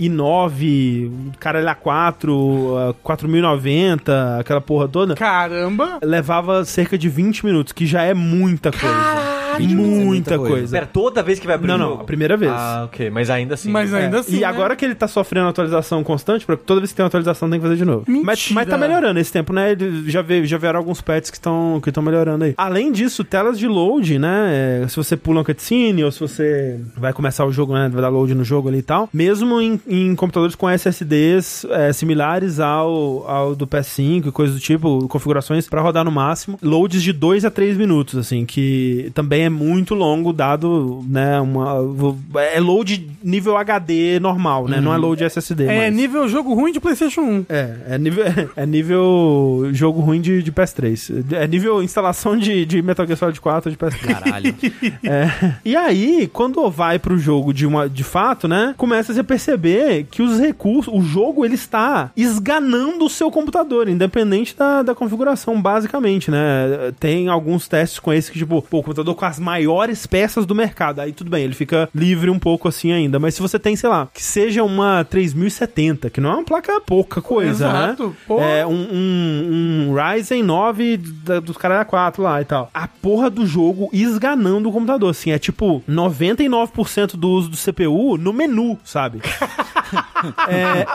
S1: i9, caralho A4, a 4090, aquela porra toda,
S3: Caramba!
S1: levava cerca de 20 minutos, que já é muita coisa.
S3: Caralho,
S1: muita coisa.
S2: Pera, toda vez que vai abrir
S1: Não,
S2: o
S1: não,
S2: jogo?
S1: a primeira vez.
S2: Ah, ok. Mas ainda assim.
S3: Mas
S2: É.
S3: ainda assim.
S1: e agora que ele tá sofrendo atualização constante, porque toda vez que tem uma atualização tem que fazer de novo.
S3: Mentira.
S1: Mas, mas tá melhorando esse tempo, né? Ele- Já, veio, já vieram alguns pets que estão que tão melhorando aí. Além disso, telas de load, né? É, Se você pula um cutscene ou se você vai começar o jogo, né? Vai dar load no jogo ali e tal. Mesmo em, em computadores com SSDs é, similares ao, ao do PS5 e coisas do tipo, configurações pra rodar no máximo, loads de 2 a 3 minutos, assim, que também é muito longo, dado, né? Uma, vo- é load nível HD normal, né? Não é load SSD.
S3: É
S1: mais.
S3: nível jogo ruim de PlayStation 1.
S1: É, é nível, *laughs* é nível jogo ruim de, de PS3. É nível instalação de, de Metal Gear Solid 4 de PS3. *laughs*
S4: Caralho.
S1: E aí, quando vai pro jogo de, uma, de fato, né? Começa a perceber que os recursos, o jogo, ele está esganando o seu computador, independente da, da configuração, basicamente, né? Tem alguns testes com esse que, tipo, pô, o computador com as maiores peças do mercado. Aí tudo bem, ele fica livre um pouco assim ainda. Mas se você tem, sei lá, que seja uma 3070, que não é uma placa pouca coisa, né?
S3: Exato, pô.
S1: É, um, um, um Ryzen 9 da- dos caras da 4 lá e tal. A porra do jogo esganando o computador, assim. É tipo 99% do uso do CPU no menu, sabe? *laughs*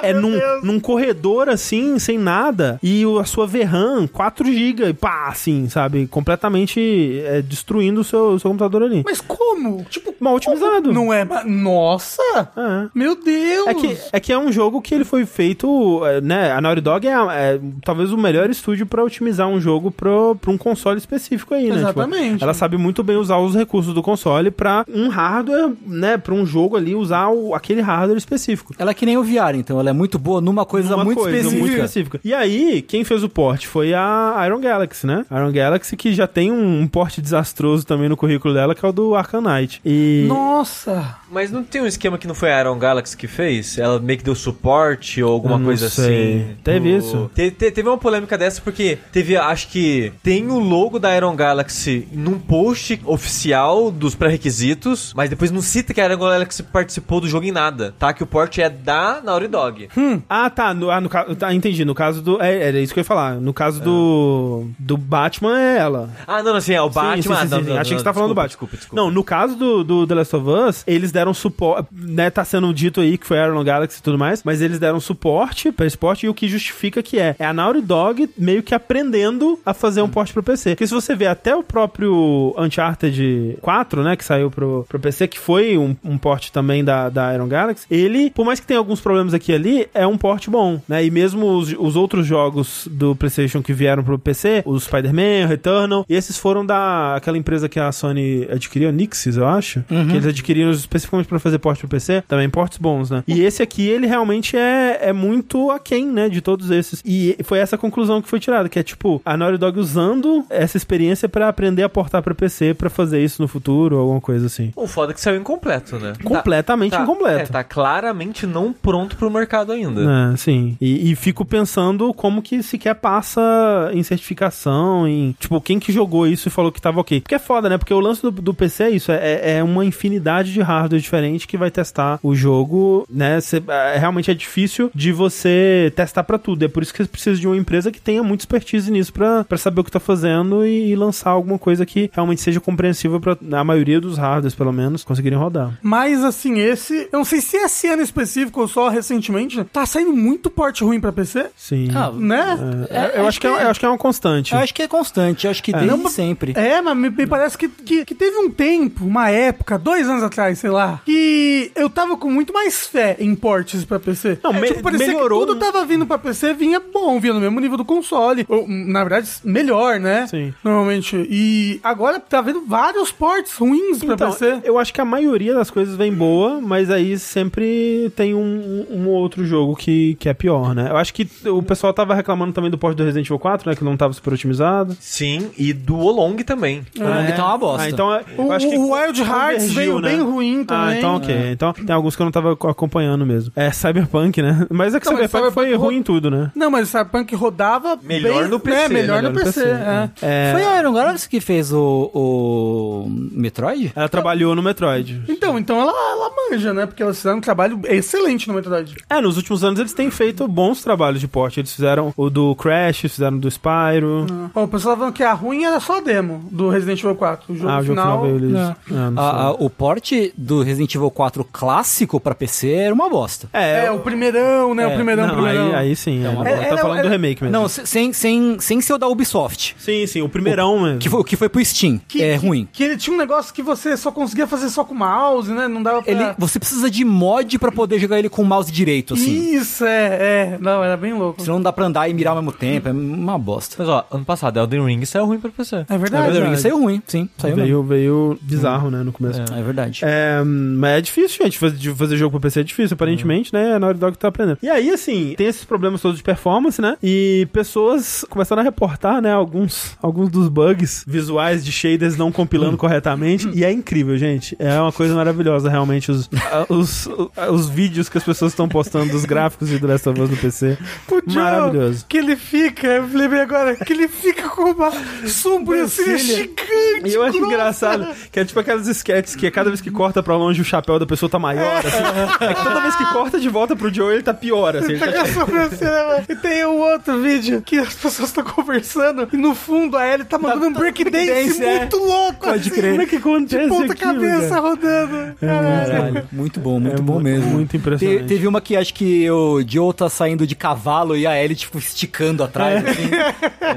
S1: É, é num, num corredor assim, sem nada, e o- a sua VRAM, 4GB, e pá, assim, sabe? Completamente é, destruindo o seu, o seu computador ali.
S3: Mas como? Tipo,
S1: Mal otimizado.
S3: não é. ma- Nossa!
S1: É.
S3: Meu Deus!
S1: É que, é que é um jogo que ele foi feito, é, né? A Naughty Dog é, a- é talvez o melhor estúdio pra otimizar um jogo pro- pra um console específico aí, né? Tipo,
S3: Exatamente.
S1: ela sabe muito bem usar os recursos do console pra um hardware, né? Pra um jogo ali usar o- aquele hardware específico.
S4: Ela é que nem o VR, então. Ela é muito boa numa coisa
S1: Uma
S4: muito
S1: coisa
S4: específica.
S1: muito específica. E aí, quem fez o port foi a Iron Galaxy, né? Iron Galaxy que já tem um, um port desastroso também no currículo dela, que é o do Arkham Knight. E...
S3: Nossa!
S2: Mas não tem um esquema que não foi a Iron Galaxy que fez? Ela meio que deu suporte ou alguma
S1: Eu não
S2: coisa
S1: sei.
S2: assim?
S1: Teve
S2: Ou-
S1: isso?
S2: Te- te- teve uma polêmica dessa porque teve, acho que tem o logo da Iron Galaxy num post oficial dos pré-requisitos, mas depois não cita que a Iron Galaxy participou do jogo em nada, tá? Que o port é da Naughty Dog.
S1: Ah, tá. No, ah, no, ca- tá, entendi. No caso do. É, era isso que eu ia falar. No caso do. Do Batman é ela.
S2: Ah, não, não, assim, é o Batman.
S1: Sim, sim,
S2: ah,
S1: sim,
S2: não,
S1: sim,
S2: não,
S1: Achei que
S2: não,
S1: você tá falando do
S2: desculpa,
S1: Batman.
S2: Desculpa, desculpa.
S1: Não, no caso do, do The Last of Us, eles deram suporte. Né, tá sendo dito aí que foi Iron Galaxy e tudo mais, mas eles deram suporte pra esse porte e o que justifica que é. É a Naughty Dog meio que aprendendo a
S2: Hum.
S1: fazer um porte pro PC. Porque se você vê até o próprio Uncharted 4, né, que saiu pro, pro PC, que foi um, um porte também da, da Iron Galaxy, ele, por mais que tenha alguns problemas aqui e ali, é um porte bom, né? E mesmo os, os outros jogos do PlayStation que vieram pro PC, o Spider-Man, o Returnal, e esses foram da aquela empresa que a Sony adquiriu, a Nixis, eu acho,
S2: Uhum.
S1: que eles adquiriram especificamente pra fazer porte pro PC, também portes bons, né? E esse aqui, ele realmente é, é muito aquém, né, de todos esses. E foi essa conclusão que foi tirada, que é tipo, a Naughty Dog usando essa experiência pra aprender a portar pra PC, pra fazer isso no futuro, alguma coisa assim.
S2: O foda é que saiu incompleto, né?
S1: Completamente
S2: tá,
S1: incompleto.
S2: É, tá claramente não pronto pro mercado ainda.
S1: É, sim. E, e fico pensando como que sequer passa em certificação, em. Tipo, quem que jogou isso e falou que tava ok. Porque é foda, né? Porque o lance do, do PC é isso: é, é uma infinidade de hardware diferente que vai testar o jogo, né? Cê- é, realmente é difícil de você testar pra tudo. É por isso que você precisa de uma empresa que tenha muita expertise nisso pra pra saber o que tá fazendo e, e lançar alguma coisa que realmente seja compreensível pra a maioria dos hardwares, pelo menos, conseguirem rodar.
S3: Mas assim, esse. Eu não sei se esse ano específico ou só recentemente. Tá saindo muito porte ruim pra PC?
S1: Sim.
S4: Ah,
S3: Né?
S1: É, eu, acho que é, eu acho que é uma constante.
S4: eu acho que é constante. Eu acho que desde
S3: Não, mas-
S4: sempre.
S3: É, mas me, me parece que, que, que teve um tempo, uma época, dois anos atrás, sei lá, que eu tava com muito mais fé em portes pra PC.
S1: Não, me-
S3: tipo, parecia
S1: melhorou
S3: que tudo
S1: um-
S3: tava vindo pra PC, vinha bom, vinha no mesmo nível do console. Ou, na verdade, melhor, né?
S1: Sim.
S3: Normalmente. E agora tá vendo vários portes ruins pra
S1: Então,
S3: PC.
S1: eu acho que a maioria das coisas vem boa, mas aí sempre tem um, um outro jogo que, que é pior, né? Eu acho que o pessoal tava reclamando também do port do Resident Evil 4, né? Que não tava super otimizado.
S2: Sim, e do Olong também.
S3: É.
S4: O Long tá uma bosta.
S1: Ah, então eu
S3: O,
S1: acho que
S3: o- o Wild Hearts
S1: Convergiu,
S3: veio
S1: né?
S3: bem ruim também. É.
S1: Ah, então ok. Então tem alguns que eu não tava co- acompanhando mesmo. É Cyberpunk, né? Mas é que
S3: Não,
S1: Cyberpunk
S3: mas
S1: foi
S3: Cyberpunk ro-
S1: ruim em tudo, né?
S3: Não, mas o Cyberpunk rodava
S2: Melhor
S3: bem-
S2: no PC,
S3: É, melhor,
S1: melhor
S3: no
S1: no
S3: PC.
S1: PC,
S3: é.
S1: É,
S4: Foi a Iron Galaxy que fez o, o Metroid?
S1: Ela trabalhou no Metroid.
S3: Então, então ela, ela manja, né? Porque elas fizeram um trabalho excelente no Metroid.
S1: É, nos últimos anos eles têm feito bons trabalhos de porte. Eles fizeram o do Crash, fizeram do Spyro.
S3: Ó, o pessoal tá falando que a ruim era só a demo do Resident Evil 4. O jogo
S1: ah, o jogo
S3: final.
S1: final veio eles.
S3: né?
S1: Ah, não sei.
S4: A- a- o porte do Resident Evil 4 clássico pra PC era uma bosta.
S3: É, o primeirão, né? o primeirão,
S1: É, não,
S3: primeirão.
S1: Aí, aí sim, é uma boa.
S3: é,
S1: tá
S3: não,
S1: falando
S3: é-
S1: do remake mesmo.
S4: Não, se- sem, sem, sem ser o da Ubisoft,
S1: sim, sim, o primeirão mesmo.
S4: que foi, o que foi pro Steam.
S3: Que,
S4: é
S3: que-
S4: ruim.
S3: Que ele tinha um negócio que você só conseguia fazer só com o mouse, né? Não dava pra...
S4: Ele, você precisa de mod pra poder jogar ele com o mouse direito, assim.
S3: Isso, é, é. Não, era bem louco.
S4: Senão não dá pra andar e mirar ao mesmo tempo, é uma bosta.
S2: Mas ó, ano passado, Elden Ring saiu ruim pra PC.
S3: É
S4: Na
S3: verdade.
S4: verdade, ele saiu ruim, sim, saiu
S1: veio,
S4: mesmo.
S1: veio bizarro, né, no começo.
S4: É verdade.
S1: É, mas é difícil, gente. Faz- De fazer jogo pra PC é difícil, aparentemente, né? A Naughty Dog tá aprendendo. E aí, assim, tem esses problemas todos de performance, né? E pessoas começaram a reportar, né? Alguns, alguns dos bugs visuais de shaders não compilando corretamente. E é incrível, gente. É uma coisa maravilhosa, realmente. Os, a- os, a- os vídeos que as pessoas estão postando dos gráficos de The Last of Us no PC.
S3: Puta,
S1: Maravilhoso.
S3: Que ele fica, eu me lembrei agora, que ele fica com uma sobrancelha
S1: Sobrancelha.
S3: gigante.
S1: E eu acho
S3: grossa.
S1: engraçado que é tipo aquelas sketches que cada vez que corta pra longe o chapéu da pessoa tá maior, assim. É que toda vez que corta de volta pro Joe, ele tá pior,
S3: *laughs*
S1: assim. Ele tá
S3: Tá com a sobrancelha. E tem um outro vídeo que as pessoas estão conversando e no fundo a Ellie tá mandando um breakdance
S1: breakdance, é.
S3: muito louco.
S1: Pode crer. Como é que acontece
S3: De ponta
S1: aquilo,
S3: cabeça
S1: cara?
S3: rodando. Caralho.
S4: Caralho, É muito bom, muito
S1: É
S4: bom
S1: mu-
S4: mesmo.
S1: muito impressionante.
S4: Te- teve uma que acho que o Joe tá saindo de cavalo e a Ellie, tipo, esticando atrás, assim,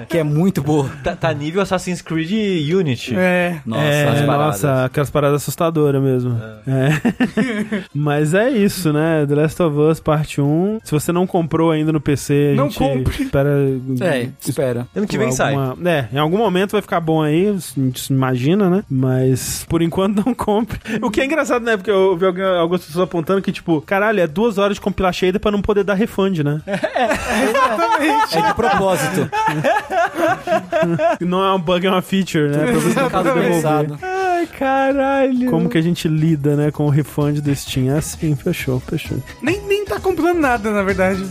S4: que é muito boa.
S2: Tá, tá nível Assassin's Creed e Unity.
S3: É.
S4: Nossa,
S1: é,
S4: as paradas.
S1: nossa, aquelas paradas assustadoras mesmo. É. *laughs* Mas é isso, né? The Last of Us Parte 1. Se você não comprou ainda no PC, a
S3: Não
S1: gente
S3: compre.
S1: espera.
S4: É, espera.
S2: Ano que vem sai.
S1: alguma- É, em algum momento vai ficar bom aí, a gente se imagina, né? Mas por enquanto *laughs* não compre. O que é engraçado, né? Porque eu vi alguém- algumas pessoas apontando que, tipo, caralho, é duas horas de compilar shader pra não poder dar refund, né?
S4: É de propósito.
S1: *laughs*
S4: *laughs*
S1: Não é um bug, é uma feature, né?
S3: *laughs*
S1: Pra você não
S4: Caso
S1: poder devolver.
S4: pensado.
S2: Ai, caralho.
S1: Como que a gente lida, né, com o refund do Steam? É Assim, fechou, fechou.
S3: Nem, nem tá comprando nada, na verdade.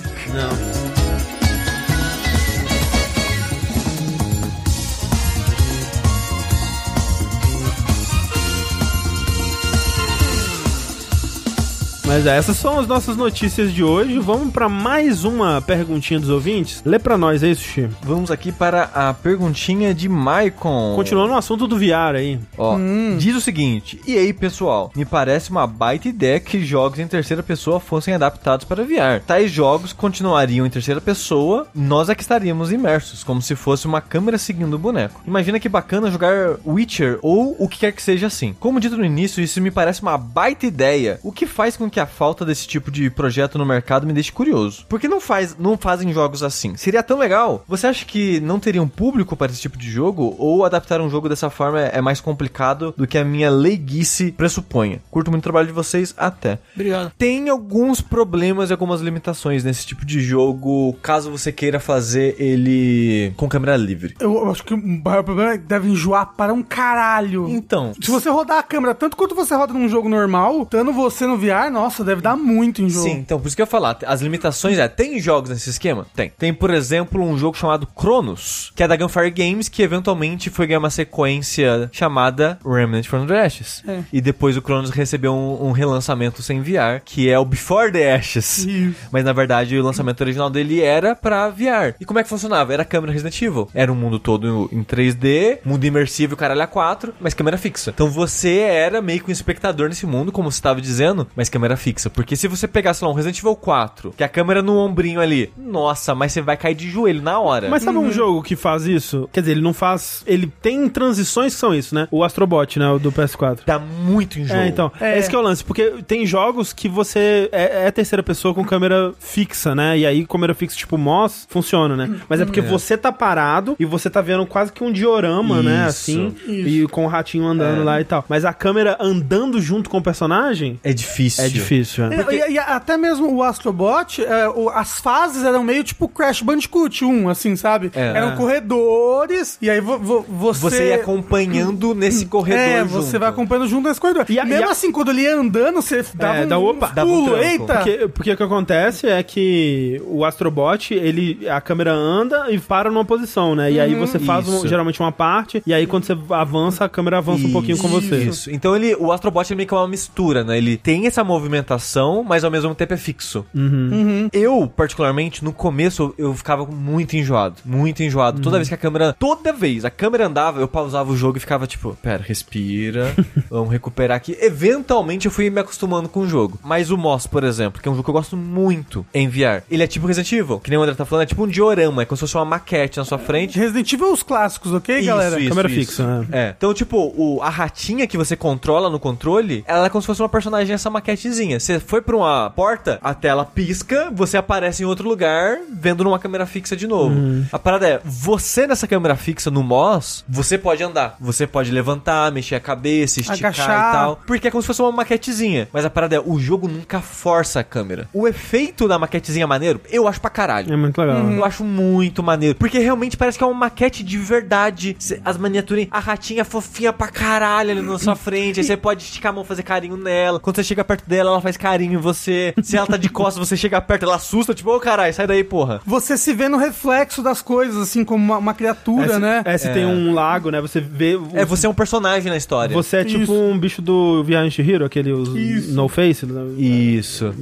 S1: Mas é, essas são as nossas notícias de hoje. Vamos pra mais uma perguntinha dos ouvintes. Lê pra nós, é isso, Xi?
S2: Vamos aqui para a perguntinha de Maicon.
S1: Continuando o assunto do VR aí.
S2: Ó, diz o seguinte: E aí, pessoal? Me parece uma baita ideia que jogos em terceira pessoa fossem adaptados para VR. Tais jogos continuariam em terceira pessoa, nós é que estaríamos imersos, como se fosse uma câmera seguindo o boneco. Imagina que bacana jogar Witcher ou o que quer que seja assim. Como dito no início, isso me parece uma baita ideia, o que faz com que a falta desse tipo de projeto no mercado me deixe curioso. Por que não, faz, não fazem jogos assim? Seria tão legal? Você acha que não teria um público para esse tipo de jogo? Ou adaptar um jogo dessa forma é é mais complicado do que a minha leiguice pressupõe? Curto muito o trabalho de vocês, até.
S4: Obrigado.
S2: Tem alguns problemas e algumas limitações nesse tipo de jogo, caso você queira fazer ele com câmera livre.
S3: Eu eu acho que o maior problema é que deve enjoar para um caralho.
S2: Então,
S3: Se você rodar a câmera tanto quanto você roda num jogo normal, estando você no VR, nossa, deve dar muito em um jogo.
S2: Sim, então por isso que eu ia falar. As limitações é, tem jogos nesse esquema? Tem. Tem, por exemplo, um jogo chamado Cronos, que é da Gunfire Games, que eventualmente foi ganhar uma sequência chamada Remnant from the Ashes. E depois o Cronos recebeu um, um relançamento sem VR, que é o Before the Ashes. Mas na verdade o lançamento original dele era pra VR. E como é que funcionava? Era câmera Resident Evil. Era um mundo todo em 3D, mundo imersivo, caralho a 4, mas câmera fixa. Então você era meio que um espectador nesse mundo, como você estava dizendo, mas câmera fixa. Porque se você pegasse lá um Resident Evil 4, que a câmera no ombrinho ali, nossa, mas você vai cair de joelho na hora.
S1: Mas sabe um jogo que faz isso? Quer dizer, ele não faz. Ele tem transições que são isso, né? O Astrobot, né? O do PS4.
S2: Dá muito em jogo.
S1: É, então.
S3: É.
S1: Esse que é o lance, porque tem jogos que você é, é terceira pessoa com câmera fixa, né? E aí, câmera fixa tipo MOS, funciona, né? Mas é porque
S2: Uhum.
S1: você tá parado e você tá vendo quase que um diorama, né?
S2: Isso. É.
S1: Assim, e com o ratinho andando lá e tal. Mas a câmera andando junto com o personagem
S2: É difícil.
S1: é difícil, é.
S3: E, e até mesmo o Astrobot, é, o- as fases eram meio tipo Crash Bandicoot 1, assim, sabe?
S2: É.
S3: Eram corredores, e aí vo- vo- você...
S2: Você ia acompanhando nesse corredor
S3: É,
S2: junto.
S3: você vai acompanhando junto nesse corredor.
S1: E
S3: E,
S1: a-
S3: mesmo
S1: e a-
S3: assim, quando ele ia andando, você dava
S1: É,
S3: um,
S1: dá
S3: um
S1: opa,
S2: dava um
S3: pulo,
S2: tranco.
S3: eita!
S1: Porque, porque o que acontece é que o Astrobot, ele, a câmera anda e para numa posição, né? E
S3: Uhum.
S1: aí você faz um-
S2: Isso.
S1: geralmente uma parte, e aí quando você avança, a câmera avança um pouquinho com você.
S2: Isso. Então ele, o Astrobot é meio que uma mistura, né? Ele tem essa movimentação, mas ao mesmo tempo é fixo.
S1: Uhum.
S2: Eu, particularmente, no começo eu ficava muito enjoado. Muito enjoado.
S1: Uhum.
S2: Toda vez que a câmera. Toda vez a câmera andava, eu pausava o jogo e ficava tipo, pera,
S1: *laughs*
S2: respira, vamos recuperar aqui. Eventualmente eu fui me acostumando com o jogo. Mas o Moss, por exemplo, que é um jogo que eu gosto muito em VR, ele é tipo Resident Evil, que nem o André tá falando, é tipo um diorama, é como se fosse uma maquete na sua frente.
S3: Resident Evil é os clássicos, ok,
S2: Isso,
S3: galera?
S2: isso,
S1: câmera
S2: isso.
S1: fixa, né?
S2: É. Então, tipo, o- a ratinha que você controla no controle, ela é como se fosse uma personagem, essa maquetezinha. Você foi pra uma porta, a tela pisca, você aparece em outro lugar, vendo numa câmera fixa de novo.
S1: Hum.
S2: A parada é, você nessa câmera fixa no Moss, você pode andar. Você pode levantar, mexer a cabeça, esticar
S3: Agachar.
S2: e tal. Porque é como se fosse uma maquetezinha. Mas a parada é, o jogo nunca força a câmera. O efeito da maquetezinha é maneiro, eu acho pra caralho.
S1: É muito legal.
S3: Uhum.
S1: né?
S2: Eu acho muito maneiro. Porque realmente parece que é uma maquete de verdade. Cê- As maniaturinhas, a ratinha fofinha pra caralho ali na sua frente. Aí você pode esticar a mão, fazer carinho nela. Quando você chega perto dela, ela faz carinho em você. Se ela tá de costas, você chega perto, ela assusta, tipo, ô caralho, sai daí, porra.
S3: Você se vê no reflexo das coisas, assim, como uma, uma criatura,
S1: É, se-
S3: né?
S1: É, se tem um lago, né? Você vê. o-
S2: É, você é um personagem na história.
S1: você é tipo
S3: Isso.
S1: um bicho do Viagem Shihiro, aquele os no face, né?
S2: Isso.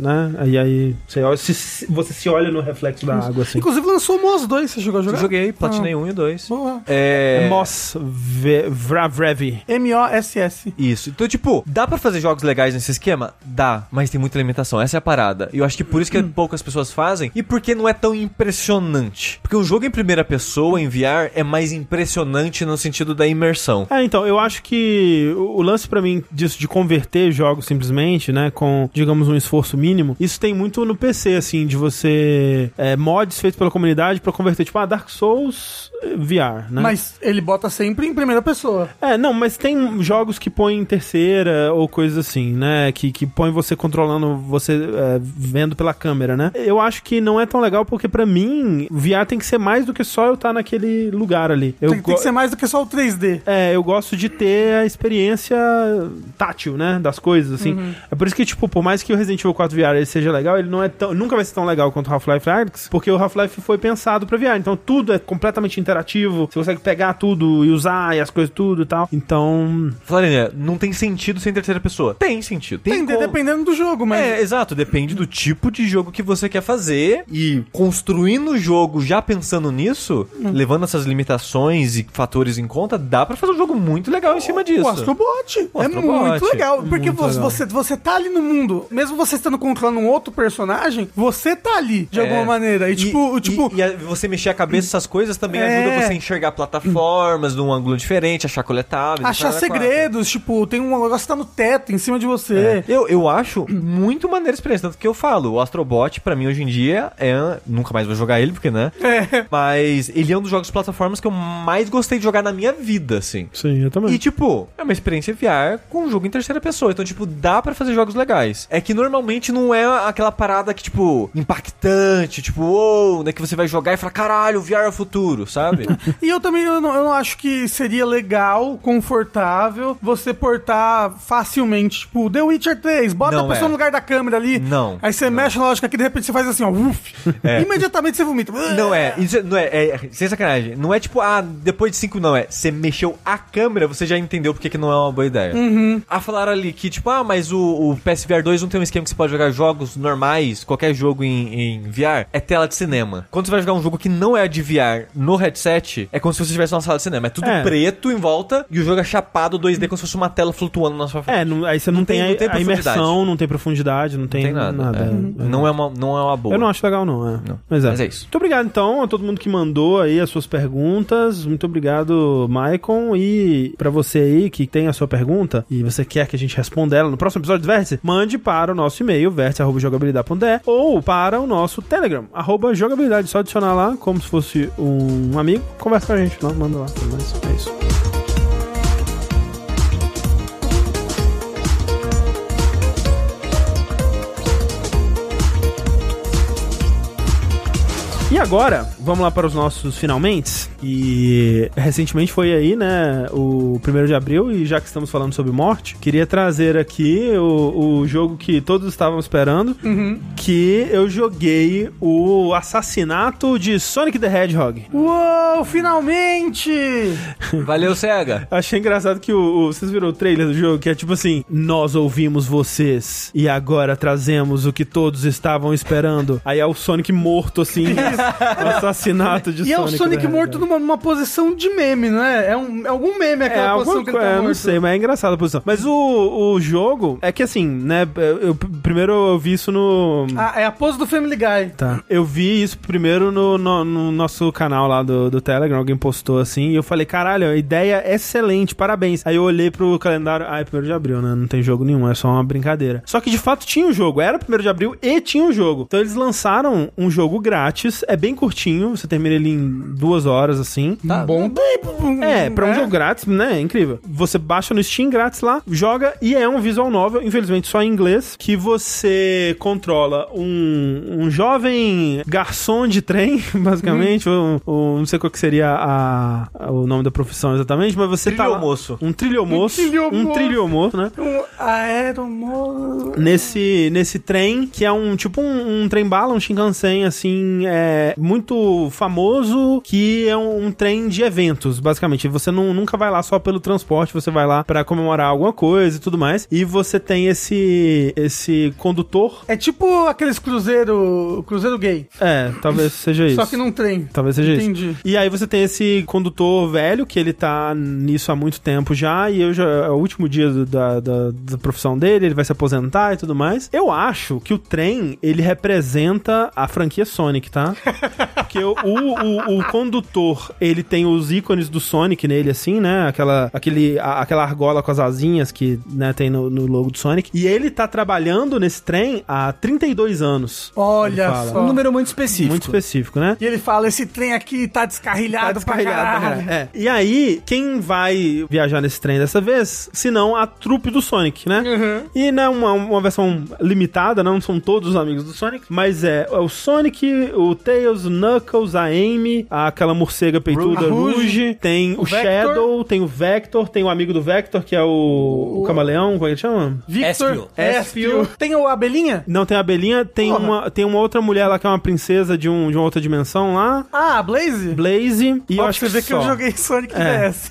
S1: E aí você, olha- se- se- você se olha no reflexo da água assim.
S3: Inclusive lançou o Moss 2, você chegou a
S2: Eu
S3: jogar?
S2: joguei, platinei um e dois.
S3: Boa.
S2: É.
S1: Moss Ve- Vravrevi.
S3: M-O-S-S.
S2: Isso. Então, tipo, dá pra fazer jogos legais nesse esquema? Dá, mas tem muita limitação. Essa é a parada. E eu acho que por isso que
S3: Hum.
S2: poucas pessoas fazem e porque não é tão impressionante. Porque um jogo em primeira pessoa, em VR, é mais impressionante no sentido da imersão.
S1: É, então, eu acho que o o lance pra mim disso de converter jogos simplesmente, né, com, digamos, um esforço mínimo, isso tem muito no PC, assim, de você é, mods feitos pela comunidade pra converter, tipo, ah, Dark Souls eh, VR, né?
S3: Mas ele bota sempre em primeira pessoa.
S1: É, não, mas tem jogos que põem em terceira ou coisas assim, né? Que, que põem você controlando, você é, vendo pela câmera, né? Eu acho que não é tão legal porque, pra mim, VR tem que ser mais do que só eu estar naquele lugar ali. Eu
S3: Tem, tem
S1: go-
S3: que ser mais do que só o 3D.
S1: é, eu gosto de ter a experiência tátil, né? Das coisas, assim.
S2: Uhum.
S1: É por isso que, tipo, por mais que o Resident Evil 4 VR ele seja legal, ele não é tão, nunca vai ser tão legal quanto o Half-Life Alyx, porque o Half-Life foi pensado pra VR. Então tudo é completamente interativo. Você consegue pegar tudo e usar e as coisas tudo e tal. Então.
S2: Florina, não tem sentido sem terceira pessoa. Tem sentido.
S3: Tem,
S2: como.
S3: dependendo do jogo, mas...
S2: É, exato, depende do tipo de jogo que você quer fazer e construindo o jogo já pensando nisso,
S3: Hum.
S2: levando essas limitações e fatores em conta, dá pra fazer um jogo muito legal em cima disso.
S3: O Astrobot.
S2: O
S3: é
S2: Astrobot.
S3: muito legal. Porque
S1: Muito
S3: vo-
S1: legal.
S3: Você, você tá ali no mundo. Mesmo você estando controlando um outro personagem, você tá ali, de
S2: É.
S3: alguma maneira. E, tipo, tipo
S2: e, a- você mexer a cabeça, essas coisas também
S3: É.
S2: ajuda você a enxergar plataformas num ângulo diferente, achar coletáveis.
S3: achar
S2: essa parada
S3: segredos. Tipo, tem um negócio que tá no teto, em cima de
S2: É.
S3: você.
S2: Eu, eu acho muito maneiro a experiência. Tanto que eu falo, o Astrobot, pra mim, hoje em dia, é. Nunca mais vou jogar ele, porque, né?
S3: É.
S2: Mas ele é um dos jogos de plataformas que eu mais gostei de jogar na minha vida, assim.
S1: Sim, eu também.
S2: E, tipo, é uma experiência VR com um jogo em terceira pessoa. Então, tipo, dá pra fazer jogos legais. É que normalmente não é aquela parada que, tipo, impactante, tipo, uou, né? Que você vai jogar e fala, caralho, o VR é o futuro, *laughs* sabe?
S3: E eu também eu não, eu não acho que seria legal, confortável, você portar facilmente, tipo, The Witcher 3, bota
S2: Não
S3: a pessoa
S2: é.
S3: no lugar da câmera ali.
S2: Não. É.
S3: Aí você mexe na lógica aqui, de repente você faz assim, ó, uf. Imediatamente você vomita.
S2: Não é, isso é- não é, é, sem sacanagem. Não é tipo, ah, depois de cinco não é. Você mexeu a câmera, você já entendeu porque que não é uma boa ideia.
S1: Uhum.
S2: Ah, falaram ali que, tipo, ah, mas o, o PSVR 2 não tem um esquema que você pode jogar jogos normais, qualquer jogo em, em VR, é tela de cinema. Quando você vai jogar um jogo que não é de VR no headset, é como se você estivesse numa sala de cinema. É tudo
S1: É.
S2: preto em volta e o jogo é chapado 2D como se fosse uma tela flutuando na sua frente.
S1: É, não- aí você não, tem,
S2: tem-
S1: a-
S2: não tem
S1: a imersão,
S2: profundidade.
S1: não tem profundidade, não tem,
S2: Não tem nada. é.
S1: é.
S2: Não, é uma, não é uma boa.
S1: Eu não acho legal, não. É.
S2: Não.
S1: Mas, é.
S2: Mas é isso.
S1: Muito obrigado, então, a todo mundo que mandou aí as suas perguntas. Muito obrigado, Maicon. E pra você aí que tem a sua pergunta e você quer que a gente responda ela no próximo episódio do Vértice, mande para o nosso e-mail, vértice.jogabilidade.de ou para o nosso Telegram, arroba jogabilidade. Só adicionar lá, como se fosse um amigo. Conversa com a gente, não, manda lá. Mas é isso. agora, vamos lá para os nossos finalmente. E recentemente foi aí, né, o 1 de abril, e já que estamos falando sobre morte, queria trazer aqui o, o jogo que todos estavam esperando,
S3: Uhum.
S1: que eu joguei o assassinato de Sonic the Hedgehog.
S3: Uou, finalmente!
S2: Valeu, SEGA.
S1: Achei engraçado que o, o- Vocês viram o trailer do jogo? Que é tipo assim: Nós ouvimos vocês e agora trazemos o que todos estavam esperando. Aí é o Sonic morto, assim.
S3: *laughs*
S1: o assassinato de
S3: E
S1: Sonic.
S3: é o Sonic
S1: né?
S3: morto numa, numa posição de meme, não é? É, um, é algum meme
S1: É,
S3: aquela posição
S1: alguma
S3: que
S1: coisa,
S3: ele tá
S1: eu não
S3: morto.
S1: sei, mas é engraçada a posição. Mas o, o jogo é que assim, né? Eu, eu- primeiro eu vi isso no.
S3: Ah, é a pose do Family Guy.
S1: Tá. Eu vi isso primeiro no, no- no nosso canal lá do, do Telegram, alguém postou assim, e eu falei, caralho, a ideia é excelente, parabéns. Aí eu olhei pro calendário, ah, é 1 de abril, né? Não tem jogo nenhum, é só uma brincadeira. Só que de fato tinha um jogo, era 1 de abril e tinha um jogo. Então eles lançaram um jogo grátis, é bem curtinho, você termina ele em duas horas, assim.
S3: Tá. Bom tempo.
S1: É, pra um jogo grátis, né? É incrível. Você baixa no Steam grátis lá, joga e é um visual novel, infelizmente só em inglês, que você controla um, um jovem garçom de trem, *laughs* basicamente. Um, um- não sei qual que seria a- a- o nome da profissão exatamente, mas você tá. lá-
S2: Trilhomoço.
S1: Um trilhomoço.
S3: Um trilhomoço.
S1: Um trilhomoço, né?
S3: Um aeromor...
S1: nesse, nesse trem, que é um tipo um, um trem bala, um Shinkansen, assim, é muito famoso, que é um, um trem de eventos, basicamente. Você não, nunca vai lá só pelo transporte, você vai lá pra comemorar alguma coisa e tudo mais. E você tem esse, esse condutor.
S3: É tipo aqueles cruzeiro... Cruzeiro gay.
S1: É, talvez seja isso.
S3: Só que num trem.
S1: Talvez seja isso.
S3: Entendi.
S1: E aí você tem esse condutor velho, que ele tá nisso há muito tempo já, e eu já, é o último dia do- da, da, da profissão dele, ele vai se aposentar e tudo mais. Eu acho que o trem, ele representa a franquia Sonic, tá? Porque o, o, o condutor, ele tem os ícones do Sonic nele, assim, né? Aquela, aquele, a- aquela argola com as asinhas que né, tem no, no logo do Sonic. E ele tá trabalhando nesse trem há 32 anos.
S3: Olha
S1: Ele fala.
S3: só.
S4: Um número muito específico.
S1: Muito específico, né?
S3: E ele fala, esse trem aqui tá descarrilhado, pra caralho.
S1: É. E aí, quem vai viajar nesse trem dessa vez? Se não a trupe do Sonic, né?
S3: Uhum.
S1: E não é uma, uma versão limitada, não são todos os amigos do Sonic, mas é, é o Sonic, o Tails, o Knuckles, a Amy, aquela morcega peituda,
S3: A Rouge.
S1: Rouge, tem o,
S3: Vector.
S1: Shadow, tem o Vector, tem o amigo do Vector, que é o, o Camaleão, como é que ele chama?
S2: Espio.
S3: Victor, Espio. Tem o Abelhinha?
S1: Não, tem a Belinha, tem
S3: Porra.
S1: uma, tem uma outra mulher lá que é uma princesa de, um, de uma outra dimensão lá,
S3: Ah, a Blaze?
S1: Blaze, e eu
S3: Ó,
S1: acho
S3: pra você vê que eu
S1: só.
S3: joguei Sonic
S1: É.
S3: DS.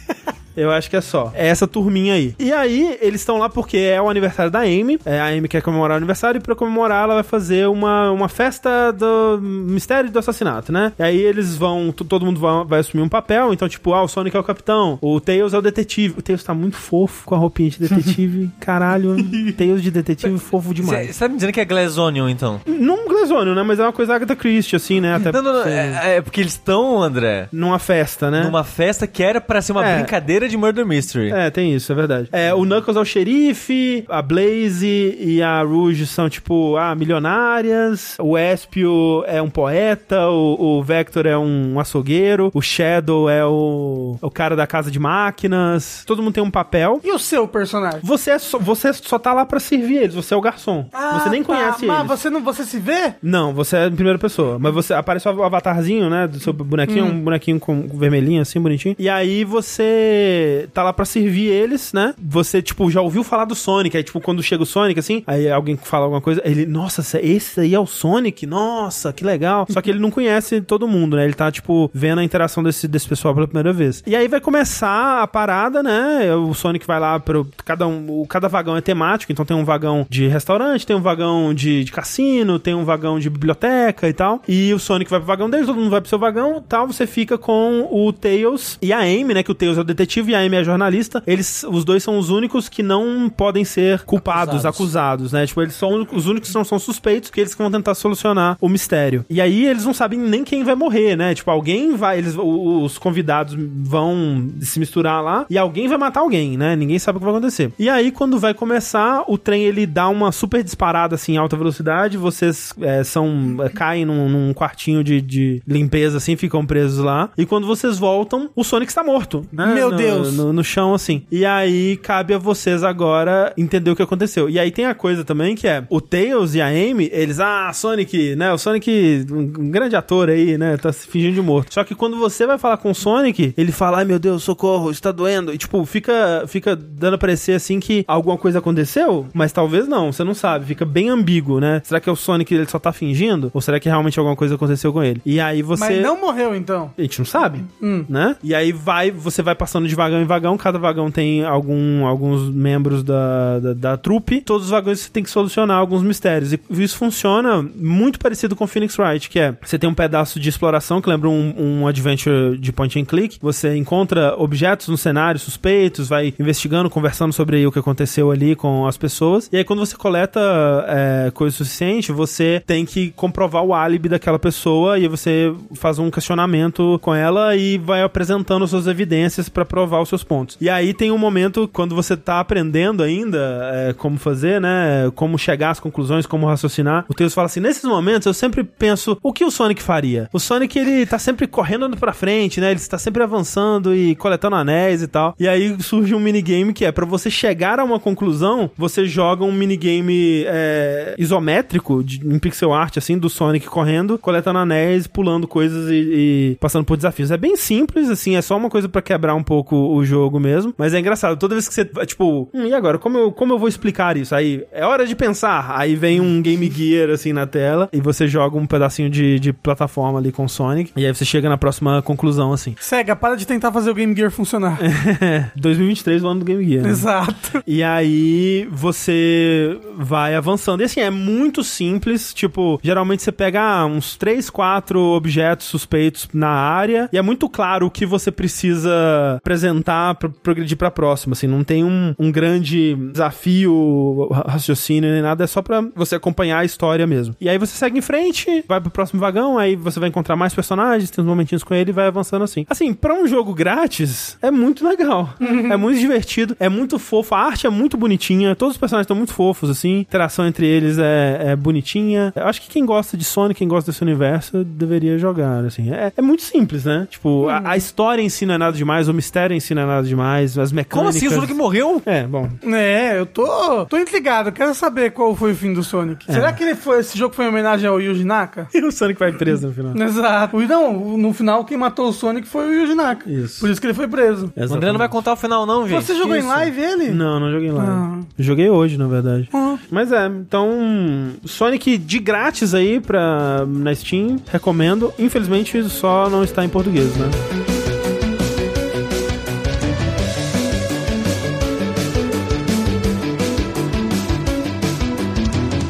S1: Eu acho que é só. É essa turminha aí. E aí, eles estão lá porque é o aniversário da Amy. É, a Amy quer comemorar o aniversário e pra comemorar ela vai fazer uma, uma festa do mistério do assassinato, né? E aí eles vão, to- todo mundo vai, vai assumir um papel. Então, tipo, ah, o Sonic é o capitão, o Tails é o detetive. O Tails tá muito fofo com a roupinha de detetive.
S2: *laughs*
S1: Caralho, Tails de detetive fofo demais.
S2: Você tá me dizendo que é Glass Onion, então?
S1: Não um glazônio, né? Mas é uma coisa Agatha Christie, assim, né? Até
S2: Não, não, não.
S1: ser
S2: É, é porque eles estão, André,
S1: Numa festa, né?
S2: numa festa que era pra ser uma
S1: É.
S2: brincadeira de Murder Mystery.
S1: É, tem isso, é verdade. É, o Knuckles é o xerife, a Blaze e a Rouge são, tipo, ah, milionárias, o Espio é um poeta, o, o Vector é um açougueiro, o Shadow é o, o cara da casa de máquinas, todo mundo tem um papel.
S3: E o seu personagem?
S1: Você, é só, você só tá lá pra servir eles, você é o garçom. você nem
S3: tá,
S1: conhece
S3: Mas
S1: eles.
S3: você não, você se vê?
S1: Não, você é em primeira pessoa. Mas você aparece o avatarzinho, né? Do seu bonequinho, um bonequinho com com vermelhinho, assim, bonitinho. E aí você tá lá pra servir eles, né? Você, tipo, já ouviu falar do Sonic. Aí, tipo, quando chega o Sonic, assim, aí alguém fala alguma coisa, ele, nossa, esse aí é o Sonic? Nossa, que legal. Só que ele não conhece todo mundo, né? Ele tá, tipo, vendo a interação desse, desse pessoal pela primeira vez. E aí vai começar a parada, né? O Sonic vai lá pro. Cada, um, o- cada vagão é temático, então tem um vagão de restaurante, tem um vagão de, de cassino, tem um vagão de biblioteca e tal. E o Sonic vai pro vagão dele, todo mundo vai pro seu vagão tal. Você fica com o Tails e a Amy, né? Que o Tails é o detetive e a Amy é a jornalista. Eles, os dois são os únicos que não podem ser culpados, acusados
S2: Acusados.
S1: acusados, né? Tipo, eles são os únicos que não são suspeitos, porque eles que vão tentar solucionar o mistério. E aí eles não sabem nem quem vai morrer, né? Tipo, alguém vai, eles, o- os convidados vão se misturar lá e alguém vai matar alguém, né? Ninguém sabe o que vai acontecer. E aí quando vai começar, o trem ele dá uma super disparada assim em alta velocidade, vocês é, são é, caem num, num quartinho de, de limpeza assim, ficam presos lá. E quando vocês voltam, o Sonic está morto, né?
S3: Meu
S1: Não-
S3: Deus.
S1: no- no chão, assim. E aí cabe a vocês agora entender o que aconteceu. E aí tem a coisa também que é: o Tails e a Amy, eles, ah, Sonic, né? O Sonic, um um grande ator aí, né? Tá se fingindo de morto. Só que quando você vai falar com o Sonic, ele fala: ai meu Deus, socorro, está doendo. E tipo, fica, fica dando a parecer assim que alguma coisa aconteceu, mas talvez não, você não sabe. Fica bem ambíguo, né? Será que é o Sonic ele só tá fingindo? Ou será que realmente alguma coisa aconteceu com ele? E aí você.
S3: Mas não morreu, então.
S1: A gente não sabe,
S3: Hum.
S1: né? E aí vai, você vai passando de vagão em vagão, cada vagão tem algum, alguns membros da, da, da trupe, todos os vagões você tem que solucionar alguns mistérios. E isso funciona muito parecido com Phoenix Wright, que é, você tem um pedaço de exploração que lembra um, um adventure de point and click, você encontra objetos no cenário, suspeitos, vai investigando, conversando sobre o que aconteceu ali com as pessoas, e aí quando você coleta é, coisa suficiente, você tem que comprovar o álibi daquela pessoa e aí você faz um questionamento com ela e vai apresentando suas evidências pra provar os seus pontos. E aí tem um momento quando você tá aprendendo ainda é, como fazer, né? Como chegar às conclusões, como raciocinar. O Tails fala assim: nesses momentos eu sempre penso o que o Sonic faria. O Sonic ele tá sempre correndo indo pra frente, né? Ele está sempre avançando e coletando anéis e tal. E aí surge um minigame que é pra você chegar a uma conclusão, você joga um minigame é, isométrico de- em pixel art, assim, do Sonic correndo, coletando anéis, pulando coisas e, e passando por desafios. É bem simples, assim, é só uma coisa pra quebrar um pouco o jogo mesmo. Mas é engraçado, toda vez que você, é, tipo, hum, e agora? Como eu, como eu vou explicar isso? Aí é hora de pensar. Aí vem um Game Gear, assim, na tela e você joga um pedacinho de, de plataforma ali com o Sonic. E aí você chega na próxima conclusão, assim. *laughs*
S3: Sega, para de tentar fazer o Game Gear funcionar.
S1: É. 2023, o ano do Game Gear. Né?
S3: *laughs* Exato.
S1: E aí você vai avançando. E assim, é muito simples. Tipo, geralmente você pega ah, uns 3, 4 objetos suspeitos na área. E é muito claro o que você precisa apresentar pra progredir pra próxima. Assim, não tem um, um grande desafio, ra- raciocínio nem nada. É só pra você acompanhar a história mesmo. E aí você segue em frente, vai pro próximo vagão. Aí você vai encontrar mais personagens, tem uns momentinhos com ele e vai avançando assim. Assim, pra um jogo grátis, é muito legal. é muito divertido, é muito fofo, a arte é muito bonitinha, todos os personagens estão muito fofos, assim, a interação entre eles é, é bonitinha. Eu acho que quem gosta de Sonic, quem gosta desse universo, deveria jogar, assim. É, é muito simples, né? Tipo, a, a história ensina é nada demais, o mistério ensina é nada demais, as mecânicas...
S2: Como assim? O Sonic morreu?
S1: É, bom.
S3: É, eu tô, tô intrigado. Quero saber qual foi o fim do Sonic.
S1: É.
S3: Será que ele foi- esse jogo foi em homenagem ao Yuji Naka?
S1: E o Sonic vai preso no final.
S3: Exato. O- Não, no final quem matou o Sonic foi o Yuji Naka.
S1: Isso.
S3: Por isso que ele foi preso.
S2: O André não vai contar o final, não, gente.
S3: Você jogou em
S2: Isso.
S3: live ele?
S1: Não, não joguei lá.
S3: Ah.
S1: Joguei hoje, na verdade.
S3: Ah.
S1: Mas é, então. Sonic de grátis aí pra, na Steam, recomendo. Infelizmente só não está em português, né?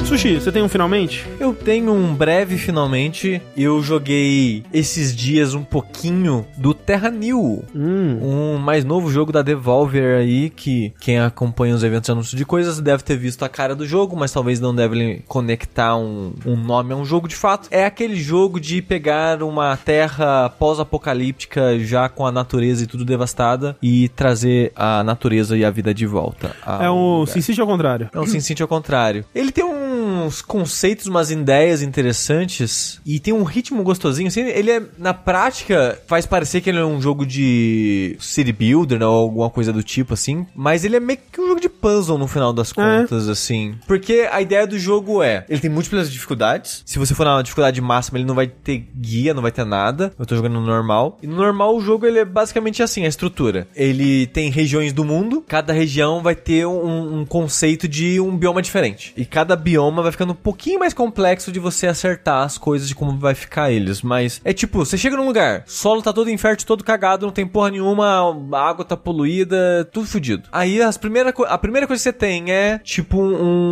S1: Sushi, você tem um finalmente?
S2: Eu tenho um breve finalmente. Eu joguei esses dias um pouquinho do Terra New.
S1: Hum.
S2: Um mais novo jogo da Devolver aí, que quem acompanha os eventos e anúncios de coisas deve ter visto a cara do jogo, mas talvez não deve conectar um, um nome a um jogo de fato. É aquele jogo de pegar uma terra pós-apocalíptica já com a natureza e tudo devastada e trazer a natureza e a vida de volta. Ah, ao
S1: É um.
S2: lugar.
S1: Se insiste ao contrário.
S2: É um SimCity ao contrário. Ele tem uns conceitos, umas ideias interessantes e tem um ritmo gostosinho. assim, Ele é, na prática, faz parecer que ele é um jogo de city builder né, ou alguma coisa do tipo, assim. Mas ele é meio que um jogo de puzzle no final das contas, assim. Porque a ideia do jogo é, ele tem múltiplas dificuldades. Se você for na dificuldade máxima, ele não vai ter guia, não vai ter nada. Eu tô jogando no normal. E no normal, o jogo ele é basicamente assim, a estrutura. Ele tem regiões do mundo, cada região vai ter um, um conceito de um bioma diferente. E cada bioma vai ficando um pouquinho mais complexo de você acertar as coisas de como vai ficar eles. Mas é tipo, você chega num lugar, solo tá todo infértil, todo cagado, não tem porra nenhuma, a água tá poluída, tudo fudido. Aí as primeira, co- a primeira coisa que você tem é tipo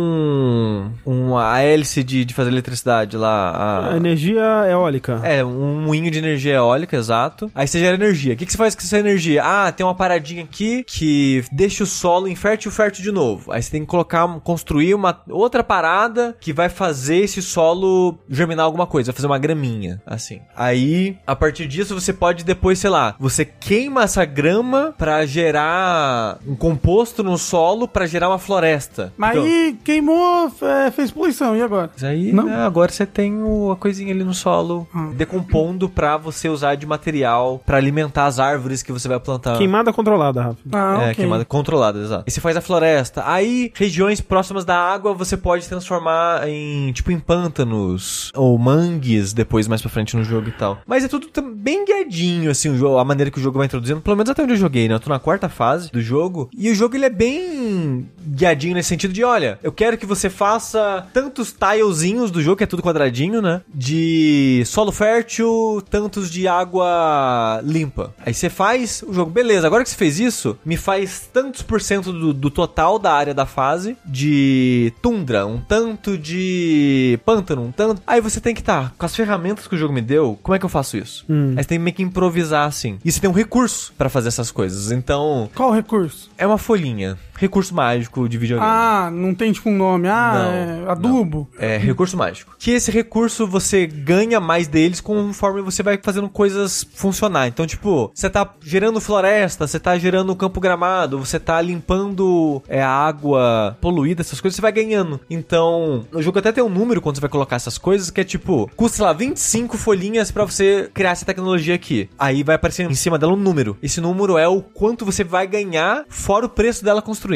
S2: um. uma hélice de, de fazer eletricidade lá. a-
S1: A energia eólica.
S2: Ah. é, um moinho de energia eólica, exato. Aí você gera energia. O que, que você faz com essa energia? Ah, tem uma paradinha aqui que deixa o solo infértil fértil de novo. Aí você tem que colocar, construir uma outra parada planta que vai fazer esse solo germinar alguma coisa, vai fazer uma graminha, assim. Aí, a partir disso, você pode depois, sei lá, você queima essa grama pra gerar um composto no solo pra gerar uma floresta.
S3: Mas
S2: Então,
S3: aí queimou, é, fez poluição, e agora?
S1: É,
S2: mas aí,
S3: Não.
S2: né, agora você tem o- a coisinha ali no solo decompondo pra você usar de material pra alimentar as árvores que você vai plantar.
S1: Queimada controlada, Rafa.
S3: Ah,
S2: É,
S3: ok.
S2: queimada controlada, exato. E você faz a floresta. Aí, regiões próximas da água, você pode transformar em, tipo, em pântanos ou mangues depois, mais pra frente no jogo e tal. Mas é tudo tam- bem guiadinho, assim, o jogo, a maneira que o jogo vai introduzindo. Pelo menos até onde eu joguei, né? Eu tô na quarta fase do jogo. E o jogo, ele é bem guiadinho nesse sentido de, olha, eu quero que você faça tantos tilezinhos do jogo, que é tudo quadradinho, né? De solo fértil, tantos de água limpa. Aí você faz o jogo, beleza, agora que você fez isso, me faz tantos por cento do, do total da área da fase de tundra, um tanto de pântano, um tanto. Aí você tem que tá, com as ferramentas que o jogo me deu, como é que eu faço isso? Aí você tem que meio que improvisar assim. E você tem um recurso pra fazer essas coisas. Então,
S3: Qual o recurso?
S2: é uma folhinha, recurso mágico de videogame.
S3: Ah, não tem tipo um nome. Ah,
S2: Não,
S3: é adubo.
S2: É, recurso mágico. Que esse recurso você ganha mais deles conforme você vai fazendo coisas funcionar. Então, tipo, você tá gerando floresta, você tá gerando campo gramado, você tá limpando é, a água poluída, essas coisas, você vai ganhando. Então, o jogo até tem um número quando você vai colocar essas coisas que é tipo, custa, sei lá, 25 folhinhas pra você criar essa tecnologia aqui. Aí vai aparecer em cima dela um número. Esse número é o quanto você vai ganhar fora o preço dela construir.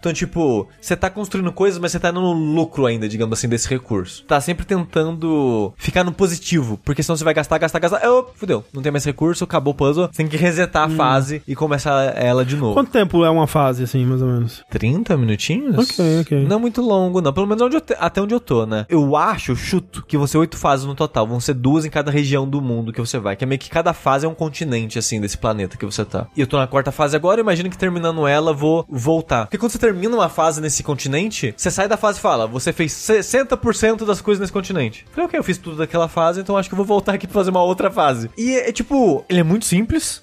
S2: Então, tipo, você tá construindo coisas, mas você tá no lucro ainda, digamos assim, desse recurso. Tá sempre tentando ficar no positivo, porque senão você vai gastar, gastar, gastar. Oh, fudeu, não tem mais recurso, acabou o puzzle. Você tem que resetar a fase e começar ela de novo.
S1: Quanto tempo é uma fase, assim, mais ou menos?
S2: 30 minutinhos?
S1: Ok, ok.
S2: Não é muito longo, não. Pelo menos onde eu te- até onde eu tô, né? Eu acho, eu chuto, que vão ser oito fases no total. Vão ser duas em cada região do mundo que você vai. Que é meio que cada fase é um continente, assim, desse planeta que você tá. E eu tô na quarta fase agora, eu imagino que terminando ela, eu vou voltar. Porque quando você termina uma fase nesse continente, você sai da fase e fala, você fez 60% das coisas nesse continente. Eu Falei, ok, eu fiz tudo daquela fase, então acho que eu vou voltar aqui pra fazer uma outra fase. E é é tipo, ele é muito simples,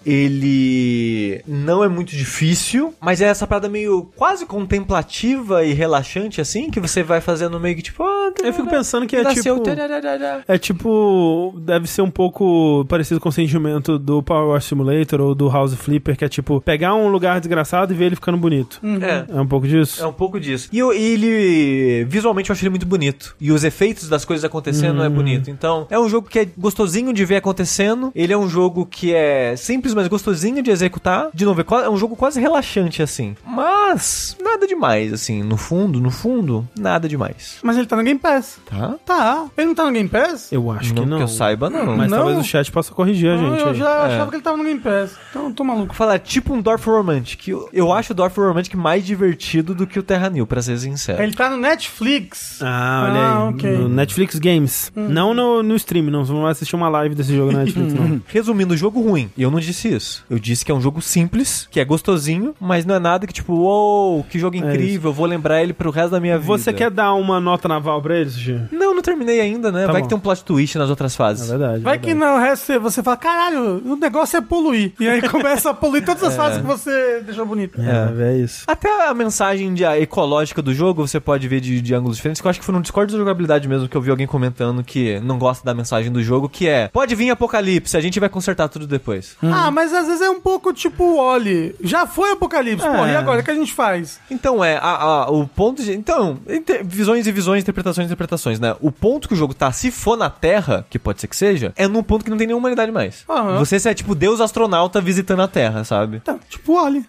S2: ele não é muito difícil, mas é essa parada meio quase contemplativa e relaxante, assim, que você vai fazendo meio que tipo. ah,
S1: Eu fico pensando que é
S2: nasceu,
S1: tipo...
S2: tararara.
S1: É tipo, deve ser um pouco parecido com o sentimento do Power Wash Simulator ou do House Flipper, que é tipo pegar um lugar desgraçado e ver ele ficando bonito.
S2: É.
S1: É um pouco disso?
S2: É um pouco disso. E, eu- e ele, visualmente, eu acho ele muito bonito. E os efeitos das coisas acontecendo
S1: Hum.
S2: é bonito. Então, é um jogo que é gostosinho de ver acontecendo. Ele é um jogo que é simples, mas gostosinho de executar. De novo, é qua- é um jogo quase relaxante, assim. Mas, nada demais, assim. No fundo, no fundo, nada demais.
S3: Mas ele tá no Game Pass.
S2: Tá?
S3: Tá. Ele não tá no Game Pass?
S1: Eu acho que não.
S2: que eu saiba, não.
S1: Mas
S3: Não?
S1: talvez o chat possa corrigir a gente.
S3: Ah, eu
S1: aí.
S3: já
S2: É.
S3: achava que ele tava no Game Pass. Então eu tô maluco.
S2: Falar tipo um Dorf Romantic. Eu, eu acho o Dorf Romantic mais divertido do que o Terra New, pra ser sincero.
S3: Ele tá no Netflix.
S1: É. Ah, olha
S3: Ah,
S1: aí.
S3: ok.
S1: No Netflix Games. Não no, no stream, não. Você não vai assistir uma live desse jogo na Netflix, não.
S2: Resumindo, o jogo ruim. E eu não disse isso. Eu disse que é um jogo simples, que é gostosinho, mas não é nada que tipo, uou, que jogo incrível, vou lembrar ele pro resto da minha vida.
S1: É Você quer dar uma nota naval pra eles, É Sushi?
S2: Não, não terminei ainda, né?
S1: Tá
S2: Vai
S1: bom.
S2: que tem um plot twist nas outras
S1: É
S2: fases.
S1: verdade.
S3: Vai que não, o resto você- você fala, caralho, o negócio é poluir. E aí começa a poluir
S1: *laughs*
S3: todas as fases que você deixou bonita.
S1: É, é isso.
S2: Até a mensagem de- a ecológica do jogo você pode ver de, de ângulos diferentes, que eu acho que foi no Discord da jogabilidade mesmo que eu vi alguém comentando que não gosta da mensagem do jogo, que é: pode vir apocalipse, a gente vai consertar tudo depois.
S1: Hum.
S3: Ah, mas às vezes é um pouco tipo o Oli. Já foi apocalipse,
S1: É.
S3: porra, e agora? O que a gente faz?
S2: Então, é, a- a- o ponto de. Então, inte- visões e visões, interpretações e interpretações, né? O ponto que o jogo tá, se for na Terra, que pode ser que seja, é num ponto que não tem nenhuma humanidade mais.
S3: Aham.
S2: Você é tipo Deus astronauta visitando a Terra, sabe?
S3: Tá, tipo o Oli.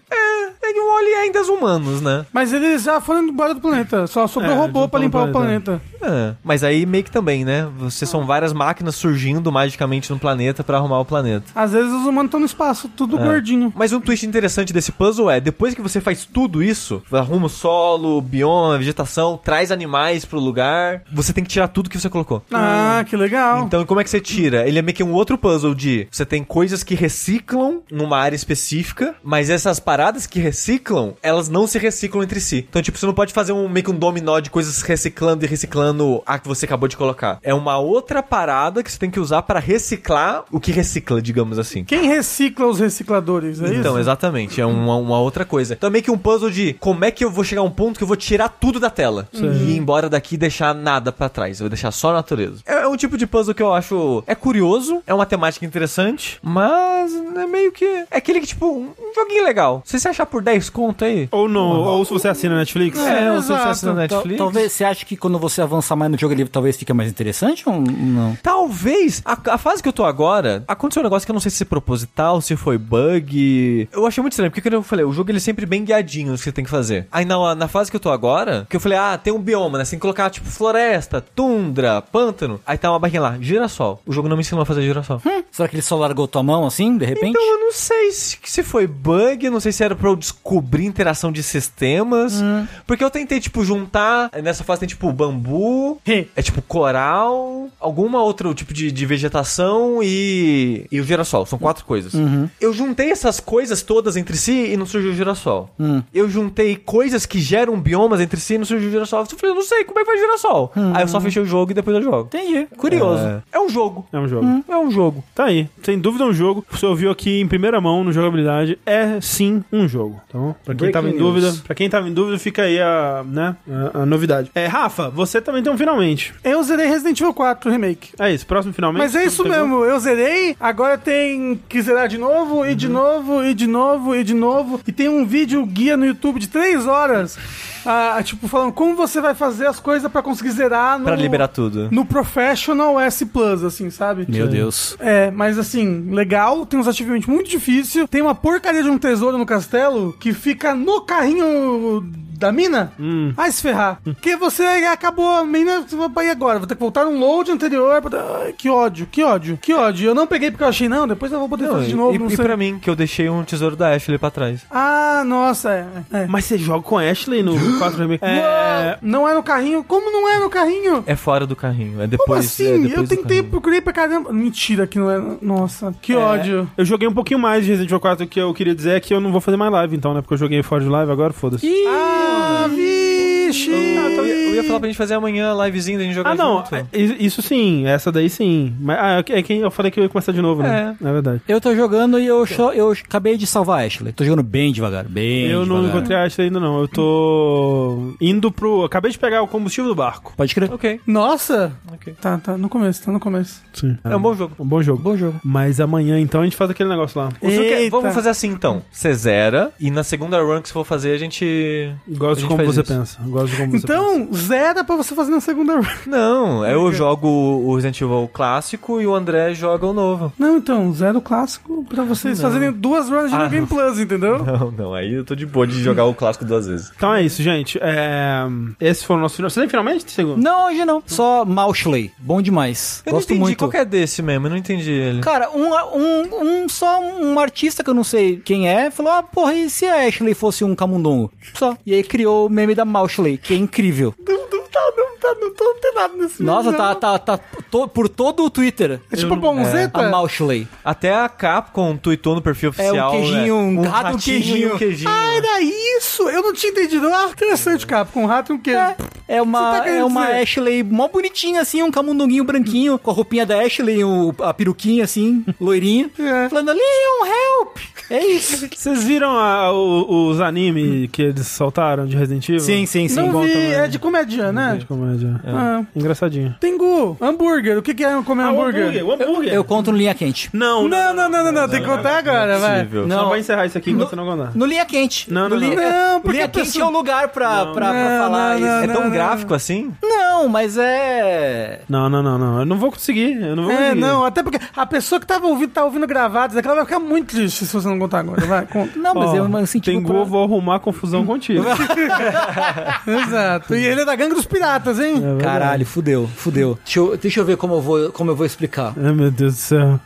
S2: É que o Oli é ainda os humanos, né?
S3: Mas eles já foram embora do planeta. Só sobrou
S1: É,
S3: robô
S1: eles
S3: pra
S1: não
S3: limpar
S1: foram
S3: o
S1: pra
S3: planeta.
S2: É, Mas aí meio que também, né? Você são várias máquinas surgindo magicamente no planeta pra arrumar o planeta.
S3: Às vezes os humanos estão no espaço, tudo
S1: É.
S3: gordinho.
S2: Mas um twist interessante desse puzzle é, depois que você faz tudo isso, arruma o solo, o bioma, a vegetação, traz animais pro lugar, você tem que tirar tudo que você colocou.
S3: Ah, que legal.
S2: Então, como é que você tira? Ele é meio que um outro puzzle de você tem coisas que reciclam numa área específica, mas essas paradas que reciclam, elas não se reciclam entre si. Então, tipo, você não pode fazer um meio que um dominó de coisas reciclando e reciclando a que você acabou de colocar. É uma outra parada que você tem que usar pra reciclar o que recicla, digamos assim.
S3: Quem recicla os recicladores, é
S2: Então,
S3: isso?
S2: exatamente, é uma, uma outra coisa. Então é meio que um puzzle de como é que eu vou chegar a um ponto que eu vou tirar tudo da tela e ir embora daqui e deixar deixar nada pra trás, eu vou deixar só a natureza. É, é um tipo de puzzle que eu acho. É curioso, é uma temática interessante, mas é meio que. É aquele que, tipo, um um joguinho legal. Se você achar por 10 conto aí.
S1: Ou não, ou se você assina Netflix.
S2: É, o
S3: exato.
S2: sucesso da
S4: Tal-
S2: Netflix.
S4: Talvez você ache que quando você avançar mais no jogo ele talvez fique mais interessante ou não?
S2: Talvez a, a fase que eu tô agora aconteceu um negócio que eu não sei se é proposital, se foi bug. Eu achei muito estranho, porque como eu falei, o jogo ele é sempre bem guiadinho no que você tem que fazer. Aí na, na fase que eu tô agora, que eu falei, ah, tem um bioma, né? Você tem que colocar tipo floresta, tundra, pântano. Aí tá uma barrinha lá, girassol. O jogo não me ensinou a fazer girassol.
S4: Será que ele só largou tua mão assim, de repente?
S2: Então eu não sei se, se foi bug, eu não sei se era pra eu descobrir interação de sistemas. Porque eu tentei, tipo, juntar. Nessa fase tem tipo bambu, é tipo coral, alguma outra tipo de, de vegetação e. e o girassol. São quatro coisas. Eu juntei essas coisas todas entre si e não surgiu o girassol. Eu juntei coisas que geram biomas entre si e não surgiu o girassol. Eu falei, eu não sei como é que faz girassol. Aí eu só fechei o jogo e depois eu jogo.
S4: Entendi.
S2: Curioso. É, um jogo.
S1: É um jogo.
S2: É um jogo.
S1: Tá aí. Sem dúvida é um jogo. Você ouviu aqui em primeira mão no jogabilidade. É sim um jogo. Então, pra quem
S4: Breaking
S1: tava em
S4: news.
S1: dúvida, para quem tava em dúvida, fica aí a, né, a, a novidade. É, Rafa, você também tem um finalmente.
S3: Eu zerei Resident Evil 4 Remake.
S1: É isso, próximo finalmente.
S3: Mas é isso
S1: Pegou?
S3: mesmo, eu zerei, agora tem que zerar de novo, e de novo, e de novo, e de novo. E tem um vídeo guia no YouTube de três horas, ah, tipo, falando como você vai fazer as coisas pra conseguir zerar no,
S2: Pra liberar tudo.
S3: no Professional S Plus, assim, sabe?
S4: Meu Deus.
S3: É, mas assim, legal, tem uns ativamente muito difícil, tem uma porcaria de um tesouro no castelo que fica no carrinho da mina.
S2: Hum.
S3: Ai,
S2: *laughs*
S3: se ferrar. Porque você acabou a mina, você vai e agora? Vou ter que voltar num load anterior. pra- Ai, que ódio, que ódio, que ódio. Eu não peguei porque eu achei, não, depois eu vou poder fazer de novo,
S2: e,
S3: não
S2: e
S3: sei.
S2: pra mim, que eu deixei um tesouro da Ashley pra trás.
S3: Ah, nossa, é. é.
S1: Mas você joga com a Ashley no 4 Remake? É,
S3: Uau, Não é no carrinho? Como não é no carrinho?
S2: É fora do carrinho. É depois.
S3: Como
S2: é
S3: assim?
S2: depois
S3: eu
S2: do
S3: tentei,
S2: carrinho.
S3: procurei pra caramba. Mentira que não é. Nossa, que ódio.
S1: eu joguei um pouquinho mais de Resident Evil 4 que eu queria dizer é que eu não vou fazer mais live então, né? Porque eu joguei fora de live agora, foda-se.
S3: Ah, vixe!
S2: Ah, então eu, ia, eu ia falar pra gente fazer amanhã a livezinha da gente jogar
S1: Ah, não.
S2: junto.
S1: é, Isso sim, essa daí sim. Mas ah, é que eu falei que eu ia começar de novo, né? Na verdade.
S4: Eu tô jogando e eu, só- eu acabei de salvar a Ashley. Tô jogando bem devagar, bem
S1: Eu não
S4: devagar.
S1: encontrei a Ashley ainda não. Eu tô indo pro. Acabei de pegar o combustível do barco.
S4: Pode crer.
S2: Ok.
S3: Nossa!
S2: Ok.
S3: Tá, tá no começo, tá no começo.
S1: Sim.
S2: É um bom jogo.
S1: Um bom jogo.
S4: Bom jogo.
S1: Mas amanhã então a gente faz aquele negócio lá.
S2: O Zucker-
S3: Eita.
S2: vamos fazer assim então. Você zera e na segunda run que você for fazer a gente.
S1: Gosto de
S2: gente
S1: como
S2: faz
S1: você
S2: isso.
S1: pensa. Gosto de como você pensa.
S3: Então, zera pra você fazer na segunda run. *laughs*
S2: Não, eu jogo o Resident Evil clássico e o André joga o novo. *laughs*
S3: Não, então, zero clássico pra vocês fazerem duas runs de
S2: Ah,
S3: No Game Plus, entendeu?
S2: Não, não, aí eu tô de boa de jogar o clássico duas vezes.
S1: Então é isso, gente. É... Esse foi o nosso final. Você tem finalmente, segundo?
S4: Não, hoje não. Só Mauchley. Bom demais.
S2: Eu
S4: Gosto
S2: não entendi
S4: muito.
S2: qual que é desse mesmo, eu não entendi ele.
S4: Cara, um, um, um só um artista que eu não sei quem é, falou: Ah, porra, e se a Ashley fosse um camundongo? Só. E aí criou o meme da Mauchley, que é incrível.
S3: Não, não tá, não tá, não, tô, não tem nada nesse
S4: Nossa,
S3: não.
S4: tá, tá, tá to- por todo o Twitter.
S3: É tipo bonzeta?
S4: A Mauchley.
S2: Até a Capcom tweetou no perfil
S4: É
S2: oficial.
S4: um queijinho,
S2: né?
S4: um rato e um
S2: ratinho e
S4: queijinho.
S2: Um queijinho.
S3: Ah, era isso! Eu não tinha entendido. Ah, interessante, Capo, com um rato e um queijo.
S4: É
S3: Você
S4: uma,
S3: tá querendo
S4: é uma
S3: dizer?
S4: Ashley mó bonitinha, assim, um camundonguinho branquinho, com a roupinha da Ashley, o- a peruquinha, assim, loirinha.
S3: É.
S4: Falando ali, um help! É
S3: *laughs*
S4: isso.
S1: Vocês viram a- o- os animes que eles soltaram de Resident Evil?
S4: sim, sim, sim.
S3: não
S1: bom
S3: vi,
S1: também.
S3: é de comédia, né?
S1: De comédia.
S3: Ah.
S1: Engraçadinho.
S3: Tengu, hambúrguer. O que, que é comer hambúrguer?
S1: Ah, O hambúrguer.
S4: Eu conto no Linha Quente.
S1: Não, não.
S3: Não, não, não, não, não, tem que contar agora, vai.
S2: Possível.
S1: Só
S4: Não.
S1: vai encerrar isso aqui enquanto você não contar.
S4: No Linha Quente.
S1: Não, não,
S4: no Linha,
S1: não.
S3: Não, porque
S4: linha
S3: a pessoa-
S4: Quente é o lugar pra, pra, pra
S3: Não,
S4: falar
S3: não,
S2: É
S4: isso.
S2: tão
S3: não, não.
S2: gráfico assim?
S4: É- Não, mas é...
S1: Não, não, não, não. Eu não vou conseguir. Eu não vou
S3: É,
S1: conseguir.
S3: não, até porque a pessoa que tava ouvindo, tá ouvindo gravado, daquela vai ficar muito triste se você não contar agora.
S4: *laughs*
S3: Vai, conta.
S4: Não, mas
S1: Ó,
S4: é um incentivo
S1: Tem
S4: pra- *laughs*
S1: gol, vou arrumar confusão *laughs* contigo.
S3: Exato. E ele é da gangue dos piratas, hein?
S1: É
S4: Caralho, fudeu, fudeu. Deixa eu, deixa eu ver como eu vou, como eu vou explicar.
S1: Ai, meu Deus do céu.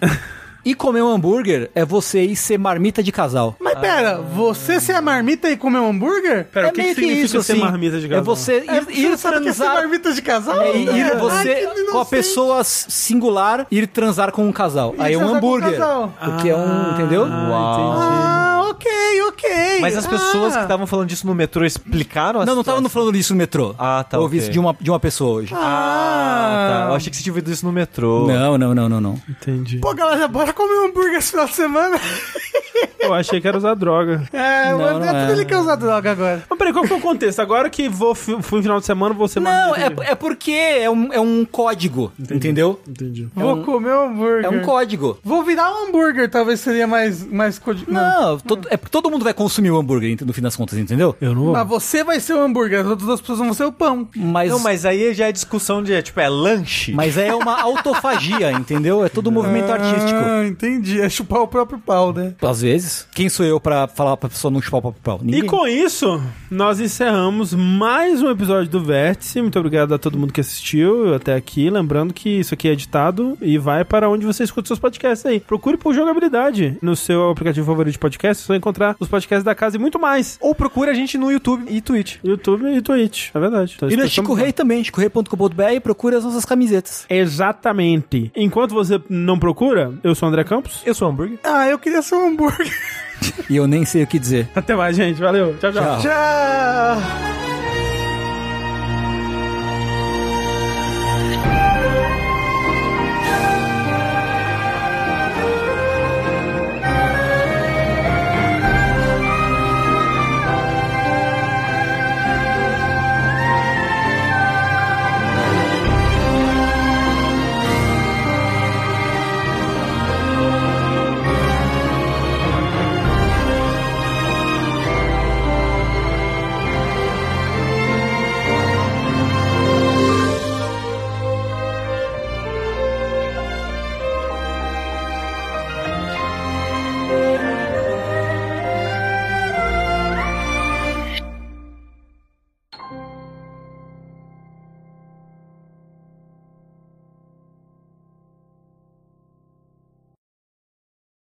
S4: E comer um hambúrguer é você ir ser marmita de casal.
S3: Mas pera, você ser a marmita e comer um hambúrguer?
S1: Pera,
S4: é
S1: o que,
S4: meio
S1: que significa ser
S4: assim.
S1: marmita de casal?
S4: É você ir,
S3: É,
S4: ir
S3: você sabe que é ser
S4: transar...
S3: marmita de casal?
S4: É ir
S3: É.
S4: você,
S3: Ai, que
S4: com a pessoa s- singular, ir transar com um casal.
S3: E
S4: Aí é um
S3: transar com um
S4: hambúrguer.
S3: casal.
S4: Porque é um, entendeu?
S1: Ah,
S3: Ah, ok, ok.
S2: Mas as pessoas
S3: Ah.
S2: que estavam falando disso no metrô explicaram a
S4: Não, não tava
S2: situação?
S4: falando isso no metrô.
S2: Ah, tá,
S4: Eu ouvi
S2: ok.
S4: isso de uma, de uma pessoa hoje.
S2: Ah, tá. Eu
S3: Ah,
S2: achei que você tinha ouvido isso no metrô.
S4: Não, não, não, não, não.
S1: entendi. Entendi.
S3: Pô, galera, bora comer um hambúrguer esse final de semana. *laughs*
S1: Eu achei que era usar droga.
S3: É,
S4: Não,
S3: mas
S4: não
S3: é tudo
S4: é.
S3: ele que usa droga agora.
S1: Mas peraí, qual foi o contexto? Agora que vou fi- fui no final de semana, vou ser
S4: Não, é, é porque é um, é um código, entendeu?
S1: Entendi.
S3: Vou comer um hambúrguer.
S4: É um código.
S3: Vou virar um hambúrguer, talvez seria mais... mais codi-
S4: Não, todo, é porque todo mundo vai consumir o hambúrguer, ent- no fim das contas, entendeu?
S1: Eu não vou.
S3: Mas você vai ser o hambúrguer, as outras pessoas vão ser o pão.
S4: Mas,
S2: Não,
S4: mas...
S2: mas aí já é discussão de, tipo, é lanche?
S4: é uma *laughs* autofagia, entendeu? É todo um movimento artístico.
S3: Ah, entendi. É chupar o próprio pau, né?
S4: Às vezes. Quem sou eu pra falar pra pessoa não chupar o próprio pau? Ninguém.
S1: E com isso, nós encerramos mais um episódio do Vértice. Muito obrigado a todo mundo que assistiu até aqui. Lembrando que isso aqui é editado e vai para onde você escuta seus podcasts aí. Procure por jogabilidade no seu aplicativo favorito de podcast. Você vai encontrar os podcasts da casa e muito mais.
S2: Ou procura a gente no YouTube e Twitch.
S1: YouTube e Twitch, é verdade. Então,
S4: E no
S1: isso
S4: Chico
S1: estamos lá.
S4: Rei também, chicorei.com.br, procura as nossas camisetas.
S1: Exatamente. Enquanto você não procura, eu sou o André Campos.
S2: Eu sou hambúrguer.
S3: Ah, eu queria
S4: *laughs*
S3: ser um hambúrguer.
S4: E eu nem sei o que dizer.
S1: Até mais, gente. Valeu. tchau. tchau.
S4: Tchau.
S3: Tchau!